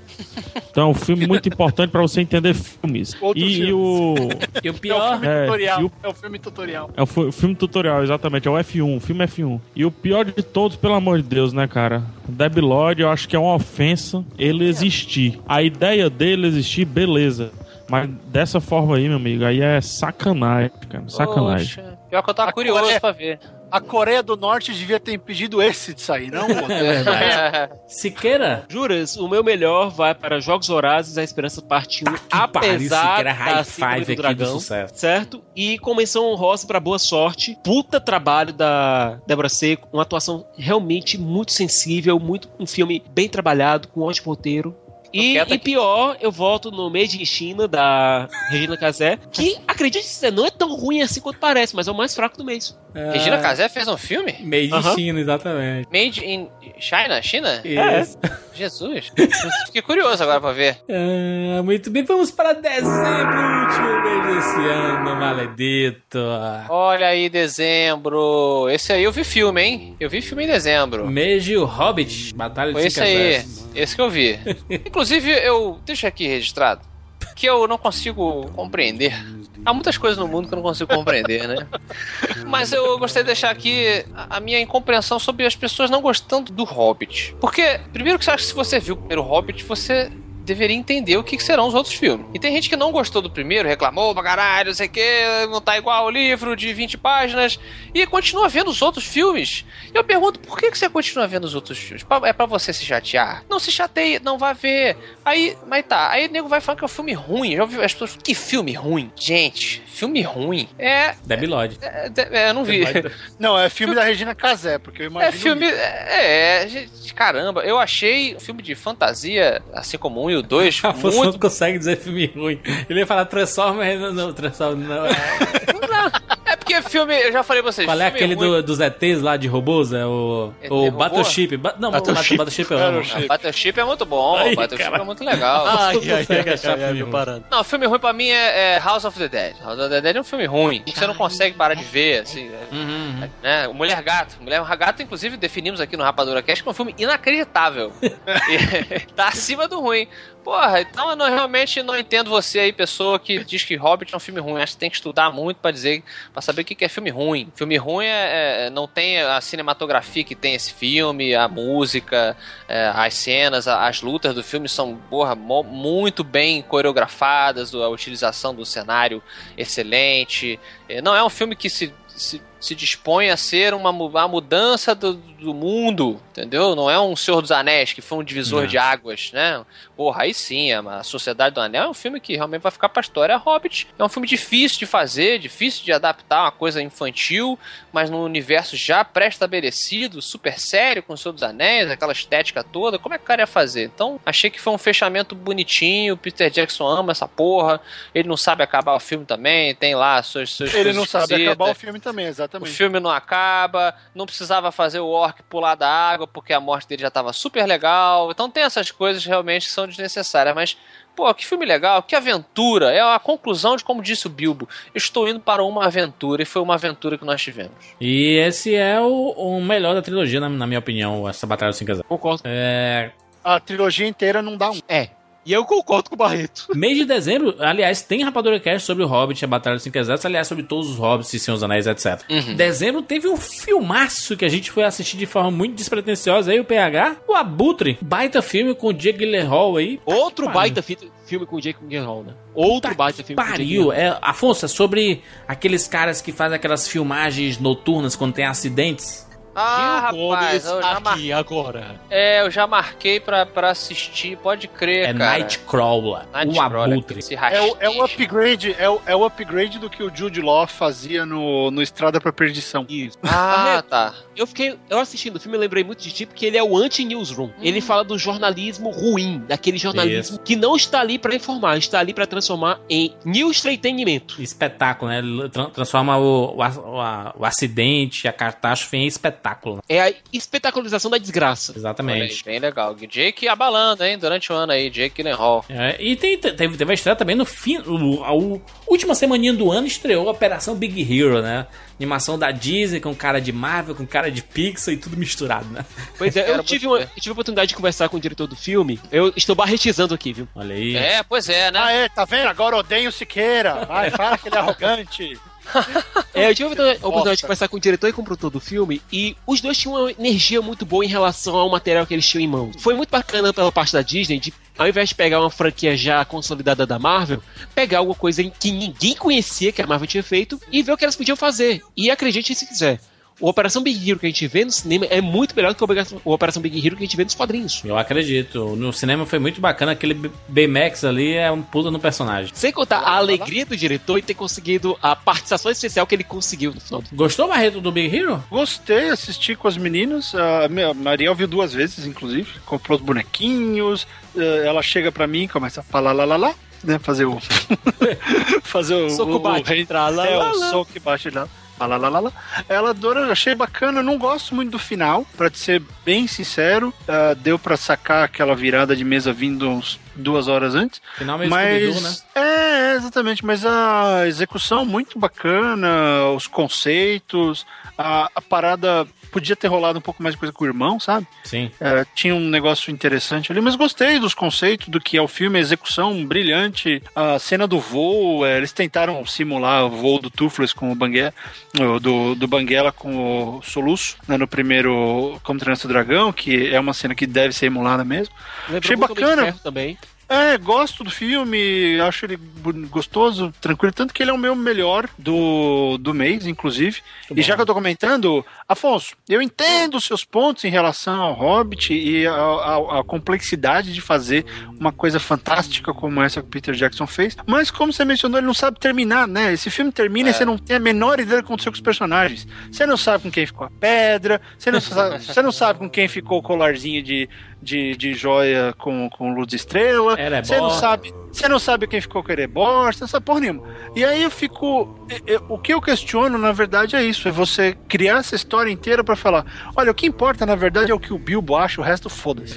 Então, é um filme muito importante pra você entender filmes.
Outros
E, e o.
E o pior.
É,
tutorial.
e o-
É o filme tutorial.
É o fi- filme tutorial, exatamente. É o F1, o filme F1. E o pior de todos, pelo amor de Deus, né, cara? Deb Lloyd, eu acho que é uma ofensa ele existir. A ideia dele existir, beleza. Mas dessa forma aí, meu amigo, aí é sacanagem, cara. Sacanagem.
Poxa. Pior que eu tava
A
curioso
Coreia-
pra ver.
A Coreia do Norte devia ter impedido esse de sair, não o outro.
é
É.
Siqueira?
Juras, o meu melhor vai para Jogos Horazes, A Esperança Parte 1, apesar
Siqueira, é high
da síndrome
five
do
aqui do
dragão,
sucesso.
certo? E com menção honrosa para Boa Sorte, puta trabalho da Débora Seco, uma atuação realmente muito sensível, muito um filme bem trabalhado, com ótimo roteiro. E,
quieto
e
aqui.
pior, eu volto no Made in China, da Regina Casé, que, acredite se você, não é tão ruim assim quanto parece, mas é o mais fraco do mês.
Regina Casé fez um filme?
Made in
Aham.
China, exatamente.
Made in China? China?
Isso.
Jesus. Fiquei curioso agora pra ver.
Ah, muito bem, vamos para dezembro, último mês desse ano, maledito.
Olha aí, dezembro. Esse aí eu vi filme, hein? Eu vi filme em dezembro.
Mês de O Hobbit, Batalha de
Foi esse
Cinco
aí.
Exércitos.
Esse que eu vi. Inclusive, eu. Deixa aqui registrado. Que eu não consigo compreender. Há muitas coisas no mundo que eu não consigo compreender, né? Mas eu gostaria de deixar aqui a a minha incompreensão sobre as pessoas não gostando do Hobbit. Porque, primeiro que você acha que se você viu o primeiro Hobbit, você deveria entender o que, que serão os outros filmes. E tem gente que não gostou do primeiro, reclamou pra caralho, não sei o que, não tá igual o livro de 20 páginas, e continua vendo os outros filmes. E eu pergunto, por que, que você continua vendo os outros filmes? Pra- É pra você se chatear? Não se chateie, não vá ver. Aí, mas tá, aí o nego vai falar que é um filme ruim. Já ouviu as pessoas falam, que filme ruim? Gente, filme ruim é...
Debbie Lloyd.
é, é eu não vi.
Não, é filme da Regina Casé, porque eu imagino.
É filme. É, é, gente, caramba, eu achei um filme de fantasia, assim como um e o o 2
Afonso
muito
não consegue dizer filme ruim. Ele ia falar Transformers, não, não, Transformers não.
É porque filme, eu já falei pra vocês.
Qual é aquele
filme ruim-
do, dos ETs lá de robôs? É o,
ET
o
robô?
Battleship. Ba- não, Battleship, Battleship eu amo.
Ah, Battleship é muito bom,
Aí,
Battleship
cara. Ah,
é muito legal.
Ai, ai, ai, ai, ai, tô
parando.
Não, filme ruim pra mim é, é House of the Dead. House of the Dead é um filme ruim, que você não consegue parar de ver, assim. é- Né? O Mulher Gato. Mulher Gato, inclusive, definimos aqui no Rapadura Cast que é um filme inacreditável. E tá acima do ruim. Porra, então eu não- realmente não entendo você aí, pessoa que diz que Hobbit é um filme ruim. Acho que tem que estudar muito pra dizer, para saber o que que é filme ruim. Filme ruim é, é- não tem a cinematografia que tem esse filme, a música, é, as cenas, a- as lutas do filme são, porra, mo- muito bem coreografadas, a utilização do cenário excelente. É, Não é um filme que se, se, se dispõe a ser uma, mu- uma mudança do, do mundo, entendeu? Não é um Senhor dos Anéis, que foi um divisor
Não.
de águas, né? Porra, aí sim, é uma- a Sociedade do Anel é um filme que realmente vai ficar pra história. Hobbit é um filme difícil de fazer, difícil de adaptar, uma coisa infantil, mas num universo já pré-estabelecido, super sério, com o Senhor dos Anéis, aquela estética toda. Como é que o cara ia fazer? Então, achei que foi um fechamento bonitinho. O Peter Jackson ama essa porra. Ele não sabe acabar o filme também, tem lá suas suas
Ele
coisas
não sabe
esquisitas.
acabar o filme também,
é. O
exatamente.
filme não acaba, não precisava fazer o orc pular da água porque a morte dele já tava super legal. Então tem essas coisas realmente que são desnecessárias, mas pô, que filme legal, que aventura. É a conclusão de como disse o Bilbo, estou indo para uma aventura e foi uma aventura que nós tivemos.
E esse é o, o melhor da trilogia, na, na minha opinião, essa Batalha dos Cinco Exércitos.
Concordo.
É,
A trilogia inteira não dá um.
E eu concordo com o Barreto.
mês de dezembro, aliás, tem Rapadura Cast sobre o Hobbit, a Batalha dos Cinco Exércitos, aliás, sobre todos os Hobbits e Senhor dos Anéis, etc. Dezembro teve um filmaço que a gente foi assistir de forma muito despretensiosa aí, o PH, o Abutre, baita filme com o Diego Hall aí.
Outro
pariu.
baita fi- filme com o Jake Gyllenhaal, né? Outro
Puta
baita
que
filme com o Jake
Pariu, é, Afonso, é sobre aqueles caras que fazem aquelas filmagens noturnas quando tem acidentes.
Ah,
Gyllenhaal. Gil
rapaz,
um Gomes
eu já, mar...
aqui agora.
é, eu já marquei pra, pra assistir, pode crer,
É
cara.
Nightcrawler, o
Nightcrawler,
Abutre.
esse
É o, é o
rastejo.
upgrade, é o, é o upgrade do que o Jude Law fazia no, no Estrada pra Perdição.
Isso.
Ah, tá.
Eu fiquei. Eu assistindo o filme, eu lembrei muito de ti, porque ele é o anti-newsroom. Ele fala do jornalismo ruim, daquele jornalismo que não está ali pra informar, está ali pra transformar em news entretenimento.
espetáculo, né? Ele tra- Transforma o, o, ac- o a- o acidente, a catástrofe em espetáculo. né?
É a espetacularização da desgraça.
Exatamente.
Olha aí, Bem legal. Jake abalando, hein, durante o ano aí, Jake Gyllenhaal.
É, e tem, te- teve, teve a estreia também no fim. o- A, u- última semaninha do ano estreou Operação Big Hero, né? Animação da Disney com cara de Marvel, com cara de Pixar e tudo misturado, né?
Pois é,
Era
eu tive, uma, eu tive a oportunidade de conversar com o diretor do filme. Eu estou barretizando aqui, viu?
Olha aí.
É, pois é, né?
Ah, é, tá vendo? Agora odeio o Siqueira. Vai, fala que ele é arrogante.
É, eu tive a oportunidade- a oportunidade de
Bosta.
conversar com o diretor e com o produtor do filme, e os dois tinham uma energia muito boa em relação ao material que eles tinham em mãos. Foi muito bacana pela parte da Disney de, ao invés de pegar uma franquia já consolidada da Marvel, pegar alguma coisa em que ninguém conhecia que a Marvel tinha feito e ver o que elas podiam fazer. E acredite se quiser. O Operação Big Hero que a gente vê no cinema é muito melhor do que o Obrigação- o Operação Big Hero que a gente vê nos quadrinhos.
Eu acredito. No cinema foi muito bacana. Aquele B- Baymax ali é um puta no personagem.
Sem contar a alegria do diretor e ter conseguido a participação especial que ele conseguiu no final do
Gostou, Barreto, do Big Hero?
Gostei, assisti com as meninas. A minha- a Mariel viu duas vezes, inclusive. Comprou os bonequinhos. eh, Ela chega pra mim e começa a falar lá, lá, lá. Né, fazer o. fazer o.
Soco
o-
bate,
o rei-
entra lá,
é,
lá,
o
lá.
soco que bate lá. lá, Lá, lá, lá, lá. Ela adora, eu achei bacana. Eu não gosto muito do final, pra te ser bem sincero. Ah, deu pra sacar aquela virada de mesa vindo uns duas horas antes.
Final meio Scooby-Doo, né?
Mas. É, exatamente. Mas a execução muito bacana, os conceitos, a, a parada. Podia ter rolado um pouco mais de coisa com o irmão, sabe?
Sim.
É, tinha um negócio interessante ali, mas gostei dos conceitos do que é o filme, a execução brilhante, a cena do voo. é, eles tentaram simular o voo do Tufles com o Banguela, do, do Banguela com o Soluço, né, no primeiro Como Treinar Seu Dragão, que é uma cena que deve ser emulada mesmo.
Lembrou
Achei
muito Homem de
bacana.
Ferro também.
É, gosto do filme, acho ele bu- gostoso, tranquilo, tanto que ele é o meu melhor do, do mês, inclusive. e já que eu tô comentando, Afonso, eu entendo os seus pontos em relação ao Hobbit e a, a- a complexidade de fazer uma coisa fantástica como essa que o Peter Jackson fez, mas como você mencionou, ele não sabe terminar, né? Esse filme termina e você não tem a menor ideia do que aconteceu com os personagens. Você não sabe com quem ficou a pedra, você não, sa- você não sabe com quem ficou o colarzinho de, de, de joia com, com luz de estrela,
Ela é
você não
bosta.
sabe. Você não sabe quem ficou com ele é bosta, essa porra nenhuma. E aí eu fico. eu- eu- o que eu questiono, na verdade, é isso: é você criar essa história inteira pra falar. Olha, o que importa, na verdade, é o que o Bilbo acha, o resto foda-se.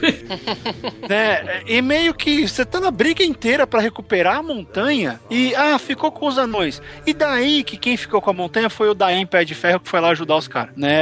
né? E meio que você tá na briga inteira pra recuperar a montanha e ah, ficou com os anões. E daí que quem ficou com a montanha foi o Daim Pé de Ferro que foi lá ajudar os caras, né?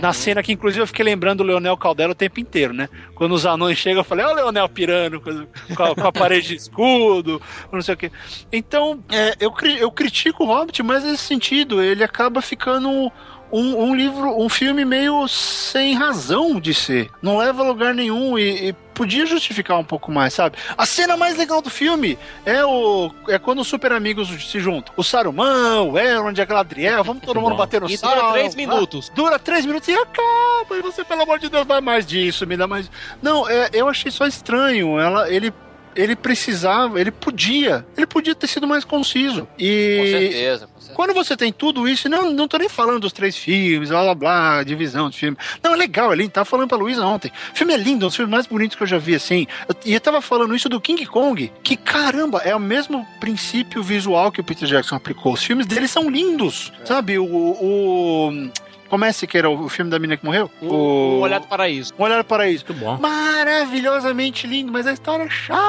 Na cena que inclusive eu fiquei lembrando o Leonel Caldera o tempo inteiro, né? Quando os anões chegam, eu falei, ó, o Leonel pirando coisa- com a, com a parede de escudo, não sei o quê. Então, é, eu, cri- eu critico o Hobbit, mas nesse sentido, ele acaba ficando um- um, um livro, um filme meio sem razão de ser. Não leva a lugar nenhum e, e podia justificar um pouco mais, sabe? A cena mais legal do filme é o é quando os super amigos se juntam. O Saruman, o Elrond, a Galadriel, vamos todo mundo bater no
E
Sauron.
Então, dura três
tá?
minutos.
Dura três minutos e acaba. E você, pelo amor de Deus, vai mais disso, me dá mais. Não, é, eu achei só estranho. Ela, ele, ele precisava, ele podia, ele podia ter sido mais conciso. E
Com certeza, com certeza.
quando você tem tudo isso, não, não tô nem falando dos três filmes, blá blá blá, divisão de filme. Não, é legal, é lindo. Tava falando pra Luísa ontem. O filme é lindo, é um dos filmes mais bonitos que eu já vi, assim. Eu- E eu tava falando isso do King Kong, que caramba, é o mesmo princípio visual que o Peter Jackson aplicou. Os filmes dele são lindos, sabe? O. o como é esse que era o filme da menina que morreu?
Um,
o...
um olhar do paraíso.
Um Olhar para isso
Muito bom.
maravilhosamente lindo, mas a história é chata.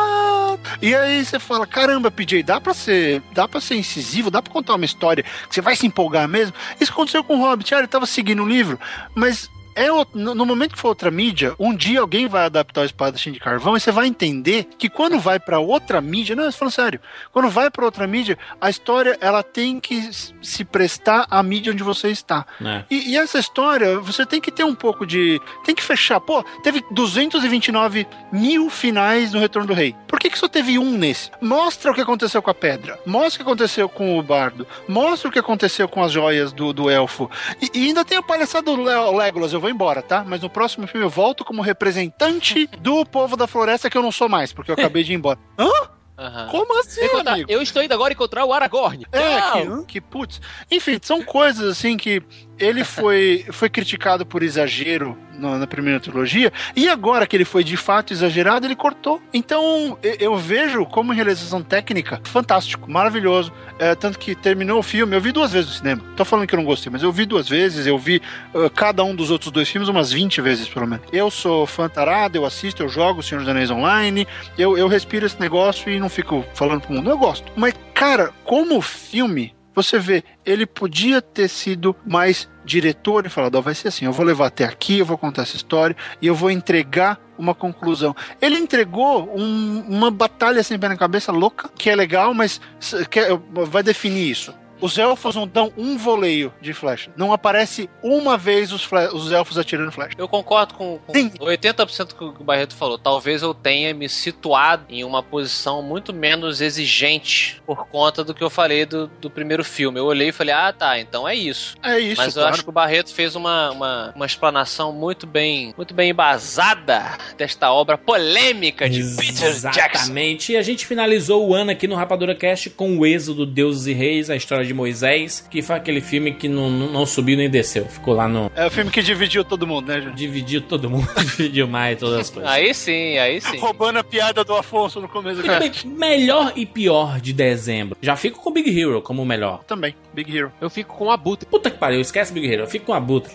E aí você fala, caramba, PJ, dá pra ser, dá para ser incisivo, dá pra contar uma história que você vai se empolgar mesmo. Isso aconteceu com o Hobbit, ah, ele tava seguindo um livro, mas é o- no no momento que for outra mídia, um dia alguém vai adaptar o Espada de Carvão e você vai entender que quando vai pra outra mídia, não, eu tô falando sério, quando vai pra outra mídia, a história ela tem que s- se prestar à mídia onde você está.
É.
E, e essa história, você tem que ter um pouco de. Tem que fechar. Pô, teve 229 mil finais no Retorno do Rei. Por que, que só teve um nesse? Mostra o que aconteceu com a pedra. Mostra o que aconteceu com o bardo. Mostra o que aconteceu com as joias do, do elfo. E, e ainda tem a palhaçada do Le- Legolas. Eu vou embora, tá? Mas no próximo filme eu volto como representante do povo da floresta que eu não sou mais, porque eu acabei de ir embora. Hã?
Aham.
Como assim,
Sem contar,
amigo?
eu estou indo agora encontrar o Aragorn.
É,
Não.
que, que putz. Enfim, são coisas assim que ele foi, foi criticado por exagero na, na primeira trilogia, e agora que ele foi de fato exagerado, ele cortou. Então e- eu vejo como realização técnica fantástico, maravilhoso. É, tanto que terminou o filme, eu vi duas vezes no cinema. Tô falando que eu não gostei, mas eu vi duas vezes, eu vi uh, cada um dos outros dois filmes umas 20 vezes, pelo menos. Eu sou fã tarado, eu assisto, eu jogo Senhor dos Anéis Online, eu, eu respiro esse negócio e não fico falando pro mundo. Eu gosto. Mas, cara, como filme, você vê, ele podia ter sido mais diretor e falado: ó, vai ser assim, eu vou levar até aqui, eu vou contar essa história e eu vou entregar uma conclusão. Ele entregou um- uma batalha sem pé na cabeça louca, que é legal, mas s- que é- vai definir isso. Os elfos não dão um voleio de flecha. Não aparece uma vez os, fle- os elfos atirando flecha.
Eu concordo com, com
Sim.
80% que o Barreto falou. Talvez eu tenha me situado em uma posição muito menos exigente por conta do que eu falei do, do primeiro filme. Eu olhei e falei, ah, tá, então é isso.
É isso,
Mas eu
claro.
acho que o Barreto fez uma, uma, uma explanação muito bem, muito bem embasada desta obra polêmica É de Peter Jackson.
Exatamente. E a gente finalizou o ano aqui no Rapadura Cast com o êxodo Deuses e Reis, a história de Moisés, que foi aquele filme que não, não não subiu nem desceu. Ficou lá no.
É o filme que dividiu todo mundo, né, gente?
Dividiu todo mundo, dividiu mais todas as coisas.
Aí sim, aí sim.
Roubando a piada do Afonso no começo do
Muito bem, melhor e pior de dezembro. Já fico com Big Hero como o melhor.
Também, Big Hero.
Eu fico com a Buta.
Puta que pariu, esquece Big Hero, eu fico com a Buta.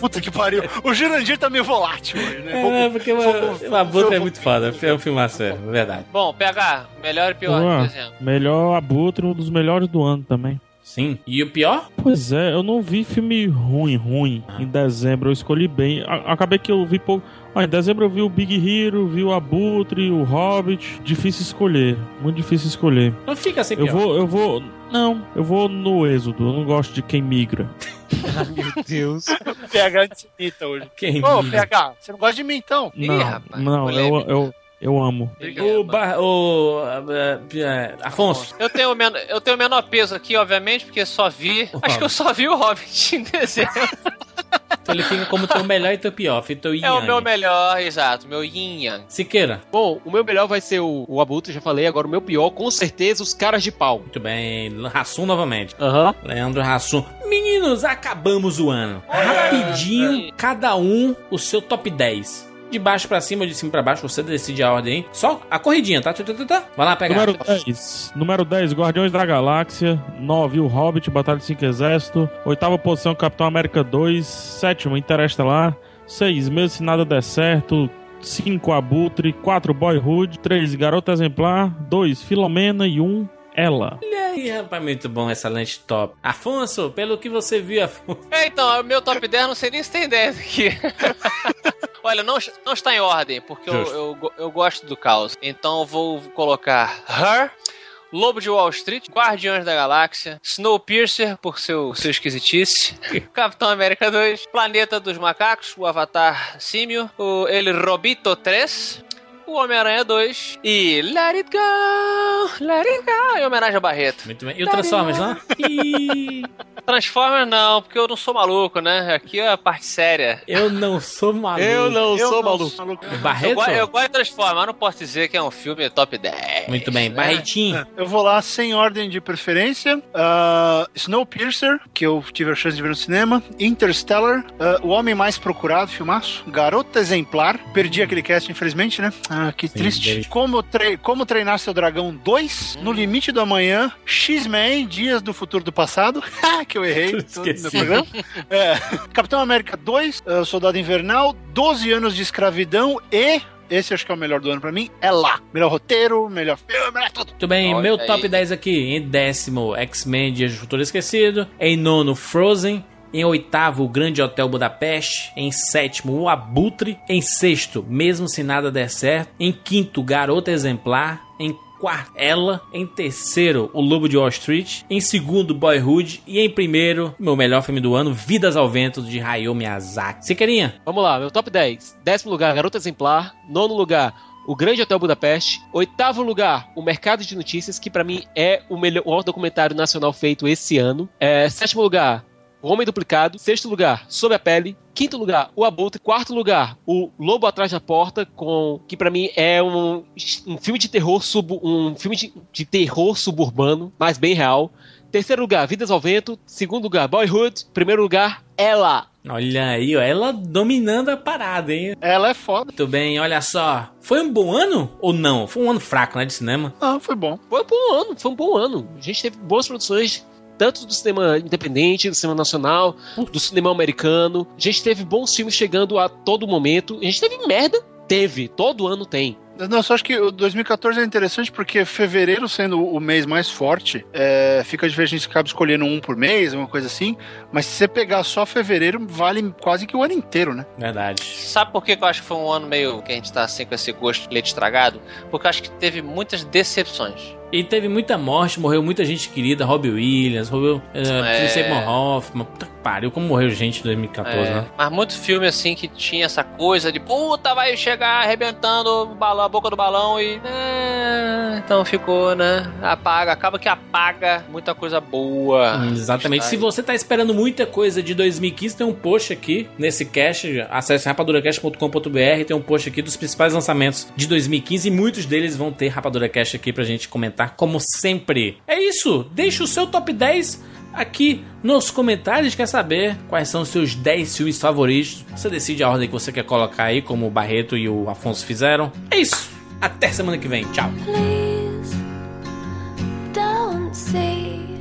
Puta que pariu. O Jurandir tá meio volátil hoje, né?
É, porque uma,
vamos-
uma Buta é
vamos-
muito foda, é um filmaço, é verdade.
Bom, PH, melhor e pior,
Vamos lá.
por exemplo.
Melhor abutre, um dos melhores do ano também.
Sim. E o pior?
Pois é, eu não vi filme ruim, ruim em dezembro. Eu escolhi bem. A- acabei que eu vi pouco. Ah, em dezembro eu vi o Big Hero, vi o Abutre, o Hobbit. Difícil escolher, muito difícil escolher.
Não fica sem
Eu
pior.
vou, eu vou. Não, eu vou no Êxodo. Eu não gosto de quem migra.
Meu Deus.
PH antissemita hoje.
Quem
Ô,
liga?
PH, você não gosta de mim então?
Ih,
não,
rapaz,
não eu,
polêmica.
eu, eu amo.
O, Bar- o eh, eh, Afonso.
Eu tenho, o men- eu tenho o menor peso aqui, obviamente, porque só vi. acho que eu só vi o Hobbit em dezembro.
Então ele fica como teu melhor e teu pior. Fica teu yin
é o
yang.
meu melhor, exato, meu yin yang.
Siqueira.
Bom, o meu melhor vai ser o, o Abutre, já falei. Agora o meu pior, com certeza, os caras de pau.
Muito bem. Rassum novamente.
Aham.
Leandro Rassum. Meninos, acabamos o ano. Rapidinho, cada um o seu top 10. de baixo pra cima ou de cima pra baixo, você decide a ordem aí. Só a corridinha, tá? Tá, tá, tá, tá. Vai lá pegar.
Número 10. Número 10, Guardiões da Galáxia. 9, O Hobbit, Batalha de Cinco Exército. Oitava posição, Capitão América 2. Sétimo, Interestelar. 6, Mesmo Se Nada Der Certo. 5, Abutre. 4, Boyhood. 3, Garota Exemplar. 2, Filomena. E 1, um, Ela.
Olha aí, rapaz, muito bom, excelente top. Afonso, pelo que você viu, Afonso.
É, então, o meu top 10 não sei nem se tem 10 aqui. Olha, não, não está em ordem, porque eu,
Justo.
eu, go- eu gosto do caos. Então eu vou colocar Her, Lobo de Wall Street, Guardiões da Galáxia, Snowpiercer, por seu, seu esquisitice, Capitão América 2, Planeta dos Macacos, o Avatar Símio, o El Robito 3, o Homem-Aranha 2 e Let It Go, Let It Go, em homenagem ao Barreto.
Muito bem. E o Transformers lá? Ih,
Transformers não, porque eu não sou maluco, né? Aqui é a parte séria.
eu não sou maluco.
Eu não
Eu
sou
não
maluco.
sou maluco.
Eu,
Barreto?
go- eu gosto de Transformers, mas não posso dizer que é um filme top 10.
Muito bem.
né?
Barretinho.
Eu vou lá sem ordem de preferência. Ah, Snowpiercer, que eu tive a chance de ver no cinema. Interstellar, ah, O Homem Mais Procurado, filmaço. Garota Exemplar. Perdi aquele cast, infelizmente, né? Ah, que triste.
deve-
Como, Tre- Como Treinar Seu Dragão 2, No Limite do Amanhã, X-Men, Dias do Futuro do Passado. Ha, que eu errei no
Esqueci.
programa. É. Capitão América 2, ah, Soldado Invernal, 12 anos de escravidão e... Esse acho que é o melhor do ano pra mim. É lá. Melhor roteiro, melhor filme, melhor tudo.
Muito bem,
Olha
meu
aí.
top 10 aqui. Em décimo, X-Men Dias do Futuro Esquecido. Em nono, Frozen. Em oitavo, o Grande Hotel Budapeste. Em sétimo, o Abutre. Em sexto, Mesmo Se Nada Der Certo. Em quinto, Garota Exemplar. Em quarto, Ela. Em terceiro, O Lobo de Wall Street. Em segundo, Boyhood. E em primeiro, meu melhor filme do ano, Vidas ao Vento, de Hayao Miyazaki. Siqueirinha,
Vamos lá, meu top 10. Décimo lugar, Garota Exemplar. Nono lugar, O Grande Hotel Budapeste. Oitavo lugar, O Mercado de Notícias, que pra mim é o melhor o maior documentário nacional feito esse ano. É, sétimo lugar, O Homem Duplicado. Sexto lugar, Sob a Pele. Quinto lugar, O Abutre. Quarto lugar, O Lobo Atrás da Porta, com que pra mim é um, um filme de terror sub, um filme de, de terror suburbano, mas bem real. Terceiro lugar, Vidas ao Vento. Segundo lugar, Boyhood. Primeiro lugar, Ela.
olha aí, ó, ela dominando a parada, hein?
Ela é foda.
Muito bem, olha só. Foi um bom ano ou não? Foi um ano fraco, né, de cinema?
Ah, foi bom.
Foi um bom ano, foi um bom ano. A gente teve boas produções, tanto do cinema independente, do cinema nacional, do cinema americano. A gente teve bons filmes chegando a todo momento. A gente teve merda? Teve, todo ano tem.
Não, só acho que o 2014 é interessante porque fevereiro sendo o mês mais forte, é, fica difícil a gente acaba escolhendo um por mês, uma coisa assim. Mas se você pegar só fevereiro, vale quase que o ano inteiro, né?
Verdade.
Sabe por que que eu acho que foi um ano meio que a gente tá assim com esse gosto de leite estragado? Porque eu acho que teve muitas decepções.
E teve muita morte, morreu muita gente querida, Robbie Williams, morreu
É.
é. Simon Hoffman. Puta que pariu, como morreu gente em 2014,
É,
né?
Mas muito filme assim que tinha essa coisa de puta, vai chegar arrebentando o balão, a boca do balão e. É, então ficou, né? Apaga, acaba que apaga muita coisa boa.
Uhum, Exatamente.
Está
Se
aí.
você tá esperando muita coisa de 2015, tem um post aqui nesse cast. Acesse rapaduracast.com.br. Tem um post aqui dos principais lançamentos de 2015 e muitos deles vão ter RapaduraCast aqui pra gente comentar, como sempre. É isso. Deixa o seu top 10 aqui nos comentários. Quer saber quais são os seus 10 filmes favoritos? Você decide a ordem que você quer colocar aí, como o Barreto e o Afonso fizeram. É isso. Até semana que vem. Tchau.
Please don't see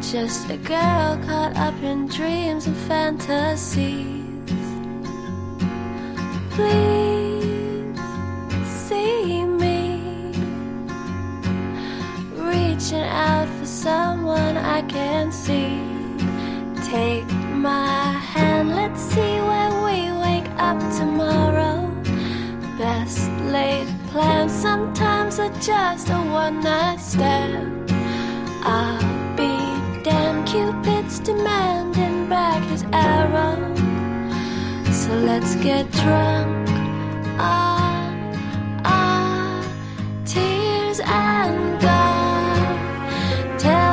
just a girl caught up in dreams and fantasies. Please see me reaching out for someone I can see. Take my hand, let's see where we wake up tomorrow best laid plans sometimes are just a one night stand. I'll be damn Cupid's demanding back his arrow. So let's get drunk on our Ah, tears and gum. Tell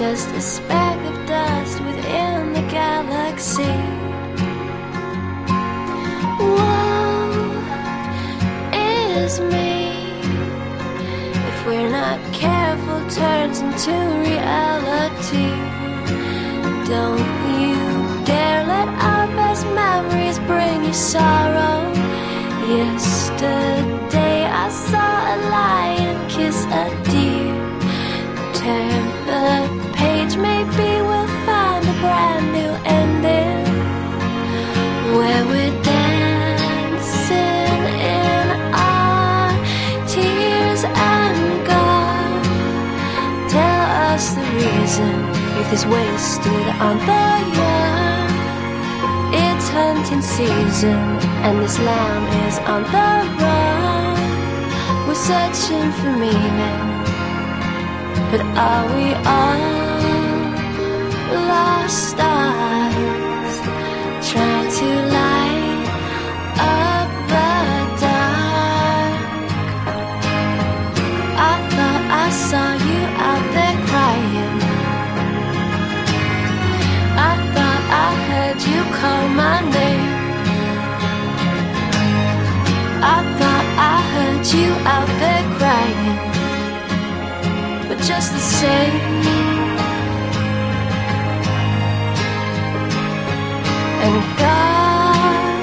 just a speck of dust within the galaxy. Woe is me if we're not careful, turns into reality. Don't you dare let our best memories bring you sorrow. Yesterday I saw a lion kiss a deer. Turn the page, maybe we'll find a brand new ending where we're dancing in our tears and gone. Tell us the reason youth is wasted on the young. It's hunting season, and this lamb is on the run. We're searching for meaning, but are we all lost eyes? Trying to light up the dark. I thought I saw you out there crying. I thought I heard you call my name. I thought I heard you out there crying. But just the same. And God,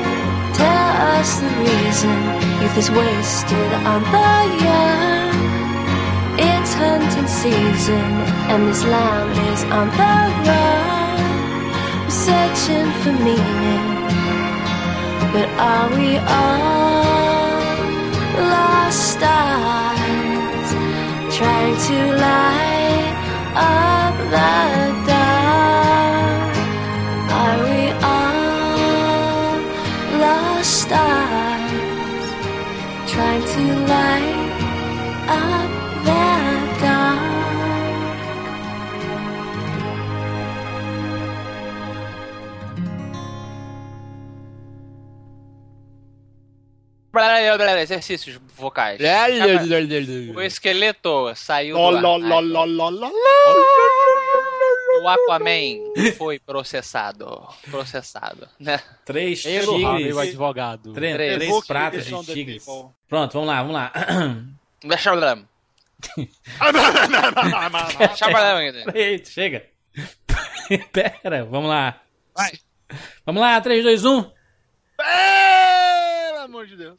tell us the reason youth is wasted on the young. It's hunting season, and this lamb is on the run. We're searching for meaning, but are we all lost eyes? Trying to light up the dark. Are we all lost eyes? Trying to light up the dark.
Blá, blá, blá, Exercícios vocais. O esqueleto saiu do ar. O Aquaman foi processado. Processado, né?
Três
Elohim, meu
tigres.
advogado.
Três,
Três.
três
Evoke
pratos
the
de
sound of
tigres.
people.
Pronto, vamos lá, vamos lá.
Blá-blá-blá. Blá-blá-blá.
Eita, chega. Pera, vamos lá. um. Vamos lá, 3, 2, 1.
Pelo amor de Deus.